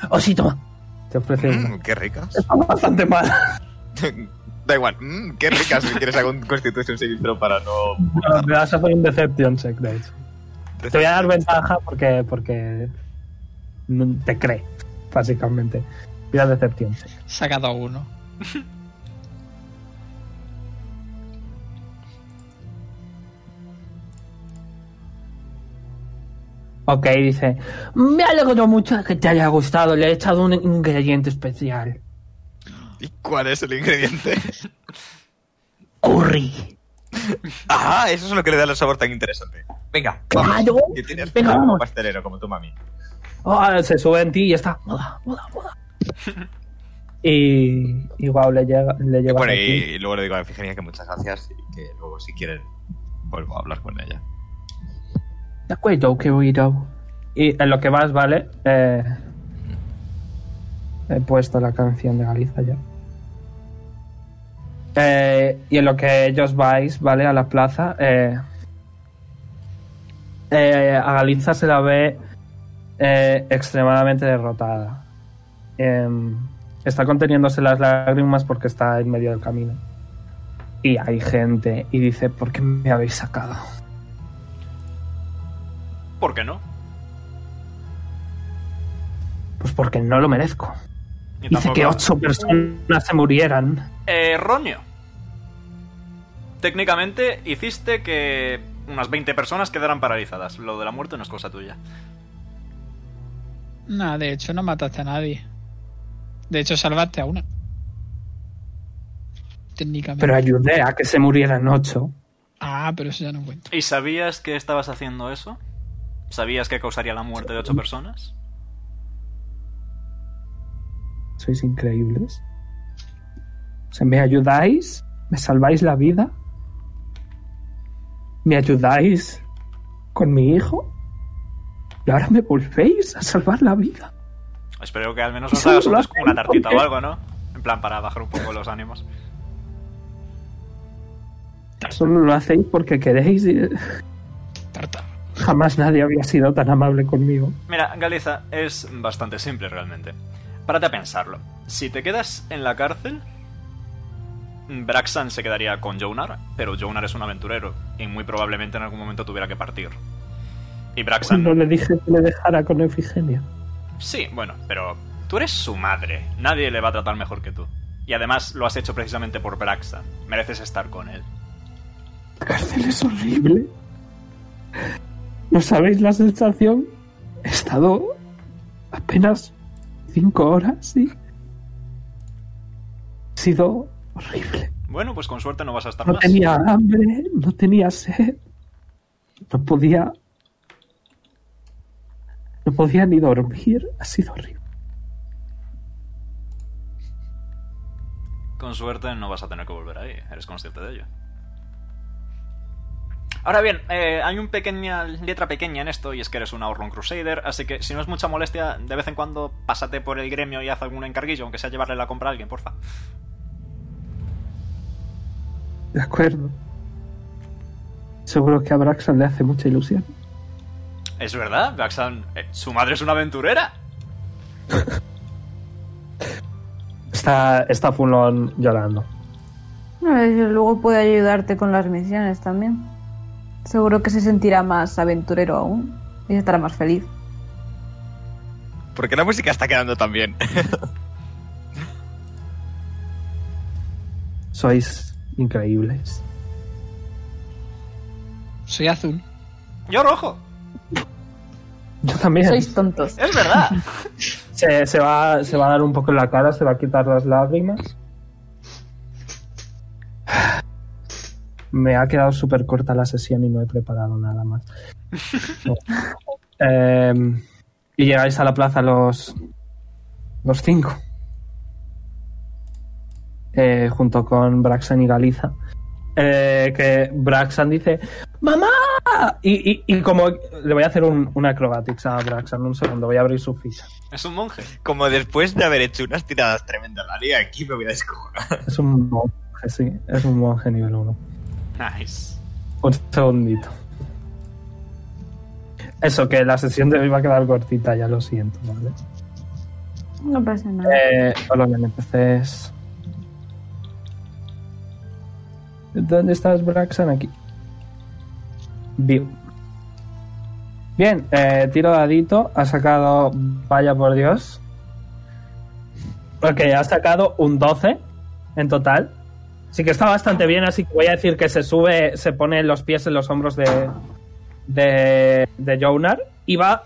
Speaker 2: ¡Oh, sí, toma! Te ofrece una.
Speaker 6: Mm, ¡Qué ricas!
Speaker 2: Está bastante mal.
Speaker 6: da igual, mm, ¡qué ricas! Si quieres algún Constitution Saving throw para no...
Speaker 2: Me vas a hacer un Deception check, de hecho. Te voy a dar ventaja porque. porque. no te cree, básicamente. Tira Deception check.
Speaker 5: Sacado uno.
Speaker 2: Ok, dice. Me alegro mucho de que te haya gustado. Le he echado un ingrediente especial:
Speaker 6: ¿Y cuál es el ingrediente?
Speaker 2: curry.
Speaker 6: ¡Ajá! Eso es lo que le da el sabor tan interesante. Venga,
Speaker 2: ¡Claro!
Speaker 6: que tienes
Speaker 2: Venga,
Speaker 6: un
Speaker 2: vamos.
Speaker 6: pastelero como tu mami.
Speaker 2: Ah, se sube en ti y está. Moda, moda, moda. y. Y wow, le, llega, le llevas
Speaker 6: Bueno, y,
Speaker 2: aquí.
Speaker 6: y luego le digo a Efigenia que muchas gracias y que luego si quieren vuelvo a hablar con ella.
Speaker 2: De acuerdo, querido. Y en lo que vas, vale. eh, he puesto la canción de Galiza ya. Eh, y en lo que ellos vais, vale, a la plaza. eh, eh, a Galiza se la ve eh, extremadamente derrotada. Em, está conteniéndose las lágrimas porque está en medio del camino. Y hay gente. Y dice, ¿por qué me habéis sacado?
Speaker 1: ¿Por qué no?
Speaker 2: Pues porque no lo merezco.
Speaker 1: Ni
Speaker 2: Dice
Speaker 1: tampoco-
Speaker 2: que
Speaker 1: Eh,
Speaker 2: ocho personas se murieran.
Speaker 1: Erróneo. Técnicamente hiciste que unas 20 personas quedaran paralizadas. Lo de la muerte no es cosa tuya.
Speaker 5: No, de hecho no mataste a nadie. De hecho salvaste a una. Técnicamente.
Speaker 2: Pero ayudé a que se murieran ocho.
Speaker 5: Ah, pero eso ya no cuenta.
Speaker 1: ¿Y sabías que estabas haciendo eso? ¿Sabías que causaría la muerte de ocho personas?
Speaker 2: Sois increíbles. O sea, me ayudáis, me salváis la vida, me ayudáis con mi hijo y ahora me volvéis a salvar la vida.
Speaker 1: Espero que al menos nos
Speaker 2: Sí,
Speaker 1: hagas un
Speaker 2: lo
Speaker 1: descu- una
Speaker 2: hacen,
Speaker 1: tartita
Speaker 2: ¿por
Speaker 1: o
Speaker 2: qué?
Speaker 1: algo, ¿no? En plan, para bajar un poco los ánimos.
Speaker 2: Solo lo hacéis porque queréis. y-
Speaker 5: Tarta.
Speaker 2: Jamás nadie había sido tan amable conmigo.
Speaker 1: Mira, Galiza, es bastante simple realmente. Párate a pensarlo. Si te quedas en la cárcel, Braxan se quedaría con Jonar, pero Jonar es un aventurero y muy probablemente en algún momento tuviera que partir. Y Braxan...
Speaker 2: No le dije que le dejara con Efigenia.
Speaker 1: Sí, bueno, pero tú eres su madre. Nadie le va a tratar mejor que tú. Y además lo has hecho precisamente por Braxan. Mereces estar con él.
Speaker 2: La cárcel es horrible. ¿No sabéis la sensación? He estado apenas cinco horas y... Ha sido horrible.
Speaker 1: Bueno, pues con suerte no vas a estar
Speaker 2: No
Speaker 1: más.
Speaker 2: tenía hambre, no tenía sed. No podía... No podía ni dormir. Ha sido horrible.
Speaker 1: Con suerte no vas a tener que volver ahí, eres consciente de ello. Ahora bien, eh, hay una pequeña letra pequeña en esto y es que eres un Auron Crusader, así que si no es mucha molestia, de vez en cuando pásate por el gremio y haz algún encarguillo, aunque sea llevarle la compra a alguien, porfa.
Speaker 2: De acuerdo. Seguro que a Braxton le hace mucha ilusión.
Speaker 1: Es verdad, Blacksan, su madre es una aventurera.
Speaker 2: Está, está full on llorando.
Speaker 3: No, yo luego puedo ayudarte con las misiones también. Seguro que se sentirá más aventurero aún y estará más feliz.
Speaker 6: ¿Por qué la música está quedando tan bien?
Speaker 2: Sois increíbles.
Speaker 5: Soy azul.
Speaker 1: Yo rojo,
Speaker 2: Yo también.
Speaker 3: Sois tontos.
Speaker 1: es verdad.
Speaker 2: Se, se va, se va a dar un poco en la cara, se va a quitar las lágrimas. Me ha quedado súper corta la sesión y no he preparado nada más. No. Em, y llegáis a la plaza los, los cinco. Eh, junto con Braxan y Galiza. Eh, que Braxan dice ¡Mamá! Y, y- y como le voy a hacer un, un acrobatics a Braxan, un segundo, voy a abrir su ficha.
Speaker 1: Es un monje.
Speaker 6: Como después de haber hecho unas tiradas tremendas la liga, aquí me voy a descojonar.
Speaker 2: Es un monje, sí. Es un monje nivel 1.
Speaker 1: Nice.
Speaker 2: Un segundito. Eso, que la sesión de hoy va a quedar cortita, ya lo siento, ¿vale?
Speaker 3: No pasa nada.
Speaker 2: Eh, hola, NPCs. ¿Dónde estás, Braxan? Aquí. View. Bien, eh, tiro dadito. Ha sacado, vaya por Dios. Ok, ha sacado un 12 en total. Sí que está bastante bien, así que voy a decir que se sube, se pone los pies en los hombros de, de, de Jonar y va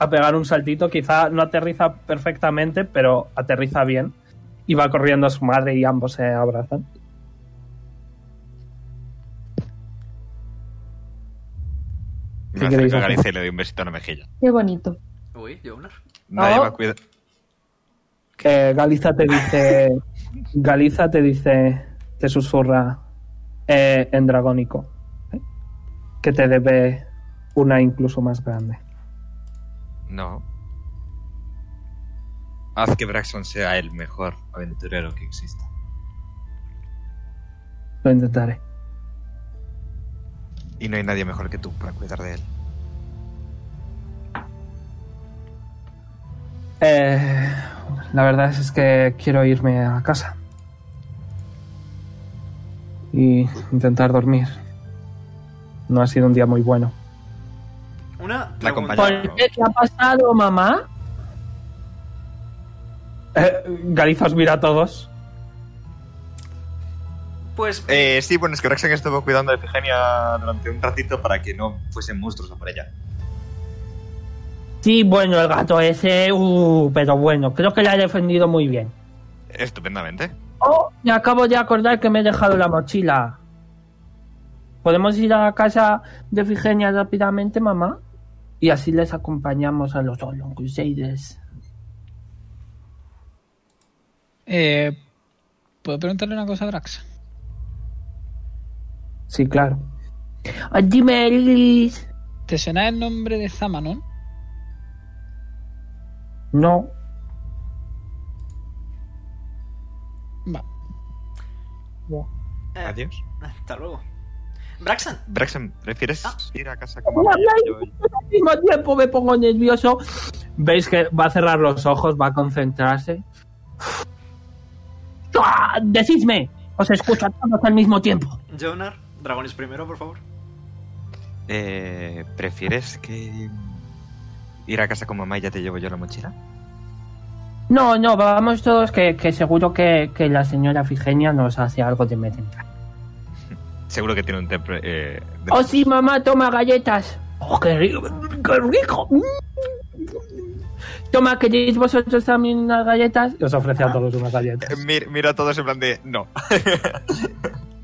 Speaker 2: a pegar un saltito. Quizá no aterriza perfectamente, pero aterriza bien. Y va corriendo a su madre y ambos se abrazan.
Speaker 6: Me
Speaker 2: ¿Qué
Speaker 6: acerco
Speaker 2: queréis
Speaker 6: a
Speaker 2: hacer?
Speaker 6: Galicia y le doy un besito en la mejilla.
Speaker 3: Qué bonito.
Speaker 1: Uy, Jonar.
Speaker 6: Nadie
Speaker 3: Oh.
Speaker 6: va a cuidar.
Speaker 2: Eh, Galiza te dice. Galiza te dice. Te susurra eh, en dragónico. ¿eh? Que te debe una incluso más grande.
Speaker 6: No. Haz que Braxton sea el mejor aventurero que exista.
Speaker 2: Lo intentaré.
Speaker 6: Y no hay nadie mejor que tú para cuidar de él.
Speaker 2: Eh, la verdad es que quiero irme a casa. y intentar dormir. No ha sido un día muy bueno.
Speaker 1: Una
Speaker 6: La
Speaker 1: pregunta.
Speaker 6: compañera.
Speaker 2: ¿Por qué? ¿Qué ha pasado, mamá? Eh, Galiza os mira a todos.
Speaker 1: Pues
Speaker 6: Eh, sí, bueno, es que Rexen estuvo cuidando a Efigenia durante un ratito para que no fuesen monstruos a por ella.
Speaker 8: Sí, bueno, el gato ese, uh, pero bueno, creo que la he defendido muy bien.
Speaker 6: Estupendamente.
Speaker 8: Oh, me acabo de acordar que me he dejado la mochila. ¿Podemos ir a casa de Figenia rápidamente, mamá? Y así les acompañamos a los Long Crusaders.
Speaker 5: Eh, ¿Puedo preguntarle una cosa a Drax?
Speaker 2: Sí, claro.
Speaker 8: Ah, dime, Lilis.
Speaker 5: ¿Te suena el nombre de Zamanon?
Speaker 2: No,
Speaker 5: Va.
Speaker 1: eh,
Speaker 6: Adiós.
Speaker 1: hasta luego. Braxan,
Speaker 6: Braxen, ¿prefieres
Speaker 1: Ah.
Speaker 6: ir a casa
Speaker 8: Hola,
Speaker 6: como a mí?
Speaker 8: Blay. Al mismo tiempo me pongo nervioso.
Speaker 2: Veis que va a cerrar los ojos, va a concentrarse.
Speaker 8: ¡Ah! Decidme, os escucho a todos al mismo tiempo.
Speaker 1: Jonar, dragones primero, por favor.
Speaker 6: Eh, ¿Prefieres que ir a casa con mamá y ya te llevo yo la mochila?
Speaker 8: No, no, vamos todos que, que seguro que, que la señora Figenia nos hace algo de merendar.
Speaker 6: Seguro que tiene un templo. Eh, de-
Speaker 8: Oh, sí, mamá, toma galletas. Oh, qué rico, qué rico. Toma, ¿queréis vosotros también unas galletas?
Speaker 2: Y os ofrece a todos unas galletas.
Speaker 6: Eh, mir- miro a todos en plan de. No.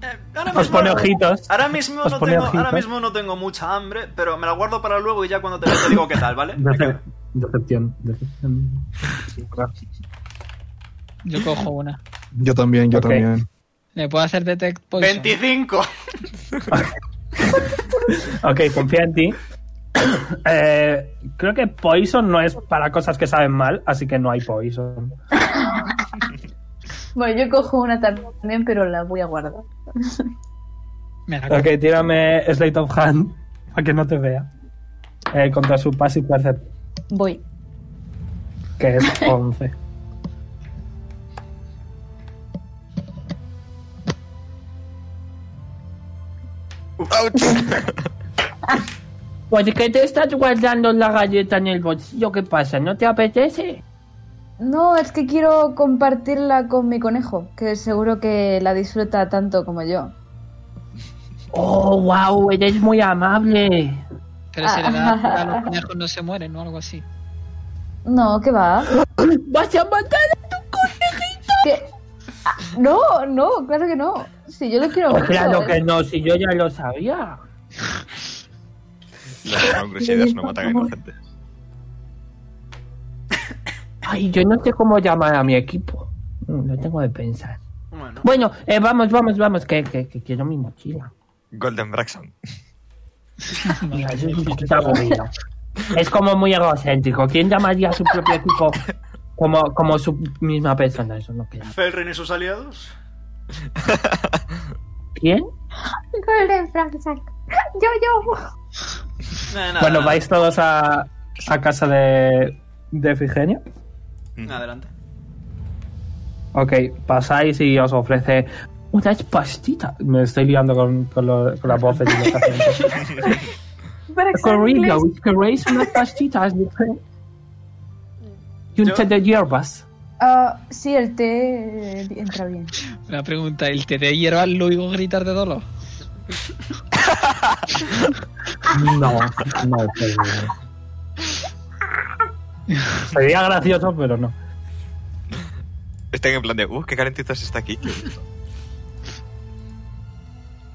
Speaker 1: Eh, ahora
Speaker 2: Os
Speaker 1: mismo-
Speaker 2: pone ojitos.
Speaker 1: Ahora mismo,
Speaker 2: Os
Speaker 1: no
Speaker 2: pone
Speaker 1: tengo,
Speaker 2: ojitos.
Speaker 1: ahora mismo no tengo mucha hambre, pero me la guardo para luego y ya cuando te vea te digo qué tal, ¿vale?
Speaker 2: Dece- Decepción. decepción.
Speaker 5: Yo cojo una.
Speaker 4: Yo también, yo
Speaker 2: Ok.
Speaker 4: también.
Speaker 5: ¿Le puedo hacer detect poison?
Speaker 1: 25.
Speaker 2: Ok, confía en ti. Eh, creo que Poison no es para cosas que saben mal, así que no hay Poison.
Speaker 3: Bueno, yo cojo una también, pero la voy a guardar.
Speaker 5: Me la cojo.
Speaker 2: Ok, tírame Slate of Hand para que no te vea. Eh, contra su Passive Perception,
Speaker 3: Voy.
Speaker 2: que es 11.
Speaker 8: Pues que te estás guardando la galleta en el bolsillo, ¿qué pasa? ¿No te apetece?
Speaker 3: No, es que quiero compartirla con mi conejo, que seguro que la disfruta tanto como yo.
Speaker 8: Oh, wow, eres muy amable.
Speaker 5: Pero si le das a los conejos no se mueren o algo así.
Speaker 3: No, ¿qué va?
Speaker 8: ¿Vas a matar a tu
Speaker 3: ¿Qué? Ah, No, no, claro que no. Si yo lo quiero
Speaker 8: conejo?
Speaker 2: Pues
Speaker 3: mucho.
Speaker 8: Pues Claro que
Speaker 3: eh.
Speaker 8: no, si yo ya lo sabía.
Speaker 6: Los Dragon Crusaders no matan a inocentes.
Speaker 8: Ay, yo no sé cómo llamar a mi equipo. Mm, Lo tengo de pensar.
Speaker 1: Bueno,
Speaker 8: Bueno, eh, vamos, vamos, vamos, que, que, que quiero mi mochila.
Speaker 6: Golden Braxton.
Speaker 8: Mira, eso es un poquito aburrido. Es como muy egocéntrico. ¿Quién llamaría a su propio equipo como, como su misma persona? Eso no queda.
Speaker 1: Felrin y sus aliados.
Speaker 8: ¿Quién?
Speaker 7: Golden Frankenstein. Yo, yo.
Speaker 1: Eh, Nada, nada,
Speaker 2: Bueno,
Speaker 1: nada.
Speaker 2: vais todos a, a casa de, de Efigenia.
Speaker 1: Adelante.
Speaker 2: Ok, pasáis y os ofrece unas pastitas. Me estoy liando con, con, lo- con las voces y los acentos.
Speaker 8: Corrido, ¿queréis unas pastitas? Y un
Speaker 1: Yo-
Speaker 8: té de hierbas.
Speaker 3: Ah, sí, el té eh, entra bien.
Speaker 5: Una pregunta, ¿el té de hierbas lo oigo gritar de dolor?
Speaker 2: No, no, pero... Sería gracioso, pero no.
Speaker 6: Están en plan de. Uh, qué calentito se está aquí.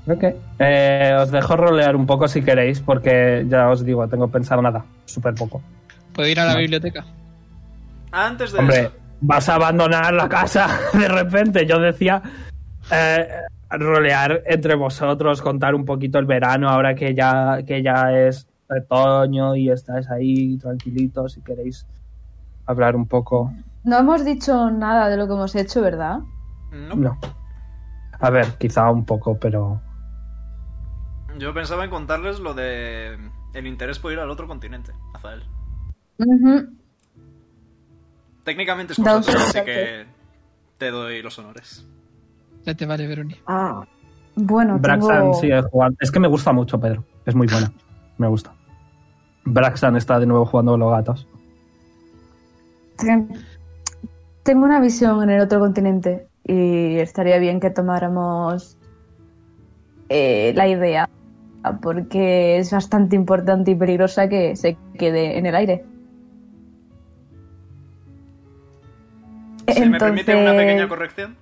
Speaker 2: Ok. Eh, os dejo rolear un poco si queréis, porque ya os digo, tengo pensado nada, súper poco.
Speaker 5: ¿Puedo ir a la biblioteca?
Speaker 1: Antes de
Speaker 2: Hombre,
Speaker 1: eso,
Speaker 2: vas a abandonar la casa de repente. Yo decía eh, rolear entre vosotros, contar un poquito el verano, ahora que ya, que ya es otoño y estáis ahí tranquilitos, si queréis hablar un poco.
Speaker 3: No hemos dicho nada de lo que hemos hecho, ¿verdad?
Speaker 1: no.
Speaker 2: No. A ver, quizá un poco, pero
Speaker 1: Yo pensaba en contarles lo de el interés por ir al otro continente, Azael.
Speaker 3: Ujú.
Speaker 1: Técnicamente es
Speaker 3: Da un
Speaker 1: cosa tuya, así
Speaker 3: salto.
Speaker 1: que te doy los honores.
Speaker 5: Ya te vale, Veroni.
Speaker 7: Bueno,
Speaker 2: Braxan
Speaker 7: tengo...
Speaker 2: sigue jugando. Es que me gusta mucho, Pedro. Es muy buena. Me gusta. Braxan está de nuevo jugando con los gatos.
Speaker 7: Ten- Tengo una visión en el otro continente y estaría bien que tomáramos eh, la idea porque es bastante importante y peligrosa que se quede en el aire.
Speaker 1: Si me permite una pequeña
Speaker 7: Entonces,
Speaker 1: corrección,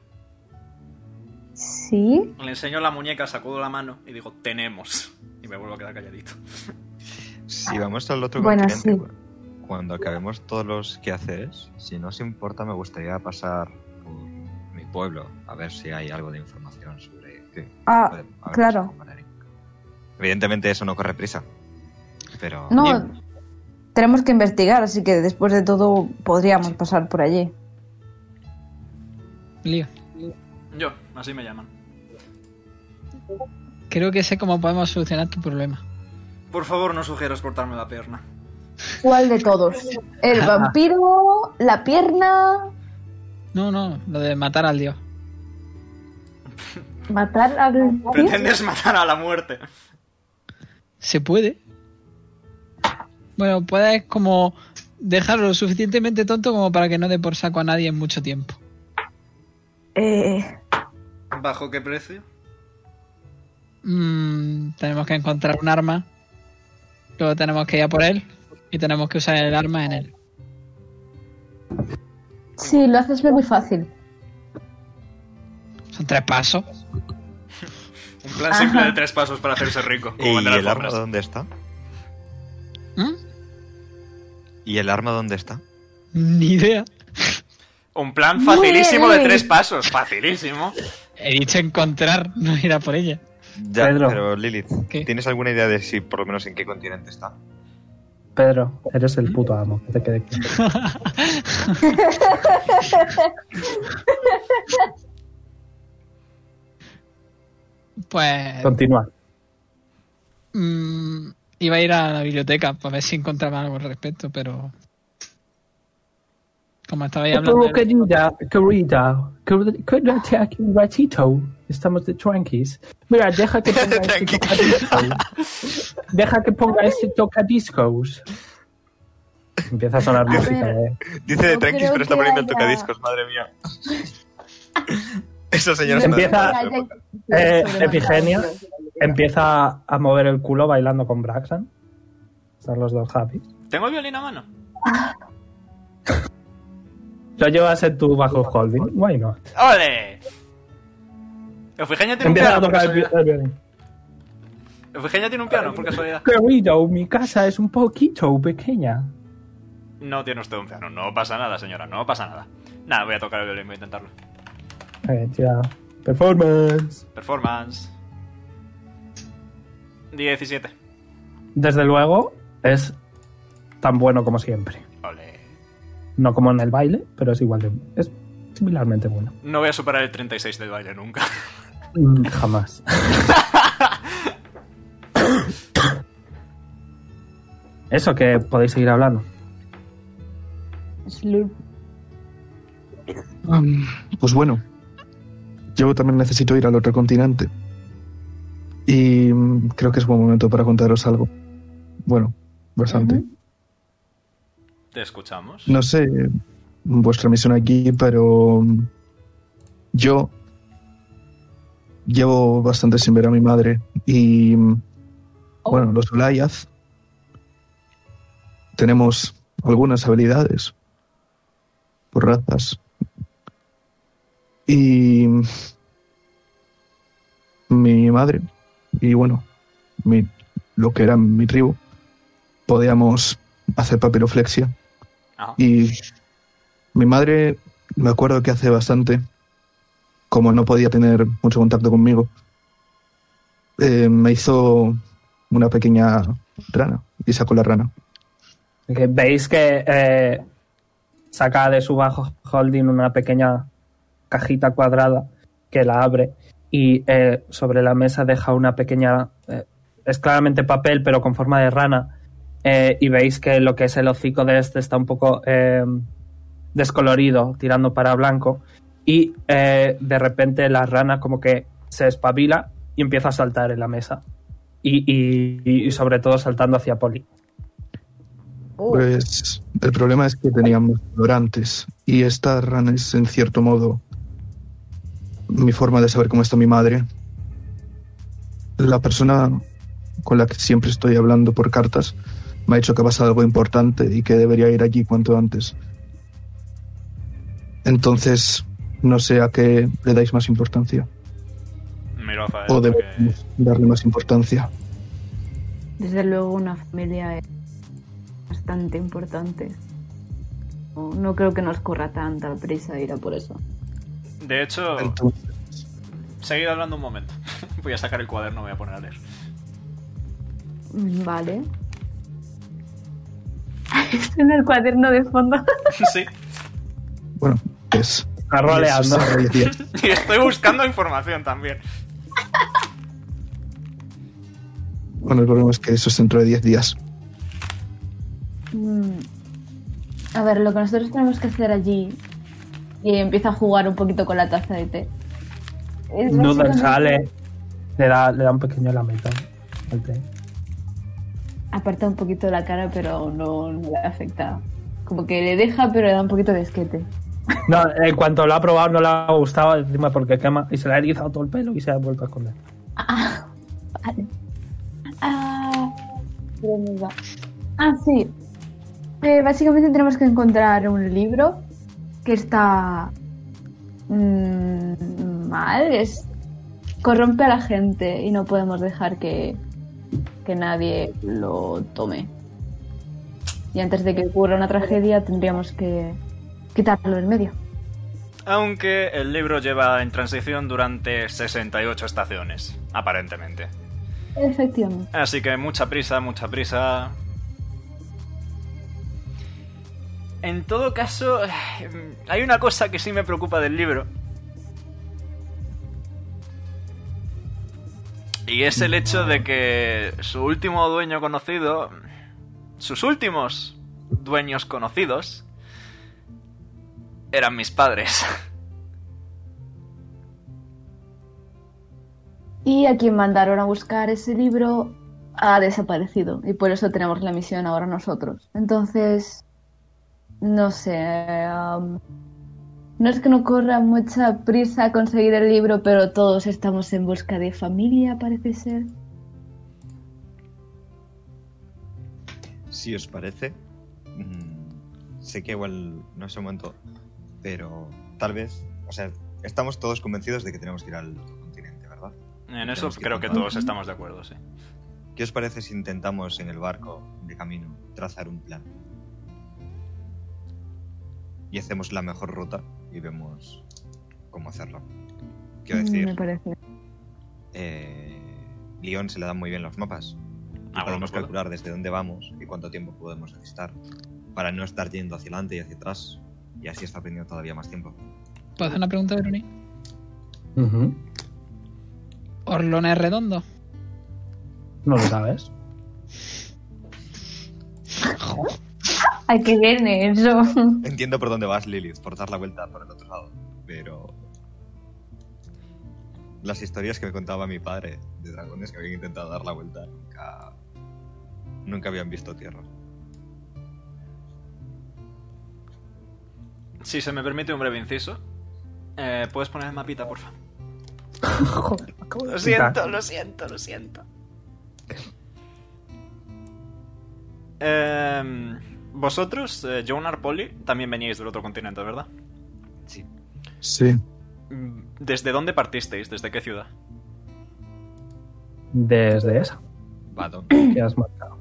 Speaker 7: Sí,
Speaker 1: le enseño la muñeca, sacudo la mano y digo, tenemos. Y me vuelvo a quedar calladito.
Speaker 6: Si vamos al otro
Speaker 7: Bueno,
Speaker 6: continente,
Speaker 7: sí.
Speaker 6: cu- cuando acabemos todos los quehaceres, si no os importa, me gustaría pasar por mi pueblo a ver si hay algo de información sobre qué
Speaker 7: Ah,
Speaker 6: podemos- a ver qué
Speaker 7: claro.
Speaker 6: se puede poner en- Evidentemente eso no corre prisa, pero
Speaker 7: no,
Speaker 5: Bien.
Speaker 7: tenemos que investigar, así que después de todo podríamos pasar por allí.
Speaker 5: Lío.
Speaker 1: Yo, así me llaman.
Speaker 5: Creo que sé cómo podemos solucionar tu problema.
Speaker 1: Por favor, no sugieras cortarme la pierna.
Speaker 3: ¿Cuál de todos? El vampiro, la pierna,
Speaker 5: No, no, lo de matar al dios.
Speaker 3: matar al...
Speaker 1: Pretendes matar a la muerte.
Speaker 5: ¿Se puede? Bueno, puedes como dejarlo lo suficientemente tonto como para que no dé por saco a nadie en mucho tiempo.
Speaker 7: Eh,
Speaker 1: ¿Bajo qué precio?
Speaker 5: Mm, tenemos que encontrar un arma. Luego tenemos que ir a por él. Y tenemos que usar el arma en él.
Speaker 3: Sí, lo haces ver muy fácil.
Speaker 5: Son tres pasos.
Speaker 1: Un plan simple de tres pasos para hacerse rico. como
Speaker 6: ¿Y
Speaker 1: vender
Speaker 6: el arma
Speaker 1: alfombras.
Speaker 6: dónde está?
Speaker 5: ¿Mm?
Speaker 6: ¿Y el arma dónde está?
Speaker 5: Ni idea.
Speaker 1: Un plan facilísimo de
Speaker 7: Uy.
Speaker 1: tres pasos. Facilísimo.
Speaker 5: He dicho encontrar, no ir a por ella.
Speaker 6: Ya,
Speaker 2: Pedro.
Speaker 6: pero Lilith,
Speaker 5: ¿Qué?
Speaker 6: ¿tienes alguna idea de si por lo menos en qué continente está?
Speaker 2: Pedro, eres el puto amo. que te quede claro.
Speaker 5: Pues
Speaker 2: Continúa.
Speaker 5: mm, iba a ir a la biblioteca para ver si encontraba algo al respecto, pero como estabais hablando,
Speaker 2: Pero querida, querida, quer- quédate aquí un ratito. Estamos de tranquis. Mira, deja que ponga este
Speaker 6: Tranqui.
Speaker 2: tocadiscos. Deja que ponga este tocadiscos. Empieza a sonar
Speaker 7: A
Speaker 2: música.
Speaker 7: ver.
Speaker 2: eh.
Speaker 6: Dice de
Speaker 7: No
Speaker 6: tranquis,
Speaker 7: creo
Speaker 6: pero está
Speaker 7: que
Speaker 6: poniendo el
Speaker 7: haya-
Speaker 6: tocadiscos, madre mía. Esa señora
Speaker 2: Se empieza-
Speaker 6: está de-
Speaker 2: Eh, Epigenia empieza a mover el culo bailando con Braxan. Están los dos happy.
Speaker 1: ¿Tengo el violín a mano?
Speaker 2: Lo llevas en tu bajo holding. Why not?
Speaker 1: ¡Ole! Eufigenia tiene un
Speaker 2: Empieza
Speaker 1: piano.
Speaker 2: a
Speaker 1: por
Speaker 2: tocar el, vi-
Speaker 1: casualidad.
Speaker 2: el violín.
Speaker 1: Eufigenia tiene un piano, por casualidad.
Speaker 2: Querido, mi casa es un poquito pequeña.
Speaker 1: No tiene usted un piano. No pasa nada, señora. No pasa nada. Nada, voy a tocar el violín, voy a intentarlo.
Speaker 2: Eh, tira. Performance.
Speaker 1: Performance. 17.
Speaker 2: Desde luego, es tan bueno como siempre.
Speaker 1: Ole.
Speaker 2: No como en el baile, pero es igual de. Es similarmente bueno.
Speaker 1: No voy a superar el 36 del baile nunca.
Speaker 2: Mm, Jamás. Eso que podéis seguir hablando.
Speaker 7: Slurp.
Speaker 4: Pues bueno, yo también necesito ir al otro continente. Y mm, creo que es buen momento para contaros algo. Bueno, bastante.
Speaker 1: ¿Te escuchamos?
Speaker 4: No sé vuestra misión aquí, pero mm, yo llevo bastante sin ver a mi madre y mm, bueno, los Goliath tenemos algunas habilidades por razas y mm, mi madre y bueno, mi- lo que era mi tribu podíamos hacer papiroflexia
Speaker 1: Ajá.
Speaker 4: y mi madre, me acuerdo que hace bastante, como no podía tener mucho contacto conmigo, eh, me hizo una pequeña rana y sacó la rana.
Speaker 2: Que Veis que eh, saca de su bajo holding una pequeña cajita cuadrada que la abre y eh, sobre la mesa deja una pequeña. eh, es claramente papel, pero con forma de rana. eh, y veis que lo que es el hocico de este está un poco eh, descolorido, tirando para blanco. Y eh, de repente la rana, como que se espabila y empieza a saltar en la mesa. Y, y- y sobre todo saltando hacia Poli.
Speaker 4: Pues el problema es que teníamos dorantes y esta run es en cierto modo mi forma de saber cómo está mi madre. La persona con la que siempre estoy hablando por cartas me ha dicho que ha pasado algo importante y que debería ir allí cuanto antes. Entonces, no sé a qué le dais más importancia.
Speaker 1: Miro a
Speaker 2: Oh,
Speaker 1: Fael
Speaker 4: O
Speaker 1: porque-
Speaker 4: debemos darle más importancia.
Speaker 7: Desde luego una familia es bastante importante. No, no creo que nos corra tanta prisa ir a por eso.
Speaker 1: De hecho,
Speaker 4: Entonces,
Speaker 1: seguid hablando un momento. Voy a sacar el cuaderno, voy a poner a leer.
Speaker 7: Mm, Vale. Está en el cuaderno de fondo.
Speaker 1: sí.
Speaker 4: bueno, pues, es.
Speaker 2: Está roleando.
Speaker 1: Y estoy buscando información también.
Speaker 4: Bueno, el problema es que eso es dentro de 10 días.
Speaker 7: Mm. A ver, lo que nosotros tenemos que hacer allí. Y empieza a jugar un poquito con la taza de té. Es
Speaker 2: Noodle
Speaker 7: básicamente-
Speaker 2: sale. Le da, le da un pequeño lamento al té.
Speaker 7: Aparta un poquito la cara, pero no, no le afecta. Como que le deja, pero le da un poquito de esquete.
Speaker 2: No, en cuanto lo ha probado, no le ha gustado encima porque quema. Y se le ha erizado todo el pelo y se ha vuelto a esconder.
Speaker 7: Ah, vale. Ah, pero me va. Ah, sí. Eh, básicamente tenemos que encontrar un libro que está mm, mal, es corrompe a la gente y no podemos dejar que, que nadie lo tome. Y antes de que ocurra una tragedia tendríamos que quitarlo en medio.
Speaker 1: Aunque el libro lleva en transición durante 68 estaciones, aparentemente.
Speaker 7: Efectivamente.
Speaker 1: Así que mucha prisa, mucha prisa. En todo caso, hay una cosa que sí me preocupa del libro. Y es el hecho de que su último dueño conocido, sus últimos dueños conocidos, eran mis padres.
Speaker 7: Y a quien mandaron a buscar ese libro ha desaparecido y por eso tenemos la misión ahora nosotros. Entonces, no sé, am, no es que no corra mucha prisa conseguir el libro, pero todos estamos en busca de familia, parece ser.
Speaker 6: Si os parece, mm, sé que igual no es el momento, pero tal vez, o sea, estamos todos convencidos de que tenemos que ir al otro continente, ¿verdad?
Speaker 1: En eso creo que todos estamos de acuerdo, sí.
Speaker 6: ¿Qué os parece si intentamos en el barco de camino trazar un plan? Y hacemos la mejor ruta y vemos cómo hacerlo. Quiero
Speaker 7: Mm, Me
Speaker 6: decir,
Speaker 7: parece.
Speaker 6: eh, Lyon se le dan muy bien los mapas.
Speaker 1: Ah, bueno,
Speaker 6: podemos
Speaker 1: me acuerdo.
Speaker 6: calcular desde dónde vamos y cuánto tiempo podemos necesitar para no estar yendo hacia adelante y hacia atrás y así estar perdiendo todavía más tiempo.
Speaker 5: ¿Puedo hacer una pregunta, Veroni? ¿Orlona es redondo?
Speaker 2: No lo sabes.
Speaker 7: Hay que viene eso.
Speaker 6: Entiendo por dónde vas, Lilith, por dar la vuelta por el otro lado, pero... Las historias que me contaba mi padre de dragones que habían intentado dar la vuelta nunca... Nunca habían visto tierra.
Speaker 1: Si se me permite un breve inciso, eh, ¿puedes poner el mapita, por favor? Lo siento, lo siento, lo siento. Em, vosotros, eh, Jonar Poli, también veníais del otro continente, ¿verdad?
Speaker 4: Sí.
Speaker 1: Mm, ¿Desde dónde partisteis? ¿Desde qué ciudad?
Speaker 2: Desde esa
Speaker 6: Badon.
Speaker 2: que has marcado.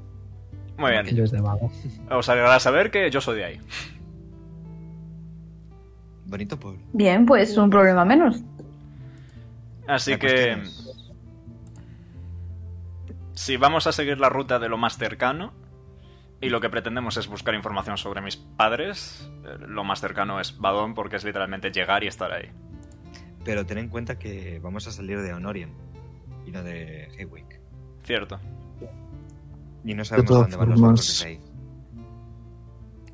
Speaker 1: Muy bien.
Speaker 2: Desde vago.
Speaker 1: Os alegrará saber que yo soy de ahí.
Speaker 6: Bonito pueblo.
Speaker 7: Bien, pues un problema menos.
Speaker 1: Así
Speaker 6: La
Speaker 1: que, em,
Speaker 6: cuestión es-
Speaker 1: si vamos a seguir la ruta de lo más cercano, y lo que pretendemos es buscar información sobre mis padres, eh, lo más cercano es Badón, porque es literalmente llegar y estar ahí.
Speaker 6: Pero ten en cuenta que vamos a salir de Honorian y no de Haywick.
Speaker 1: Cierto.
Speaker 6: Y no sabemos
Speaker 4: todas
Speaker 6: dónde van los
Speaker 4: formas-
Speaker 6: otros de ahí.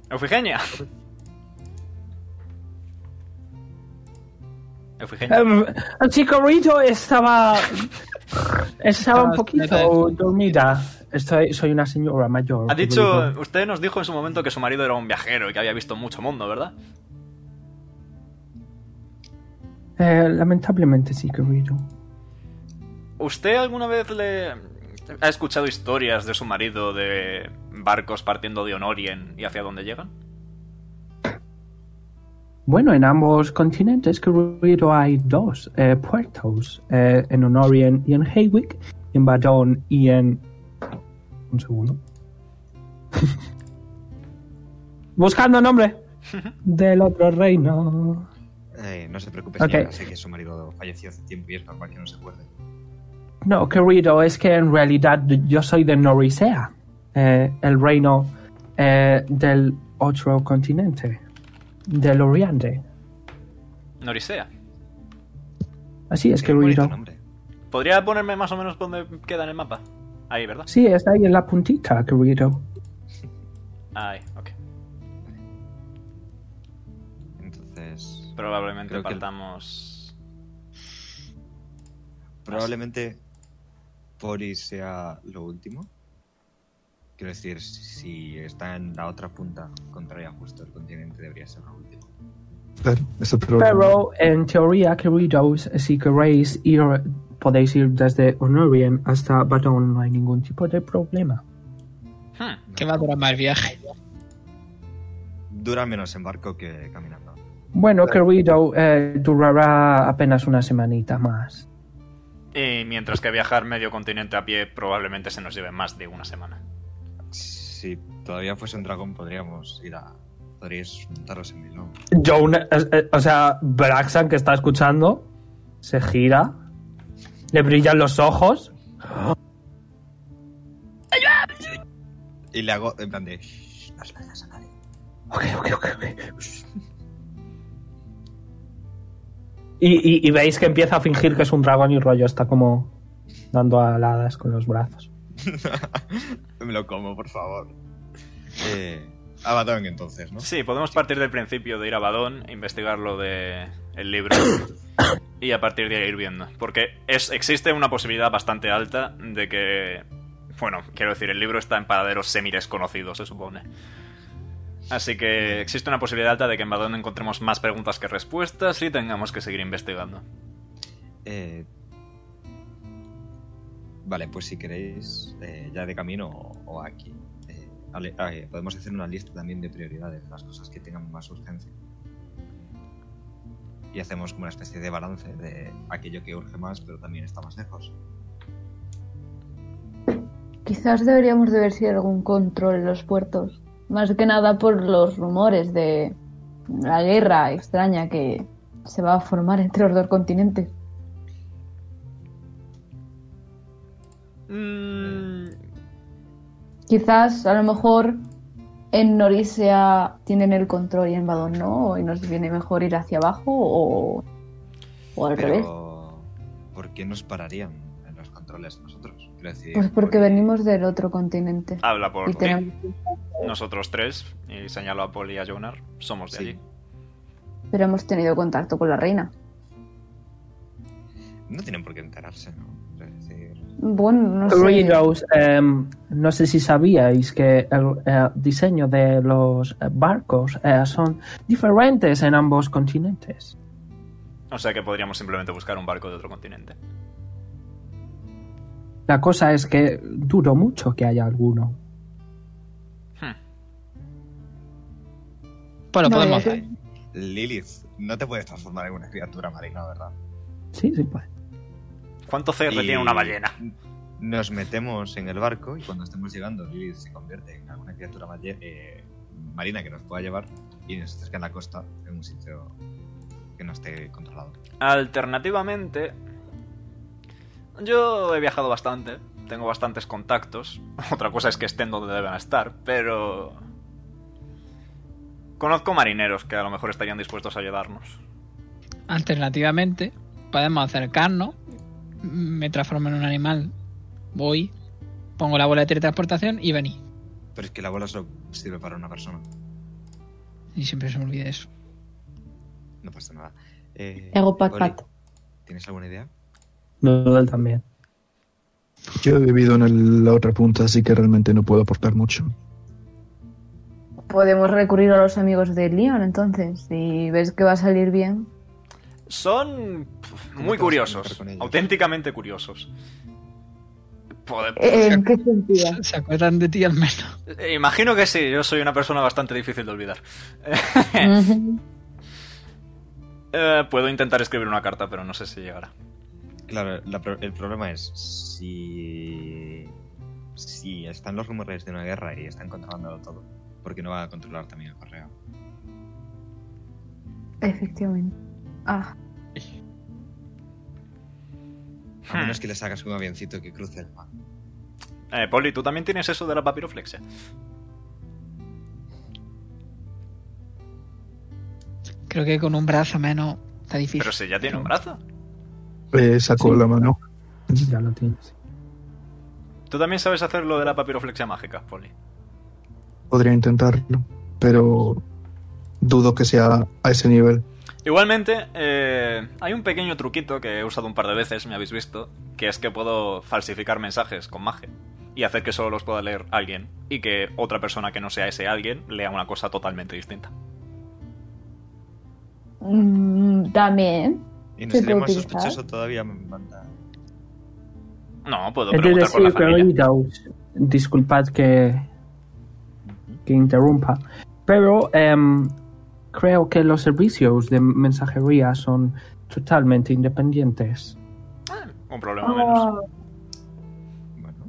Speaker 1: Eufigenia. Eufigenia.
Speaker 2: Eh, Em, El chico Rito estaba Estaba un
Speaker 5: Estabas
Speaker 2: poquito
Speaker 5: nervioso.
Speaker 2: dormida. Estoy, soy una señora mayor.
Speaker 1: Ha dicho, usted nos dijo en su momento que su marido era un viajero y que había visto mucho mundo, ¿verdad?
Speaker 2: Eh, lamentablemente sí, querido.
Speaker 1: ¿Usted alguna vez le ha escuchado historias de su marido de barcos partiendo de Honorien y hacia dónde llegan?
Speaker 2: Bueno, en ambos continentes, querido, hay dos eh, puertos. eh, en Honorien y en Haywick. En Badón y en... Un segundo. Buscando nombre. Del otro reino.
Speaker 6: Eh, no se preocupe,
Speaker 2: Ok.
Speaker 6: señora. Sé que su marido falleció hace tiempo y es normal que no se acuerde.
Speaker 2: No, querido, es que en realidad yo soy de Norisea, eh, el reino eh, del otro continente, del Oriente.
Speaker 1: Norisea.
Speaker 2: Así es,
Speaker 6: Qué bonito
Speaker 2: querido.
Speaker 6: nombre.
Speaker 1: ¿Podría ponerme más o menos dónde queda en el mapa? Ahí, ¿verdad?
Speaker 2: Sí, está ahí en la puntita, querido.
Speaker 1: Ahí, ok.
Speaker 6: Entonces,
Speaker 1: Probablemente
Speaker 6: Creo que el-
Speaker 1: partamos...
Speaker 6: probablemente Pori sea lo último. Quiero decir, si está en la otra punta contraria justo al continente, debería ser lo último.
Speaker 4: Claro, eso te lo-
Speaker 2: Pero en teoría, queridos, si queréis ir, podéis ir desde Honorien hasta Badón, no hay ningún tipo de problema.
Speaker 1: Hmm,
Speaker 5: Que va a durar más el viaje.
Speaker 6: Dura menos en barco que caminando.
Speaker 2: Bueno, querido, eh, durará apenas una semanita más.
Speaker 1: Y mientras que viajar medio continente a pie probablemente se nos lleve más de una semana.
Speaker 6: Si todavía fuese un dragón, podríamos ir a. Podríais montaros en Milón.
Speaker 2: Yo, una- es- eh, o sea, Braxan que está escuchando, se gira, le brillan los ojos.
Speaker 6: Y le hago en plan de. "Shh, No se lo digas a nadie.
Speaker 2: Ok, ok, ok, ok. Y, y- y veis que empieza a fingir que es un dragón y rollo está como dando aladas con los brazos.
Speaker 6: Me lo como, por favor. Eh, Abaddon, entonces, ¿no?
Speaker 1: Sí, podemos partir del principio de ir a Badón, investigar lo de el libro y a partir de ahí ir viendo. Porque es, existe una posibilidad bastante alta de que... Bueno, quiero decir, el libro está en paraderos semi-desconocidos, se supone. Así que existe una posibilidad alta de que en Badón encontremos más preguntas que respuestas y tengamos que seguir investigando.
Speaker 6: Eh, vale, pues si queréis, eh, ya de camino o, o aquí. Eh, ale- ah, eh, podemos hacer una lista también de prioridades, las cosas que tengan más urgencia. Y hacemos como una especie de balance de aquello que urge más, pero también está más lejos.
Speaker 7: Quizás deberíamos de ver si hay algún control en los puertos. Más que nada por los rumores de la guerra extraña que se va a formar entre los dos continentes.
Speaker 1: Mm,
Speaker 7: Quizás, a lo mejor, en Norisea tienen el control y en Badón no, y nos viene mejor ir hacia abajo o, o al revés.
Speaker 6: Pero, ¿por qué nos pararían en los controles nosotros? Quiero decir,
Speaker 7: Pues porque
Speaker 6: ¿por qué?
Speaker 7: venimos del otro continente.
Speaker 1: habla por
Speaker 7: Y
Speaker 1: ti.
Speaker 7: tenemos...
Speaker 1: Nosotros tres, y señalo a Paul y a Jonar, somos de
Speaker 6: Sí.
Speaker 1: allí.
Speaker 7: Pero hemos tenido contacto con la reina.
Speaker 6: No tienen por qué enterarse, ¿no? Quiero decir,
Speaker 7: Bueno, no sé.
Speaker 2: Queridos, em, no sé si sabíais que el eh, diseño de los eh, barcos eh, son diferentes en ambos continentes.
Speaker 1: O sea que podríamos simplemente buscar un barco de otro continente.
Speaker 2: La cosa es que dudo mucho que haya alguno.
Speaker 1: Hmm.
Speaker 5: Bueno,
Speaker 7: No,
Speaker 5: podemos
Speaker 7: yo-
Speaker 5: hacer.
Speaker 6: Lilith, no te puedes transformar en una criatura marina, ¿verdad?
Speaker 2: Sí, sí, pues.
Speaker 1: ¿Cuánto CR
Speaker 6: Y
Speaker 1: tiene una ballena?
Speaker 6: Nos metemos en el barco y cuando estemos llegando, Lilith se convierte en alguna criatura malle- eh, marina que nos pueda llevar y nos acerca a la costa en un sitio que no esté controlado.
Speaker 1: Alternativamente, yo he viajado bastante, tengo bastantes contactos. Otra cosa es que estén donde deben estar, pero... Conozco marineros que a lo mejor estarían dispuestos a ayudarnos.
Speaker 5: Alternativamente, podemos acercarnos. Me transformo en un animal. Voy, pongo la bola de teletransportación y vení.
Speaker 6: Pero es que la bola solo sirve para una persona,
Speaker 5: Y siempre se me olvida eso.
Speaker 6: no pasa nada. Eh,
Speaker 7: Ego pat
Speaker 6: Oli,
Speaker 7: pat.
Speaker 6: ¿Tienes alguna idea?
Speaker 2: Dudel también.
Speaker 4: Yo he vivido en el- la otra punta, así que realmente no puedo aportar mucho.
Speaker 7: Podemos recurrir a los amigos de Leon entonces, si ves que va a salir bien.
Speaker 1: Son pf, muy
Speaker 6: ¿Cómo te vas a conectar
Speaker 1: curiosos,
Speaker 6: con ellos?
Speaker 1: auténticamente curiosos. Poder-
Speaker 7: Eh, ¿En qué sentido?
Speaker 5: Se acuerdan de ti al menos.
Speaker 1: eh, Imagino que sí, yo soy una persona bastante difícil de olvidar.
Speaker 7: Ujú.
Speaker 1: Eh, puedo intentar escribir una carta, pero no sé si llegará.
Speaker 6: Claro, la pro- el problema es si. Si están los rumores de una guerra y están controlando todo, ¿por qué no va a controlar también el correo?
Speaker 7: Efectivamente. Ah,
Speaker 6: A
Speaker 1: Hmm.
Speaker 6: menos que le sacas un avioncito que cruce el mar.
Speaker 1: Eh, Poli, ¿tú también tienes eso de la papiroflexia?
Speaker 5: Creo que con un brazo menos está difícil.
Speaker 1: Pero si ya tiene un brazo.
Speaker 4: Eh, saco
Speaker 2: Sí.
Speaker 4: la mano.
Speaker 2: Ya lo tienes.
Speaker 1: Tú también sabes hacer lo de la papiroflexia mágica, Poli.
Speaker 4: Podría intentarlo, pero dudo que sea a ese nivel.
Speaker 1: Igualmente, eh, hay un pequeño truquito que he usado un par de veces, me habéis visto, que es que puedo falsificar mensajes con magia y hacer que solo los pueda leer alguien y que otra persona que no sea ese alguien lea una cosa totalmente distinta.
Speaker 7: mm, también.
Speaker 6: Y no
Speaker 7: Se
Speaker 6: sería
Speaker 7: puede
Speaker 6: más
Speaker 7: utilizar.
Speaker 6: sospechoso todavía, me manda.
Speaker 1: No, puedo
Speaker 2: Es de
Speaker 1: preguntar por la
Speaker 2: decir, que
Speaker 1: familia.
Speaker 2: oídos, disculpad que, que interrumpa, pero em, creo que los servicios de mensajería son totalmente independientes.
Speaker 1: Ah, Un problema menos.
Speaker 6: Bueno.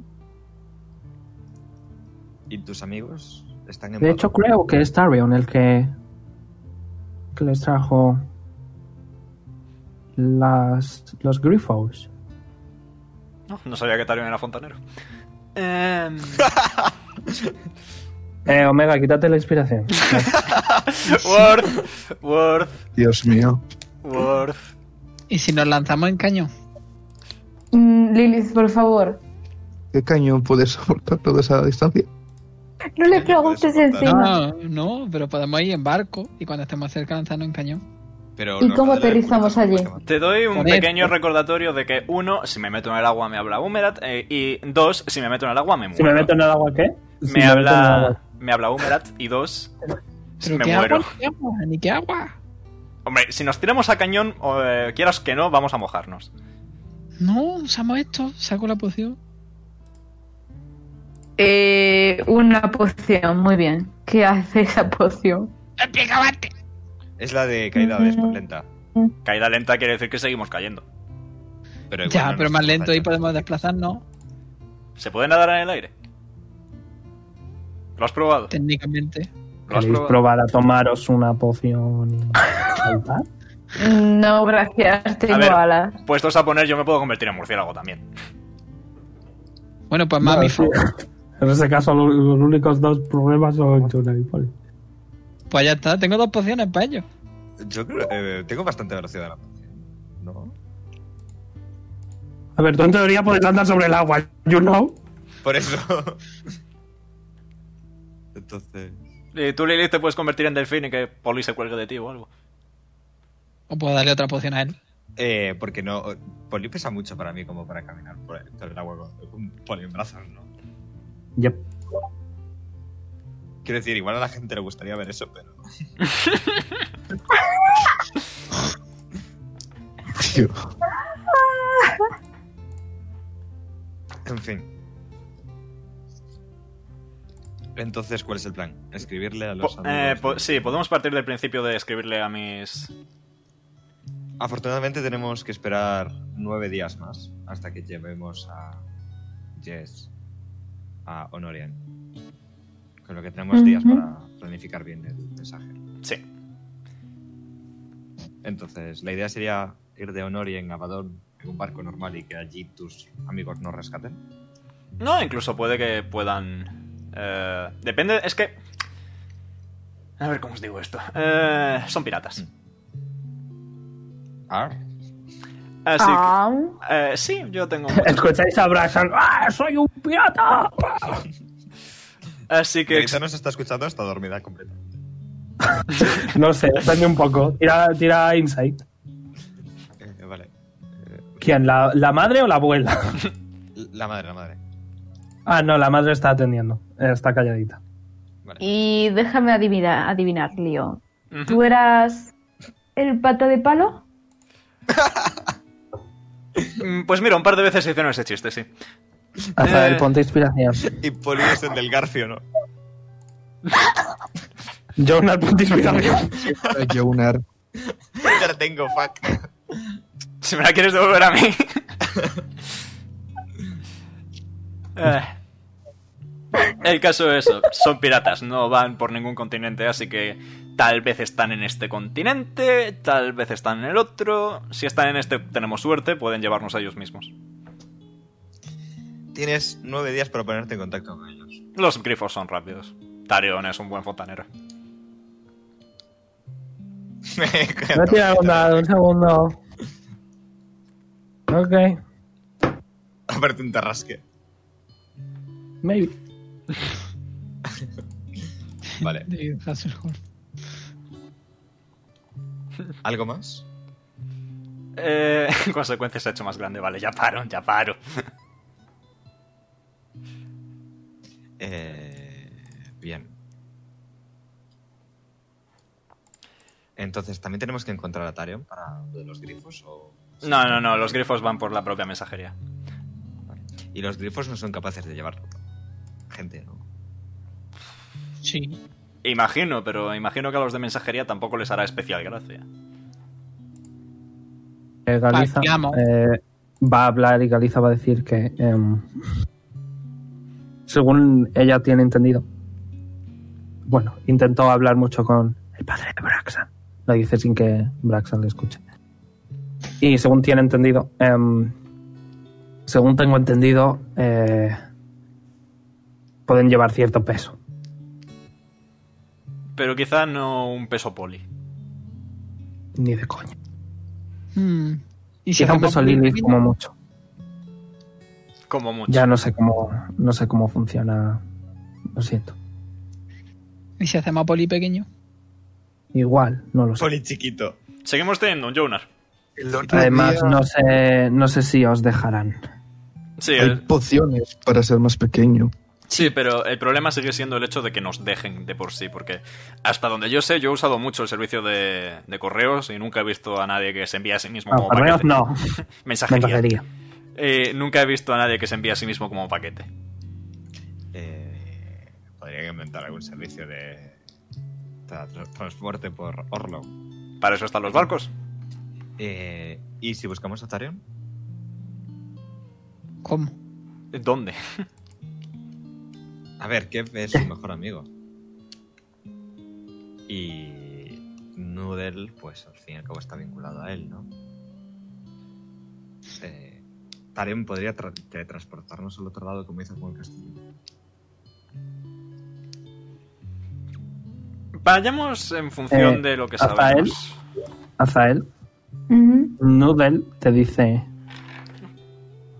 Speaker 6: ¿Y tus amigos están en
Speaker 2: De hecho,
Speaker 6: Badalona?
Speaker 2: creo que es Tarion el que, que les trajo las, los Griffos.
Speaker 1: No, no sabía que Tarion era fontanero. Em,
Speaker 2: Eh, Omega, quítate la inspiración.
Speaker 1: worth, worth,
Speaker 4: Dios mío.
Speaker 1: worth.
Speaker 5: ¿Y si nos lanzamos en cañón?
Speaker 7: Mm, Lilith, por favor,
Speaker 4: ¿Qué cañón puedes soportar toda esa distancia?
Speaker 7: no
Speaker 6: Sí, le
Speaker 7: le
Speaker 6: puedes
Speaker 7: preguntes
Speaker 6: preguntar.
Speaker 7: encima.
Speaker 5: No, no, pero podemos ir en barco y cuando estemos cerca lanzarnos en cañón.
Speaker 6: Pero
Speaker 7: ¿Y
Speaker 6: los
Speaker 7: cómo
Speaker 6: Badalona
Speaker 7: aterrizamos
Speaker 6: tampoco
Speaker 7: allí?
Speaker 6: están mal.
Speaker 1: Te doy un
Speaker 5: Con esto.
Speaker 1: pequeño recordatorio de que, uno, si me meto en el agua me habla Humerat, eh, y dos, si me meto en el agua me muero.
Speaker 2: Si me meto en el agua, ¿qué? Si
Speaker 1: me,
Speaker 2: meto en el
Speaker 1: habla,
Speaker 2: agua.
Speaker 1: me habla Humerat, y dos, si
Speaker 5: ¿Pero
Speaker 1: me
Speaker 5: qué
Speaker 1: muero.
Speaker 5: agua? ¿Qué agua? ¿Ni qué agua?
Speaker 1: Hombre, si nos tiramos a cañón, o, eh, quieras que no, vamos a mojarnos.
Speaker 5: No, usamos esto, saco la poción.
Speaker 7: Eh, una poción, muy bien. ¿Qué hace esa poción?
Speaker 5: ¡Explica antes!
Speaker 6: Es la de caída de
Speaker 7: Mm.
Speaker 6: lenta.
Speaker 1: Caída lenta quiere decir que seguimos cayendo.
Speaker 6: Pero igual
Speaker 5: Ya,
Speaker 6: no nos
Speaker 5: pero más lento ahí
Speaker 6: acompaña.
Speaker 5: podemos desplazarnos.
Speaker 1: ¿Se puede nadar en el aire? ¿Lo has probado?
Speaker 5: Técnicamente.
Speaker 1: ¿Lo has
Speaker 2: ¿Queréis
Speaker 1: probado?
Speaker 2: probar a tomaros una poción y saltar?
Speaker 7: No, gracias, tengo
Speaker 1: ver.
Speaker 7: alas.
Speaker 1: Puestos a poner, yo me puedo convertir en murciélago también.
Speaker 5: Bueno, pues mami,
Speaker 2: sí. En ese caso, lo- los únicos dos problemas son Jonah y Paul.
Speaker 5: pues ya está, tengo dos pociones para ello.
Speaker 6: Yo creo. eh, tengo bastante velocidad en la poción, ¿No?
Speaker 2: A ver, tú en teoría puedes andar sobre el agua, you know.
Speaker 6: Por eso. Entonces.
Speaker 1: Eh, tú, Lilith, te puedes convertir en delfín y que Polly se cuelgue de ti o algo.
Speaker 5: O puedo darle otra poción a él.
Speaker 6: Eh, porque no. Poli pesa mucho para mí como para caminar por el, por el agua con, con Poli en brazos, ¿no?
Speaker 2: Yep.
Speaker 6: Quiero decir, igual a la gente le gustaría ver eso, pero.
Speaker 4: Tío.
Speaker 6: En fin. Entonces, ¿cuál es el plan? Escribirle a los
Speaker 1: Po- eh,
Speaker 6: amigos.
Speaker 1: po- sí, podemos partir del principio de escribirle a mis...
Speaker 6: Afortunadamente tenemos que esperar nueve días más hasta que llevemos a Jess a Honorian. Con lo que tenemos días
Speaker 7: Ujú.
Speaker 6: para planificar bien el mensaje.
Speaker 1: Sí.
Speaker 6: Entonces, la idea sería ir de Honorian a Badón en un barco normal y que allí tus amigos nos rescaten.
Speaker 1: No, incluso puede que puedan. eh, depende, es que. A ver cómo os digo esto. Eh, son piratas.
Speaker 6: Ah,
Speaker 1: Así que.
Speaker 7: Ah,
Speaker 1: eh, sí, yo tengo.
Speaker 2: Escucháis a Braxan. ¡Ah, soy un pirata!
Speaker 1: Así que.
Speaker 6: Marisa nos está escuchando, está dormida completamente.
Speaker 2: No sé, depende un poco. Tira, tira Insight.
Speaker 6: Eh, vale.
Speaker 2: ¿Quién? ¿La, la madre o la abuela?
Speaker 6: L- La madre, la madre.
Speaker 2: Ah, no, la madre está atendiendo. Eh, Está calladita.
Speaker 6: Vale.
Speaker 7: Y déjame adivinar, adivinar Leo.
Speaker 1: Ujú.
Speaker 7: ¿Tú eras el pata de palo?
Speaker 1: Mm, Pues mira, un par de veces se hicieron ese chiste, sí.
Speaker 2: Rafael,
Speaker 1: Eh.
Speaker 2: ponte inspiración.
Speaker 6: Y Poli es el del Garfio, ¿no?
Speaker 2: Journal, ponte inspiración.
Speaker 4: Yo unar.
Speaker 6: Ya la tengo, fuck.
Speaker 1: Si me la quieres devolver a mí. Eh. El caso es eso, son piratas, no van por ningún continente, así que tal vez están en este continente, tal vez están en el otro. Si están en este, tenemos suerte, pueden llevarnos a ellos mismos.
Speaker 6: Tienes nueve días para ponerte en contacto con ellos.
Speaker 1: Los grifos son rápidos. Tarion es un buen fontanero.
Speaker 2: No tiene un dado, un segundo. Ok,
Speaker 6: Aparte un tarrasque.
Speaker 2: maybe.
Speaker 6: Vale.
Speaker 5: David Hasselhoff.
Speaker 6: ¿Algo más?
Speaker 1: Eh, en consecuencia se ha hecho más grande, vale, ya paro, ya paro.
Speaker 6: Eh, bien. Entonces, ¿también tenemos que encontrar a Tarion para lo de los grifos? O...
Speaker 1: No, no, no, los grifos van por la propia mensajería.
Speaker 6: Y los grifos no son capaces de llevar gente, ¿no?
Speaker 5: Sí.
Speaker 1: Imagino, pero imagino que a los de mensajería tampoco les hará especial gracia.
Speaker 2: Eh, Galiza
Speaker 5: Partiamo.
Speaker 2: eh, va a hablar y Galiza va a decir que, em, según ella tiene entendido, bueno, intentó hablar mucho con el padre de Braxan. Lo dice sin que Braxan le escuche. Y según tiene entendido, em, según tengo entendido, eh, pueden llevar cierto peso.
Speaker 1: Pero quizá no un peso poli.
Speaker 2: Ni de coña.
Speaker 5: Hmm. ¿Y si
Speaker 2: Quizá un
Speaker 5: hacemos
Speaker 2: peso Lilith como mucho.
Speaker 1: Como mucho.
Speaker 2: Ya no sé cómo, no sé cómo funciona. Lo siento.
Speaker 5: ¿Y si hacemos poli pequeño?
Speaker 2: Igual, no lo sé.
Speaker 6: Poli chiquito.
Speaker 1: Seguimos teniendo un Jonar.
Speaker 4: El otro
Speaker 2: Además,
Speaker 4: día
Speaker 2: no sé, no sé si os dejarán.
Speaker 1: Sí,
Speaker 4: Hay
Speaker 1: el-
Speaker 4: pociones para ser más pequeño.
Speaker 1: sí, pero el problema sigue siendo el hecho de que nos dejen de por sí, porque hasta donde yo sé, yo he usado mucho el servicio de, de correos y nunca he visto a nadie que se envíe a sí mismo
Speaker 2: Ah,
Speaker 1: como
Speaker 2: correos
Speaker 1: paquete.
Speaker 2: no,
Speaker 1: Mensajería.
Speaker 2: mensajería.
Speaker 1: Eh, nunca he visto a nadie que se envíe a sí mismo como paquete.
Speaker 6: Eh, podrían inventar algún servicio de tra- tra- transporte por Orlo.
Speaker 1: Para eso están los barcos.
Speaker 6: Eh, ¿Y si buscamos a Tarion?
Speaker 5: ¿Cómo?
Speaker 1: ¿Dónde?
Speaker 6: A ver, Kev es su mejor amigo. Y Noodle, pues al fin y al cabo está vinculado a él, ¿no? Eh, Tarion podría tra- teletransportarnos al otro lado como hizo con el castillo.
Speaker 1: Vayamos en función
Speaker 2: Eh,
Speaker 1: de lo que
Speaker 2: Rafael.
Speaker 1: sabemos.
Speaker 2: Azael, Noodle te dice.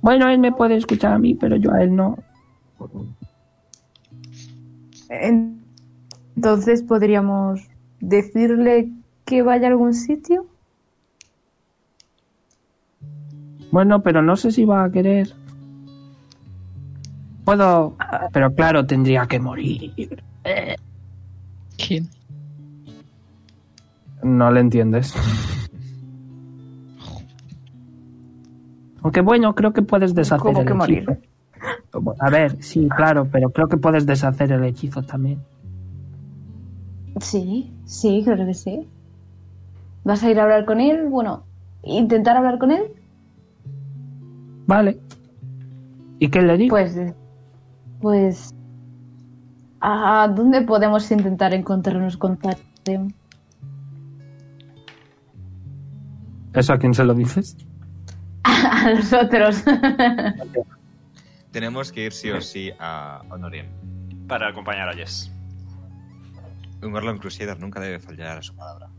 Speaker 2: Bueno, él me puede escuchar a mí, pero yo a él no.
Speaker 7: En- Entonces podríamos decirle que vaya a algún sitio.
Speaker 2: Bueno, pero no sé si va a querer. Puedo. Pero claro, tendría que morir.
Speaker 5: ¿Quién?
Speaker 2: No le entiendes. Aunque bueno, creo que puedes deshacer
Speaker 7: ¿Cómo
Speaker 2: el
Speaker 7: que morir?
Speaker 2: hechizo. A ver, sí, claro, pero creo que puedes deshacer el hechizo también.
Speaker 3: Sí, sí, creo que sí.
Speaker 7: ¿Vas a ir a hablar con él? Bueno, intentar hablar con él.
Speaker 2: Vale. ¿Y qué le digo?
Speaker 7: Pues, eh, pues, ¿a dónde podemos intentar encontrarnos con Tarion?
Speaker 2: ¿Eso a quién se lo dices?
Speaker 7: A los otros.
Speaker 6: Tenemos que ir sí o sí a Honorien.
Speaker 1: Para acompañar a Jess.
Speaker 6: Un Orlon Crusader nunca debe fallar a su palabra.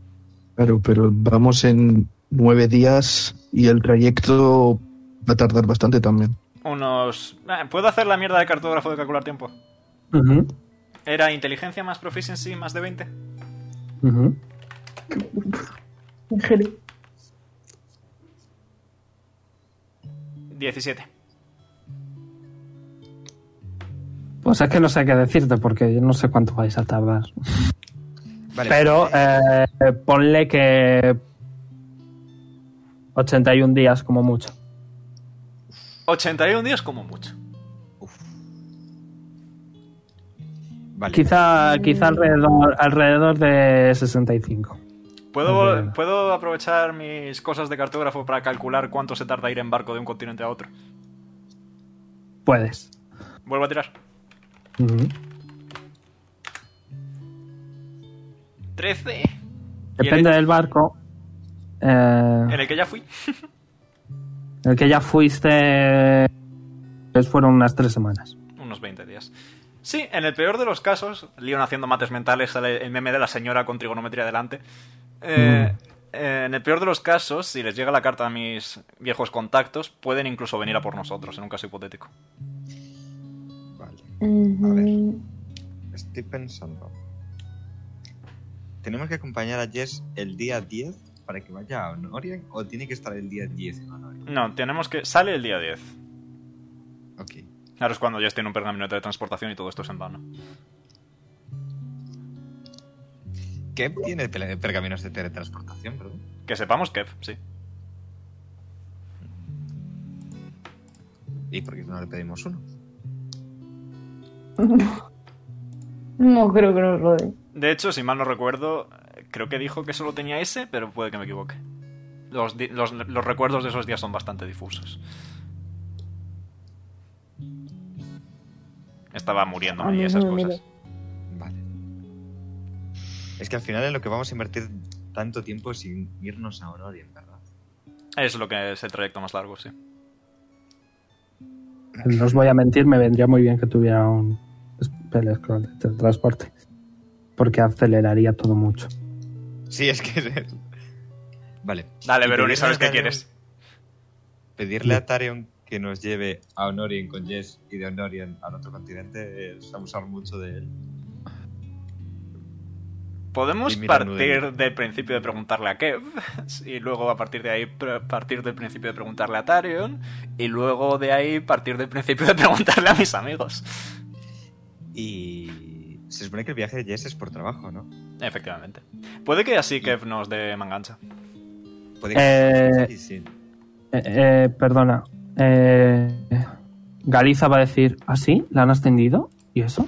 Speaker 4: Claro, pero vamos en nueve días y el trayecto va a tardar bastante también.
Speaker 1: Unos... eh, ¿Puedo hacer la mierda de cartógrafo de calcular tiempo?
Speaker 2: Ujú,
Speaker 1: ¿Era inteligencia más proficiency más de 20?
Speaker 2: ujú.
Speaker 7: Ángel.
Speaker 1: 17.
Speaker 2: Pues es que no sé qué decirte porque yo no sé cuánto vais a tardar.
Speaker 6: Vale.
Speaker 2: Pero eh, ponle que 81 días como mucho.
Speaker 1: 81 días como mucho.
Speaker 6: Vale.
Speaker 2: Quizá, quizá alrededor, alrededor de 65.
Speaker 1: ¿Puedo,
Speaker 2: Entiendo.
Speaker 1: ¿Puedo aprovechar mis cosas de cartógrafo para calcular cuánto se tarda ir en barco de un continente a otro?
Speaker 2: Puedes.
Speaker 1: Vuelvo a tirar.
Speaker 2: Ujú.
Speaker 1: 13. Y en
Speaker 2: Depende
Speaker 1: el,
Speaker 2: del barco. Eh,
Speaker 1: en el que ya fui.
Speaker 2: el que ya fuiste. pues fueron unas tres semanas.
Speaker 1: Unos 20 días. Sí, en el peor de los casos, Leon haciendo mates mentales, sale el meme de la señora con trigonometría delante. Eh, eh, en el peor de los casos, si les llega la carta a mis viejos contactos, pueden incluso venir a por nosotros, en un caso hipotético.
Speaker 6: Vale.
Speaker 7: Ujú.
Speaker 6: A ver.
Speaker 7: Em.
Speaker 6: Estoy pensando. ¿Tenemos que acompañar a Jess el día 10 para que vaya a Honorian o tiene que estar el día 10 en Honorian?
Speaker 1: No, tenemos que... Sale el día 10.
Speaker 6: Ok.
Speaker 1: Ahora es cuando ya tiene un pergamino de transportación y todo esto es en vano.
Speaker 6: ¿Qué tiene tele- pergaminos de teletransportación, perdón?
Speaker 1: Que sepamos que, sí.
Speaker 6: ¿Y por qué no le pedimos uno?
Speaker 7: No creo que nos lo dé.
Speaker 1: De hecho, si mal no recuerdo, creo que dijo que solo tenía ese, pero puede que me equivoque. Los, di- los- los recuerdos de esos días son bastante difusos. Estaba
Speaker 7: A
Speaker 1: muriéndome
Speaker 7: mí
Speaker 1: y esas
Speaker 7: Ah, no me
Speaker 1: cosas.
Speaker 6: Vale. Es que al final es lo que vamos a invertir tanto tiempo sin irnos a Honorian, ¿verdad?
Speaker 1: Es lo que es el trayecto más largo, sí.
Speaker 2: No os voy a mentir, me vendría muy bien que tuviera un spell scroll de transporte. Porque aceleraría todo mucho.
Speaker 6: Sí, es que es eso. Vale.
Speaker 1: Dale,
Speaker 6: Y
Speaker 1: Veroni,
Speaker 6: pedirle
Speaker 1: sabes
Speaker 6: a
Speaker 1: qué
Speaker 6: Tarion-
Speaker 1: quieres.
Speaker 6: Pedirle a Tarion que nos lleve a Honorian con Jess y de Honorian al otro continente es abusar mucho de él.
Speaker 1: Podemos
Speaker 6: Y mira,
Speaker 1: partir del principio de preguntarle a Kev, y luego a partir de ahí pre- partir del principio de preguntarle a Tarion, y luego de ahí partir del principio de preguntarle a mis amigos.
Speaker 6: Y se supone que el viaje de Jess es por trabajo, ¿no?
Speaker 1: Efectivamente. Puede que así Kev nos dé mangancha.
Speaker 6: Puede
Speaker 2: Eh,
Speaker 6: Sí, sí.
Speaker 2: Eh, eh, perdona. Eh, Galiza va a decir, ¿ah, sí? ¿La han ascendido? ¿Y eso?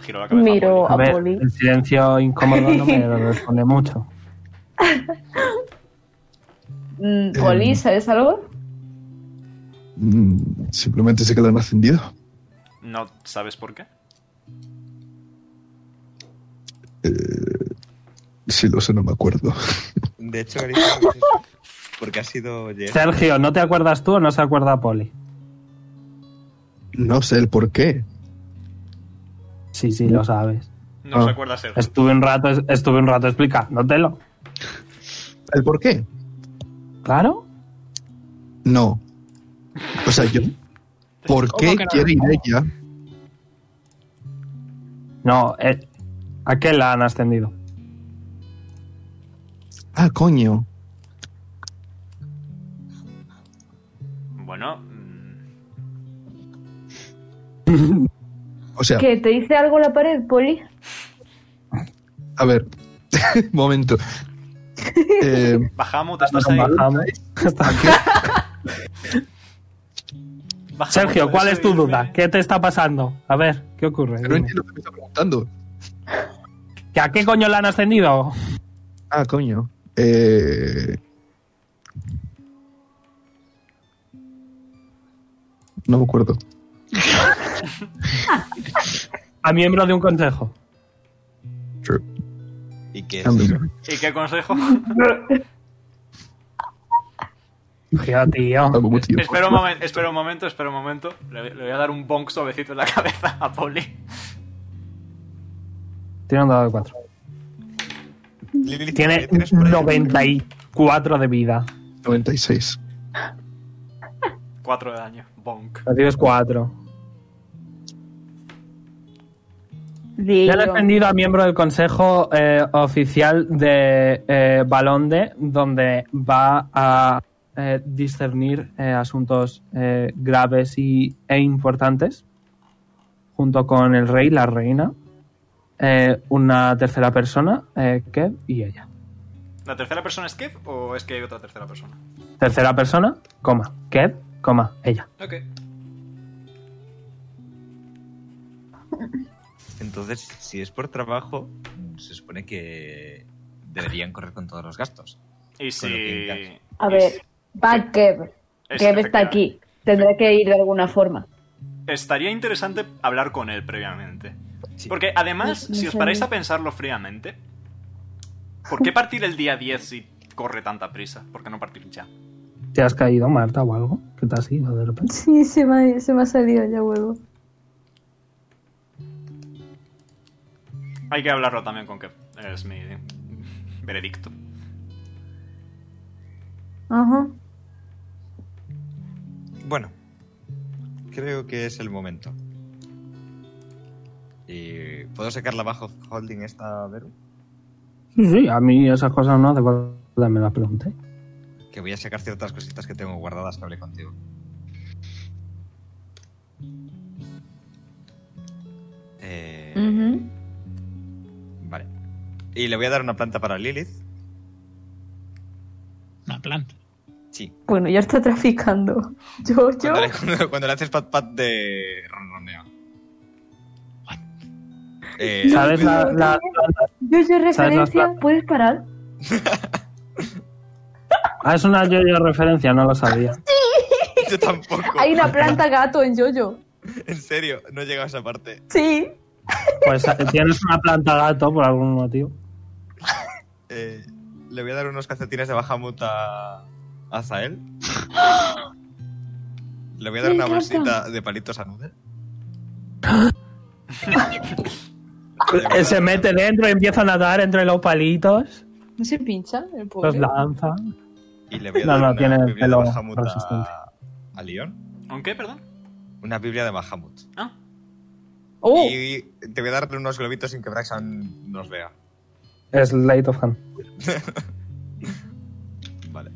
Speaker 1: Giro la cabeza.
Speaker 7: Miro
Speaker 2: A
Speaker 7: a
Speaker 2: ver,
Speaker 7: Poli.
Speaker 2: el silencio incómodo no me responde mucho.
Speaker 7: Mm, Poli, ¿sabes algo?
Speaker 4: Mm, simplemente se quedan ascendido.
Speaker 1: ¿No sabes por qué?
Speaker 4: Si lo sé, no me acuerdo.
Speaker 6: De hecho, Galicia, no sé si- porque ha sido Jess.
Speaker 2: Sergio, ¿no te acuerdas tú o no se acuerda Poli?
Speaker 4: No sé el por qué.
Speaker 2: Sí, sí, lo sabes.
Speaker 1: No se
Speaker 4: Ah.
Speaker 1: acuerda ser.
Speaker 2: Estuve un rato, estuve un rato explicándotelo.
Speaker 4: ¿El por qué?
Speaker 2: ¿Claro?
Speaker 4: No. O sea, yo. ¿Por
Speaker 5: ¿Cómo
Speaker 4: qué
Speaker 5: que no?
Speaker 4: quiere ir ella?
Speaker 2: No, eh, ¿a qué la han ascendido?
Speaker 4: Ah, coño.
Speaker 1: Bueno, mm,
Speaker 4: O sea,
Speaker 7: ¿Que te dice algo la pared, Poli?
Speaker 4: a ver. Momento. Eh,
Speaker 1: Bahamut, estás ahí.
Speaker 2: Bajamos.
Speaker 1: Bahamut,
Speaker 2: Sergio, ¿cuál
Speaker 1: ¿puedes
Speaker 2: es tu
Speaker 1: oírme?
Speaker 2: duda? ¿Qué te está pasando? A ver, ¿qué ocurre?
Speaker 4: pero no
Speaker 2: Dime.
Speaker 4: entiendo lo que me está preguntando.
Speaker 2: ¿Que ¿A qué coño la han ascendido?
Speaker 4: Ah, coño. Eh... No me acuerdo.
Speaker 2: A miembro de un consejo.
Speaker 4: True.
Speaker 6: ¿Y qué es?
Speaker 4: Cambio.
Speaker 1: ¿Y qué consejo?
Speaker 2: Tío, tío.
Speaker 4: Algo muy tío.
Speaker 1: espera, un momento, espera un momento, espera un momento. Le, le voy a dar un bonk suavecito en la cabeza a Poli.
Speaker 2: Tiene un dado de 4.
Speaker 6: Lilith,
Speaker 2: Tiene
Speaker 6: ¿qué tienes por ahí?
Speaker 2: 94 de vida.
Speaker 4: 96.
Speaker 1: Cuatro de daño. Bonk.
Speaker 2: Recibes 4.
Speaker 7: Digo,
Speaker 2: Ya le he ascendido a miembro del consejo eh, oficial de eh, Balonde, donde va a eh, discernir eh, asuntos eh, graves y, e importantes, junto con el rey, la reina, eh, una tercera persona, eh, Kev y ella.
Speaker 1: ¿La tercera persona es Kev o es que hay otra tercera persona?
Speaker 2: Tercera persona, coma, Kev, coma, ella.
Speaker 1: Ok.
Speaker 6: Entonces, si es por trabajo, se supone que deberían correr con todos los gastos.
Speaker 1: Y
Speaker 6: Con lo que
Speaker 1: si.
Speaker 7: A
Speaker 1: y
Speaker 7: ver,
Speaker 1: si-
Speaker 7: va Kev.
Speaker 1: es-
Speaker 7: Kev está aquí. Tendrá que ir de alguna forma.
Speaker 1: Estaría interesante hablar con él previamente.
Speaker 6: Sí.
Speaker 1: Porque además,
Speaker 7: No
Speaker 1: si os
Speaker 7: sé.
Speaker 1: paráis a pensarlo fríamente, ¿por qué partir el día 10 si corre tanta prisa? ¿Por qué no partir ya?
Speaker 2: ¿Te has caído, Marta, o algo? ¿Qué te has ido de repente?
Speaker 7: Sí, se me, ha- se me ha salido ya huevo.
Speaker 1: Hay que hablarlo también con Kev. Es mi veredicto.
Speaker 7: Ajá.
Speaker 6: Bueno, creo que es el momento. Y ¿Puedo sacar la bajo holding esta, Veru?
Speaker 2: Sí, sí, a mí esas cosas no, de verdad me las pregunté.
Speaker 6: Que voy a sacar ciertas cositas que tengo guardadas que hablé contigo. Eh,
Speaker 7: Ujú.
Speaker 6: Vale. Y le voy a dar una planta para Lilith.
Speaker 5: Una planta.
Speaker 6: Sí.
Speaker 7: Bueno, ya está traficando. Yo, yo.
Speaker 6: Cuando le, cuando, cuando le haces pat pat de ronroneo. Eh,
Speaker 2: ¿Sabes la, la-
Speaker 7: Yo, yo,
Speaker 2: las
Speaker 7: referencia.
Speaker 2: plantas?
Speaker 7: ¿Puedes parar?
Speaker 2: Ah, es una yo, yo referencia, no lo sabía.
Speaker 6: Yo tampoco.
Speaker 7: Hay una planta gato en Jojo.
Speaker 6: En serio, no he llegado a esa parte.
Speaker 7: Sí.
Speaker 2: Pues eh, tienes una planta gato por algún motivo.
Speaker 6: Eh, le voy a dar unos calcetines de Bahamut a a Zael. Le voy a dar
Speaker 7: Me
Speaker 6: una
Speaker 7: encanta.
Speaker 6: bolsita de palitos a Nudel.
Speaker 2: Eh, Se mete dentro y empieza a nadar entre los palitos,
Speaker 7: No se pincha el pobre.
Speaker 2: los lanza.
Speaker 6: Y le voy a
Speaker 2: No,
Speaker 6: dar
Speaker 2: no,
Speaker 6: una
Speaker 2: tiene el
Speaker 6: Biblia de
Speaker 2: pelo
Speaker 6: Bahamut
Speaker 2: resistente.
Speaker 6: a, a Leon.
Speaker 1: ¿Con qué, perdón?
Speaker 6: Una Biblia de Bahamut.
Speaker 1: Ah,
Speaker 7: Oh,
Speaker 6: Y te voy a dar unos globitos sin que Braxan nos vea.
Speaker 2: Es Light of Hand.
Speaker 6: Vale.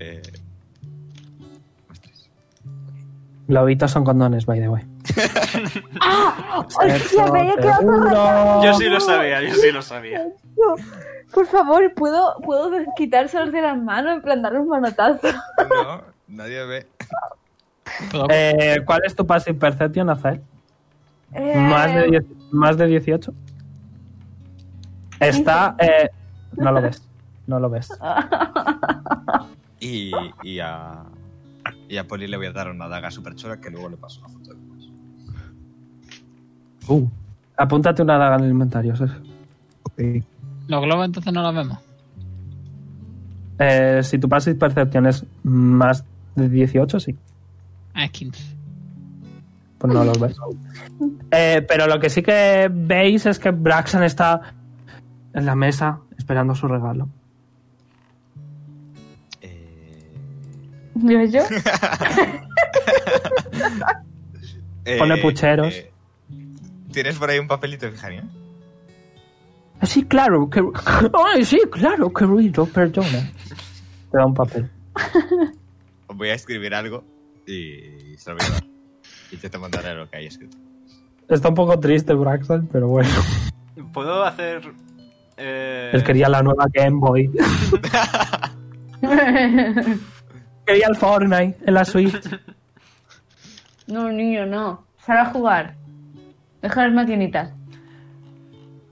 Speaker 6: Eh, ostras.
Speaker 2: Lobitos son condones, by the way.
Speaker 7: hostia, me había quedado todo rayado.
Speaker 1: yo sí lo sabía, yo sí lo sabía.
Speaker 7: Por favor, ¿puedo, puedo quitárselos de las manos en plan darle un manotazo?
Speaker 6: No, nadie ve.
Speaker 5: Puedo-
Speaker 2: Eh, ¿Cuál es tu passive perception, Azael?
Speaker 7: Eh,
Speaker 2: Más de, diez- más de 18. Está. eh, no lo ves. No lo ves.
Speaker 6: Y, y a. Y a Poli le voy a dar una daga súper chula que luego le paso una foto después.
Speaker 2: Apúntate una daga en el inventario. Sergio.
Speaker 4: Ok.
Speaker 5: Los globos entonces no los vemos.
Speaker 2: Eh, si tu passive perception es más de 18, sí.
Speaker 5: Ah, es 15.
Speaker 2: Pues no los ves. Eh, pero lo que sí que veis es que Braxton está en la mesa esperando su regalo.
Speaker 6: Eh,
Speaker 7: ¿Yo, yo?
Speaker 2: Pone pucheros.
Speaker 6: eh, ¿Tienes por ahí un papelito, Fijania?
Speaker 2: Ah, Sí, claro, que... Ay, sí, claro, querido, perdona. Te da un papel.
Speaker 6: Os Voy a escribir algo y se lo voy a dar. Y yo te mandaré lo que hay escrito.
Speaker 2: Está un poco triste Braxton, pero bueno.
Speaker 1: ¿Puedo hacer. eh,
Speaker 2: Él quería la nueva Game Boy. quería el Fortnite en la Switch.
Speaker 7: No, niño, no. Sal a jugar. Deja las maquinitas.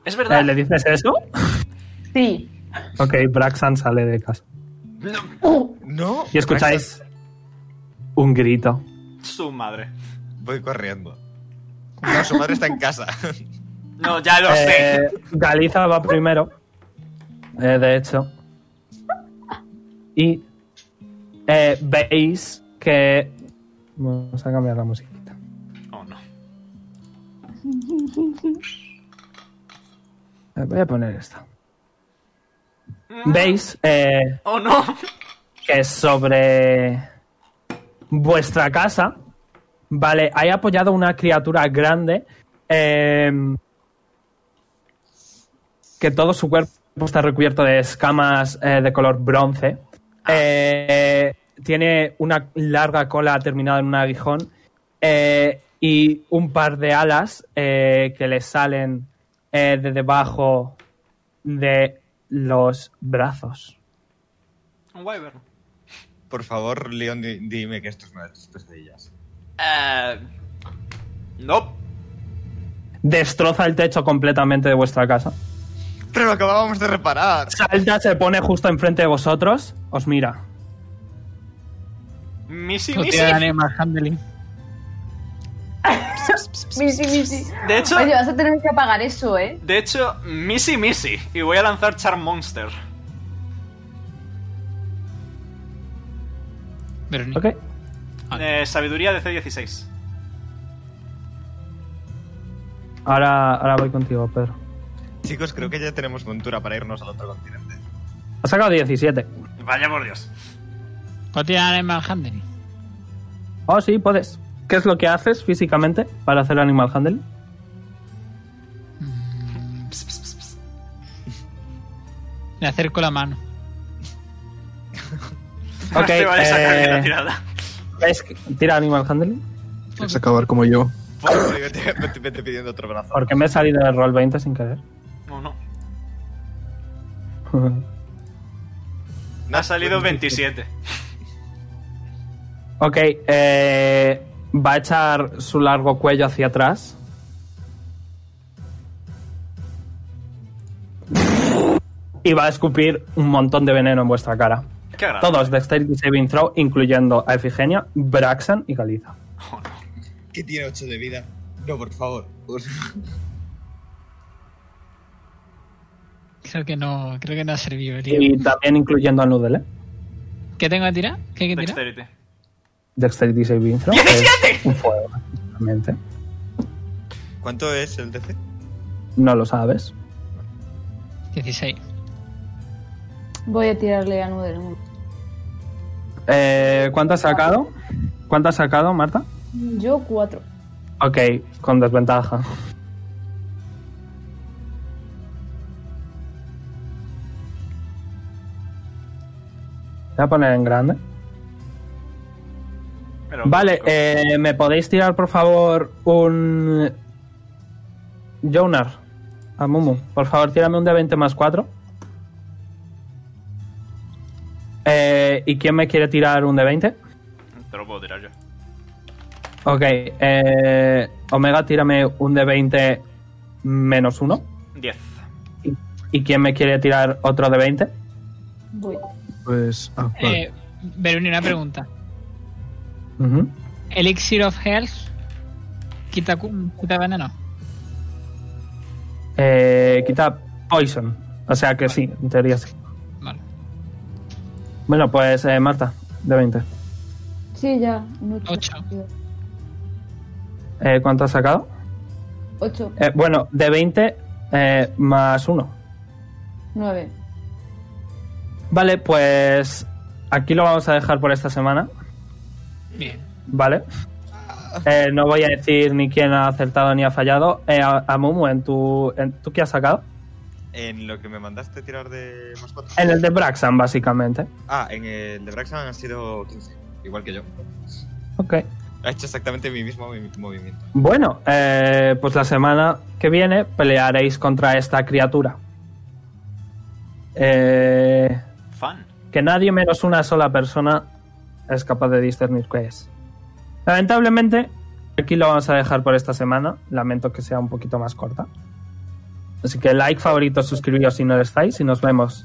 Speaker 1: Es
Speaker 2: Eh,
Speaker 1: verdad.
Speaker 2: ¿Le dices eso?
Speaker 7: Sí.
Speaker 2: Ok, Braxton sale de casa.
Speaker 1: No,
Speaker 7: Uh,
Speaker 6: ¡No!
Speaker 2: Y escucháis un grito.
Speaker 1: su madre.
Speaker 6: Voy corriendo. No, su madre está en casa.
Speaker 1: No, ya lo sé.
Speaker 2: Eh, Galiza va primero. eh, de hecho. Y eh, veis que... Vamos a cambiar la musiquita.
Speaker 1: Oh, no.
Speaker 2: Eh, Voy a poner esta.
Speaker 1: Mm.
Speaker 2: Veis eh,
Speaker 1: Oh, no.
Speaker 2: que sobre vuestra casa, vale, hay apoyado una criatura grande eh, que todo su cuerpo está recubierto de escamas eh, de color bronce. Eh, tiene una larga cola terminada en un aguijón eh, y un par de alas eh, que le salen eh, de debajo de los brazos.
Speaker 1: Un wyvern.
Speaker 6: Por favor, Leon, di- dime que esto es una de tus pesadillas.
Speaker 1: Eh, no.
Speaker 2: Destroza el techo completamente de vuestra casa.
Speaker 6: Pero lo acabábamos de reparar.
Speaker 2: Salta, se pone justo enfrente de vosotros, os mira.
Speaker 1: Missy,
Speaker 5: No
Speaker 1: missy.
Speaker 5: Pues tiene animal handling.
Speaker 7: Misi, misi.
Speaker 1: De hecho,
Speaker 7: Oye, vas a tener que apagar eso, ¿eh?
Speaker 1: de hecho, missy, missy. Y voy a lanzar Charm Monster.
Speaker 5: Verónica.
Speaker 2: Ok.
Speaker 5: Ah.
Speaker 1: Eh, sabiduría de C16.
Speaker 2: Ahora, ahora voy contigo, Pedro.
Speaker 6: Chicos, creo que ya tenemos montura para irnos al otro continente.
Speaker 2: Ha sacado 17.
Speaker 1: Vaya por Dios.
Speaker 5: ¿Puedo tirar animal handling?
Speaker 2: Oh, sí, puedes. ¿Qué es lo que haces físicamente para hacer Animal Handle?
Speaker 1: Ps, ps, ps, ps.
Speaker 5: Le acerco la mano.
Speaker 1: No te vayas a caer en la
Speaker 2: eh,
Speaker 1: tirada.
Speaker 2: ¿ves que- tira Animal Handling.
Speaker 4: ¿Quieres acabar como yo?
Speaker 6: Por yo te, te- vete pidiendo otro brazo.
Speaker 2: Porque me he salido del roll 20 sin querer.
Speaker 1: No, no. Me ha salido 27.
Speaker 2: ok, eh, va a echar su largo cuello hacia atrás. Y va a escupir un montón de veneno en vuestra cara.
Speaker 1: Qué agradable.
Speaker 2: Todos Dexterity Saving Throw, incluyendo a Efigenia, Braxan y Caliza.
Speaker 6: Que tiene 8 de vida. No, por favor.
Speaker 5: Creo que no, creo que no ha servido. Eli.
Speaker 2: Y también incluyendo a Nudel, ¿eh?
Speaker 5: ¿Qué tengo que tirar? ¿Qué hay que tirar?
Speaker 1: Dexterity.
Speaker 2: Dexterity Saving Throw. ¡17! Un fuego, realmente.
Speaker 6: ¿Cuánto es el DC?
Speaker 2: No lo sabes.
Speaker 5: 16.
Speaker 7: Voy a tirarle a Nudel.
Speaker 2: Eh, ¿Cuánto has sacado? ¿Cuánto has sacado, Marta?
Speaker 7: Mm, Yo cuatro.
Speaker 2: Ok, con desventaja. Voy a poner en grande.
Speaker 1: Pero-
Speaker 2: Vale, eh, ¿me podéis tirar, por favor, un. Jonar? A Mumu. Por favor, tírame un de 20 más 4. Eh, ¿Y quién me quiere tirar un de 20?
Speaker 1: Te lo puedo tirar yo.
Speaker 2: Ok, eh, Omega, tírame un de 20 menos 1.
Speaker 1: 10.
Speaker 2: ¿Y quién me quiere tirar otro de 20?
Speaker 7: Voy.
Speaker 4: Pues. Ah, vale.
Speaker 5: Eh, Verónica, una pregunta.
Speaker 2: Ujú.
Speaker 5: Elixir of Health quita, cu- quita veneno.
Speaker 2: Eh, quita Poison. O sea que sí, en teoría sí.
Speaker 5: Vale.
Speaker 2: Bueno, pues eh, Marta, de 20.
Speaker 7: Sí, ya. un Ocho.
Speaker 5: Ocho.
Speaker 2: Eh, ¿Cuánto has sacado?
Speaker 7: Ocho.
Speaker 2: Eh, bueno, de 20 eh, más 1.
Speaker 7: Nueve.
Speaker 2: Vale, pues aquí lo vamos a dejar por esta semana,
Speaker 5: Bien.
Speaker 2: ¿vale? Eh, no voy a decir ni quién ha acertado ni ha fallado. Eh, a, a Mumu, en tu, en, ¿tú qué has sacado?
Speaker 6: En lo que me mandaste tirar de más 4.
Speaker 2: En el de Braxan, básicamente.
Speaker 6: Ah, en el de Braxan han sido 15. Igual que yo.
Speaker 2: Ok.
Speaker 6: Ha hecho exactamente mi mismo movi- movimiento.
Speaker 2: Bueno, eh, pues la semana que viene pelearéis contra esta criatura. Eh,
Speaker 1: Fan.
Speaker 2: que nadie menos una sola persona es capaz de discernir qué es. Lamentablemente, aquí lo vamos a dejar por esta semana. Lamento que sea un poquito más corta. Así que like, favorito, suscribiros si no lo estáis y nos vemos.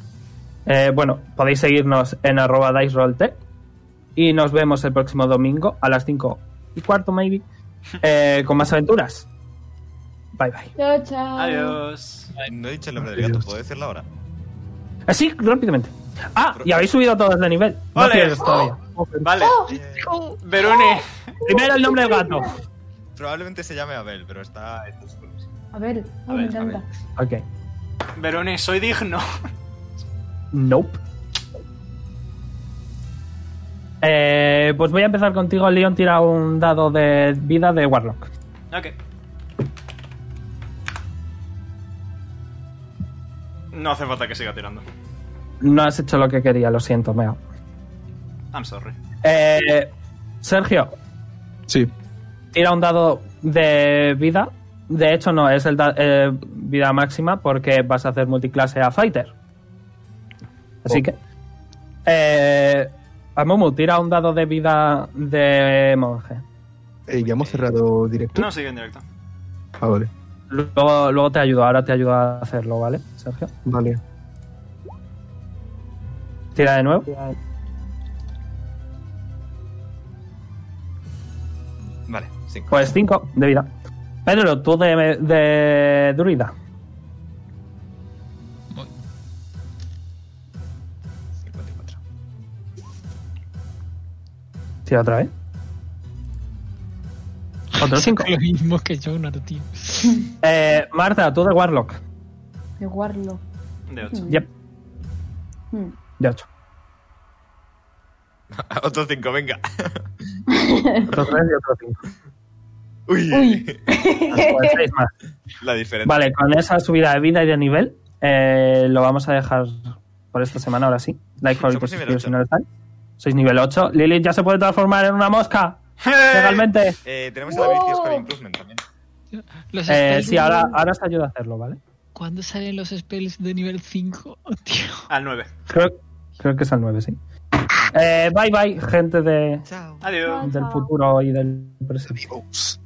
Speaker 2: Eh, bueno, podéis seguirnos en arroba dicerolltech y nos vemos el próximo domingo a las 5 y cuarto, maybe, eh, con más aventuras. Bye bye.
Speaker 7: Chao, chao.
Speaker 1: Adiós.
Speaker 6: No he dicho el nombre del gato, ¿puedo decirlo ahora?
Speaker 2: Así, Eh, rápidamente. Ah, y habéis subido todos de nivel. No
Speaker 1: Ole.
Speaker 2: cierres todavía.
Speaker 1: Vale.
Speaker 2: Oh,
Speaker 6: Eh,
Speaker 1: Verone.
Speaker 2: Primero el nombre del gato.
Speaker 6: probablemente se llame Abel, pero está. está solo.
Speaker 7: A ver,
Speaker 1: A ver,
Speaker 7: ay, me
Speaker 1: a
Speaker 7: encanta.
Speaker 2: Ok.
Speaker 1: Verone, soy digno.
Speaker 2: Nope. Eh, pues voy a empezar contigo, Leon. Tira un dado de vida de Warlock.
Speaker 1: Ok. No hace falta que siga tirando.
Speaker 2: No has hecho lo que quería, lo siento, Meo.
Speaker 1: I'm sorry.
Speaker 2: Eh, Sergio,
Speaker 4: Sí,
Speaker 2: tira un dado de vida. De hecho, no, es el da- eh, vida máxima porque vas a hacer multiclase a Fighter. Así que. Eh, Amumu, tira un dado de vida de monje.
Speaker 4: Eh, ya hemos cerrado directo.
Speaker 1: No, sigue en directo.
Speaker 4: Ah, vale.
Speaker 2: Luego, luego te ayudo, ahora te ayudo a hacerlo, ¿vale, Sergio?
Speaker 4: Vale.
Speaker 2: Tira de nuevo.
Speaker 6: Vale, 5.
Speaker 2: Pues 5 de vida. Pedro, tú de, de druida.
Speaker 6: 54.
Speaker 2: Tira otra vez. Otro 5.
Speaker 5: Lo mismo que Jonathan, tío.
Speaker 2: Eh, Marta, tú de warlock.
Speaker 3: De Warlock.
Speaker 1: De 8.
Speaker 2: Yep,
Speaker 3: Hmm.
Speaker 2: de 8.
Speaker 6: Otro 5, venga.
Speaker 2: Otro 3 y otro 5.
Speaker 6: Uy,
Speaker 2: Pues seis más.
Speaker 6: la diferencia.
Speaker 2: Vale, con esa subida de vida y de nivel, eh, lo vamos a dejar por esta semana, ahora sí. Like for
Speaker 6: Somos nivel
Speaker 2: si no lo estáis. Sois nivel 8. Lilith ya se puede transformar en una mosca. Legalmente.
Speaker 6: Eh, tenemos a David que es con Improvement también.
Speaker 5: Los
Speaker 2: Eh,
Speaker 5: spells-
Speaker 2: sí, ahora, ahora os ayuda a hacerlo, ¿vale?
Speaker 5: ¿Cuándo salen los spells de nivel 5, tío?
Speaker 1: Al 9.
Speaker 2: Creo, creo que es al 9, sí. Eh, bye bye, gente de,
Speaker 5: Chao.
Speaker 1: Adiós.
Speaker 2: del futuro y del presente.
Speaker 4: Dios.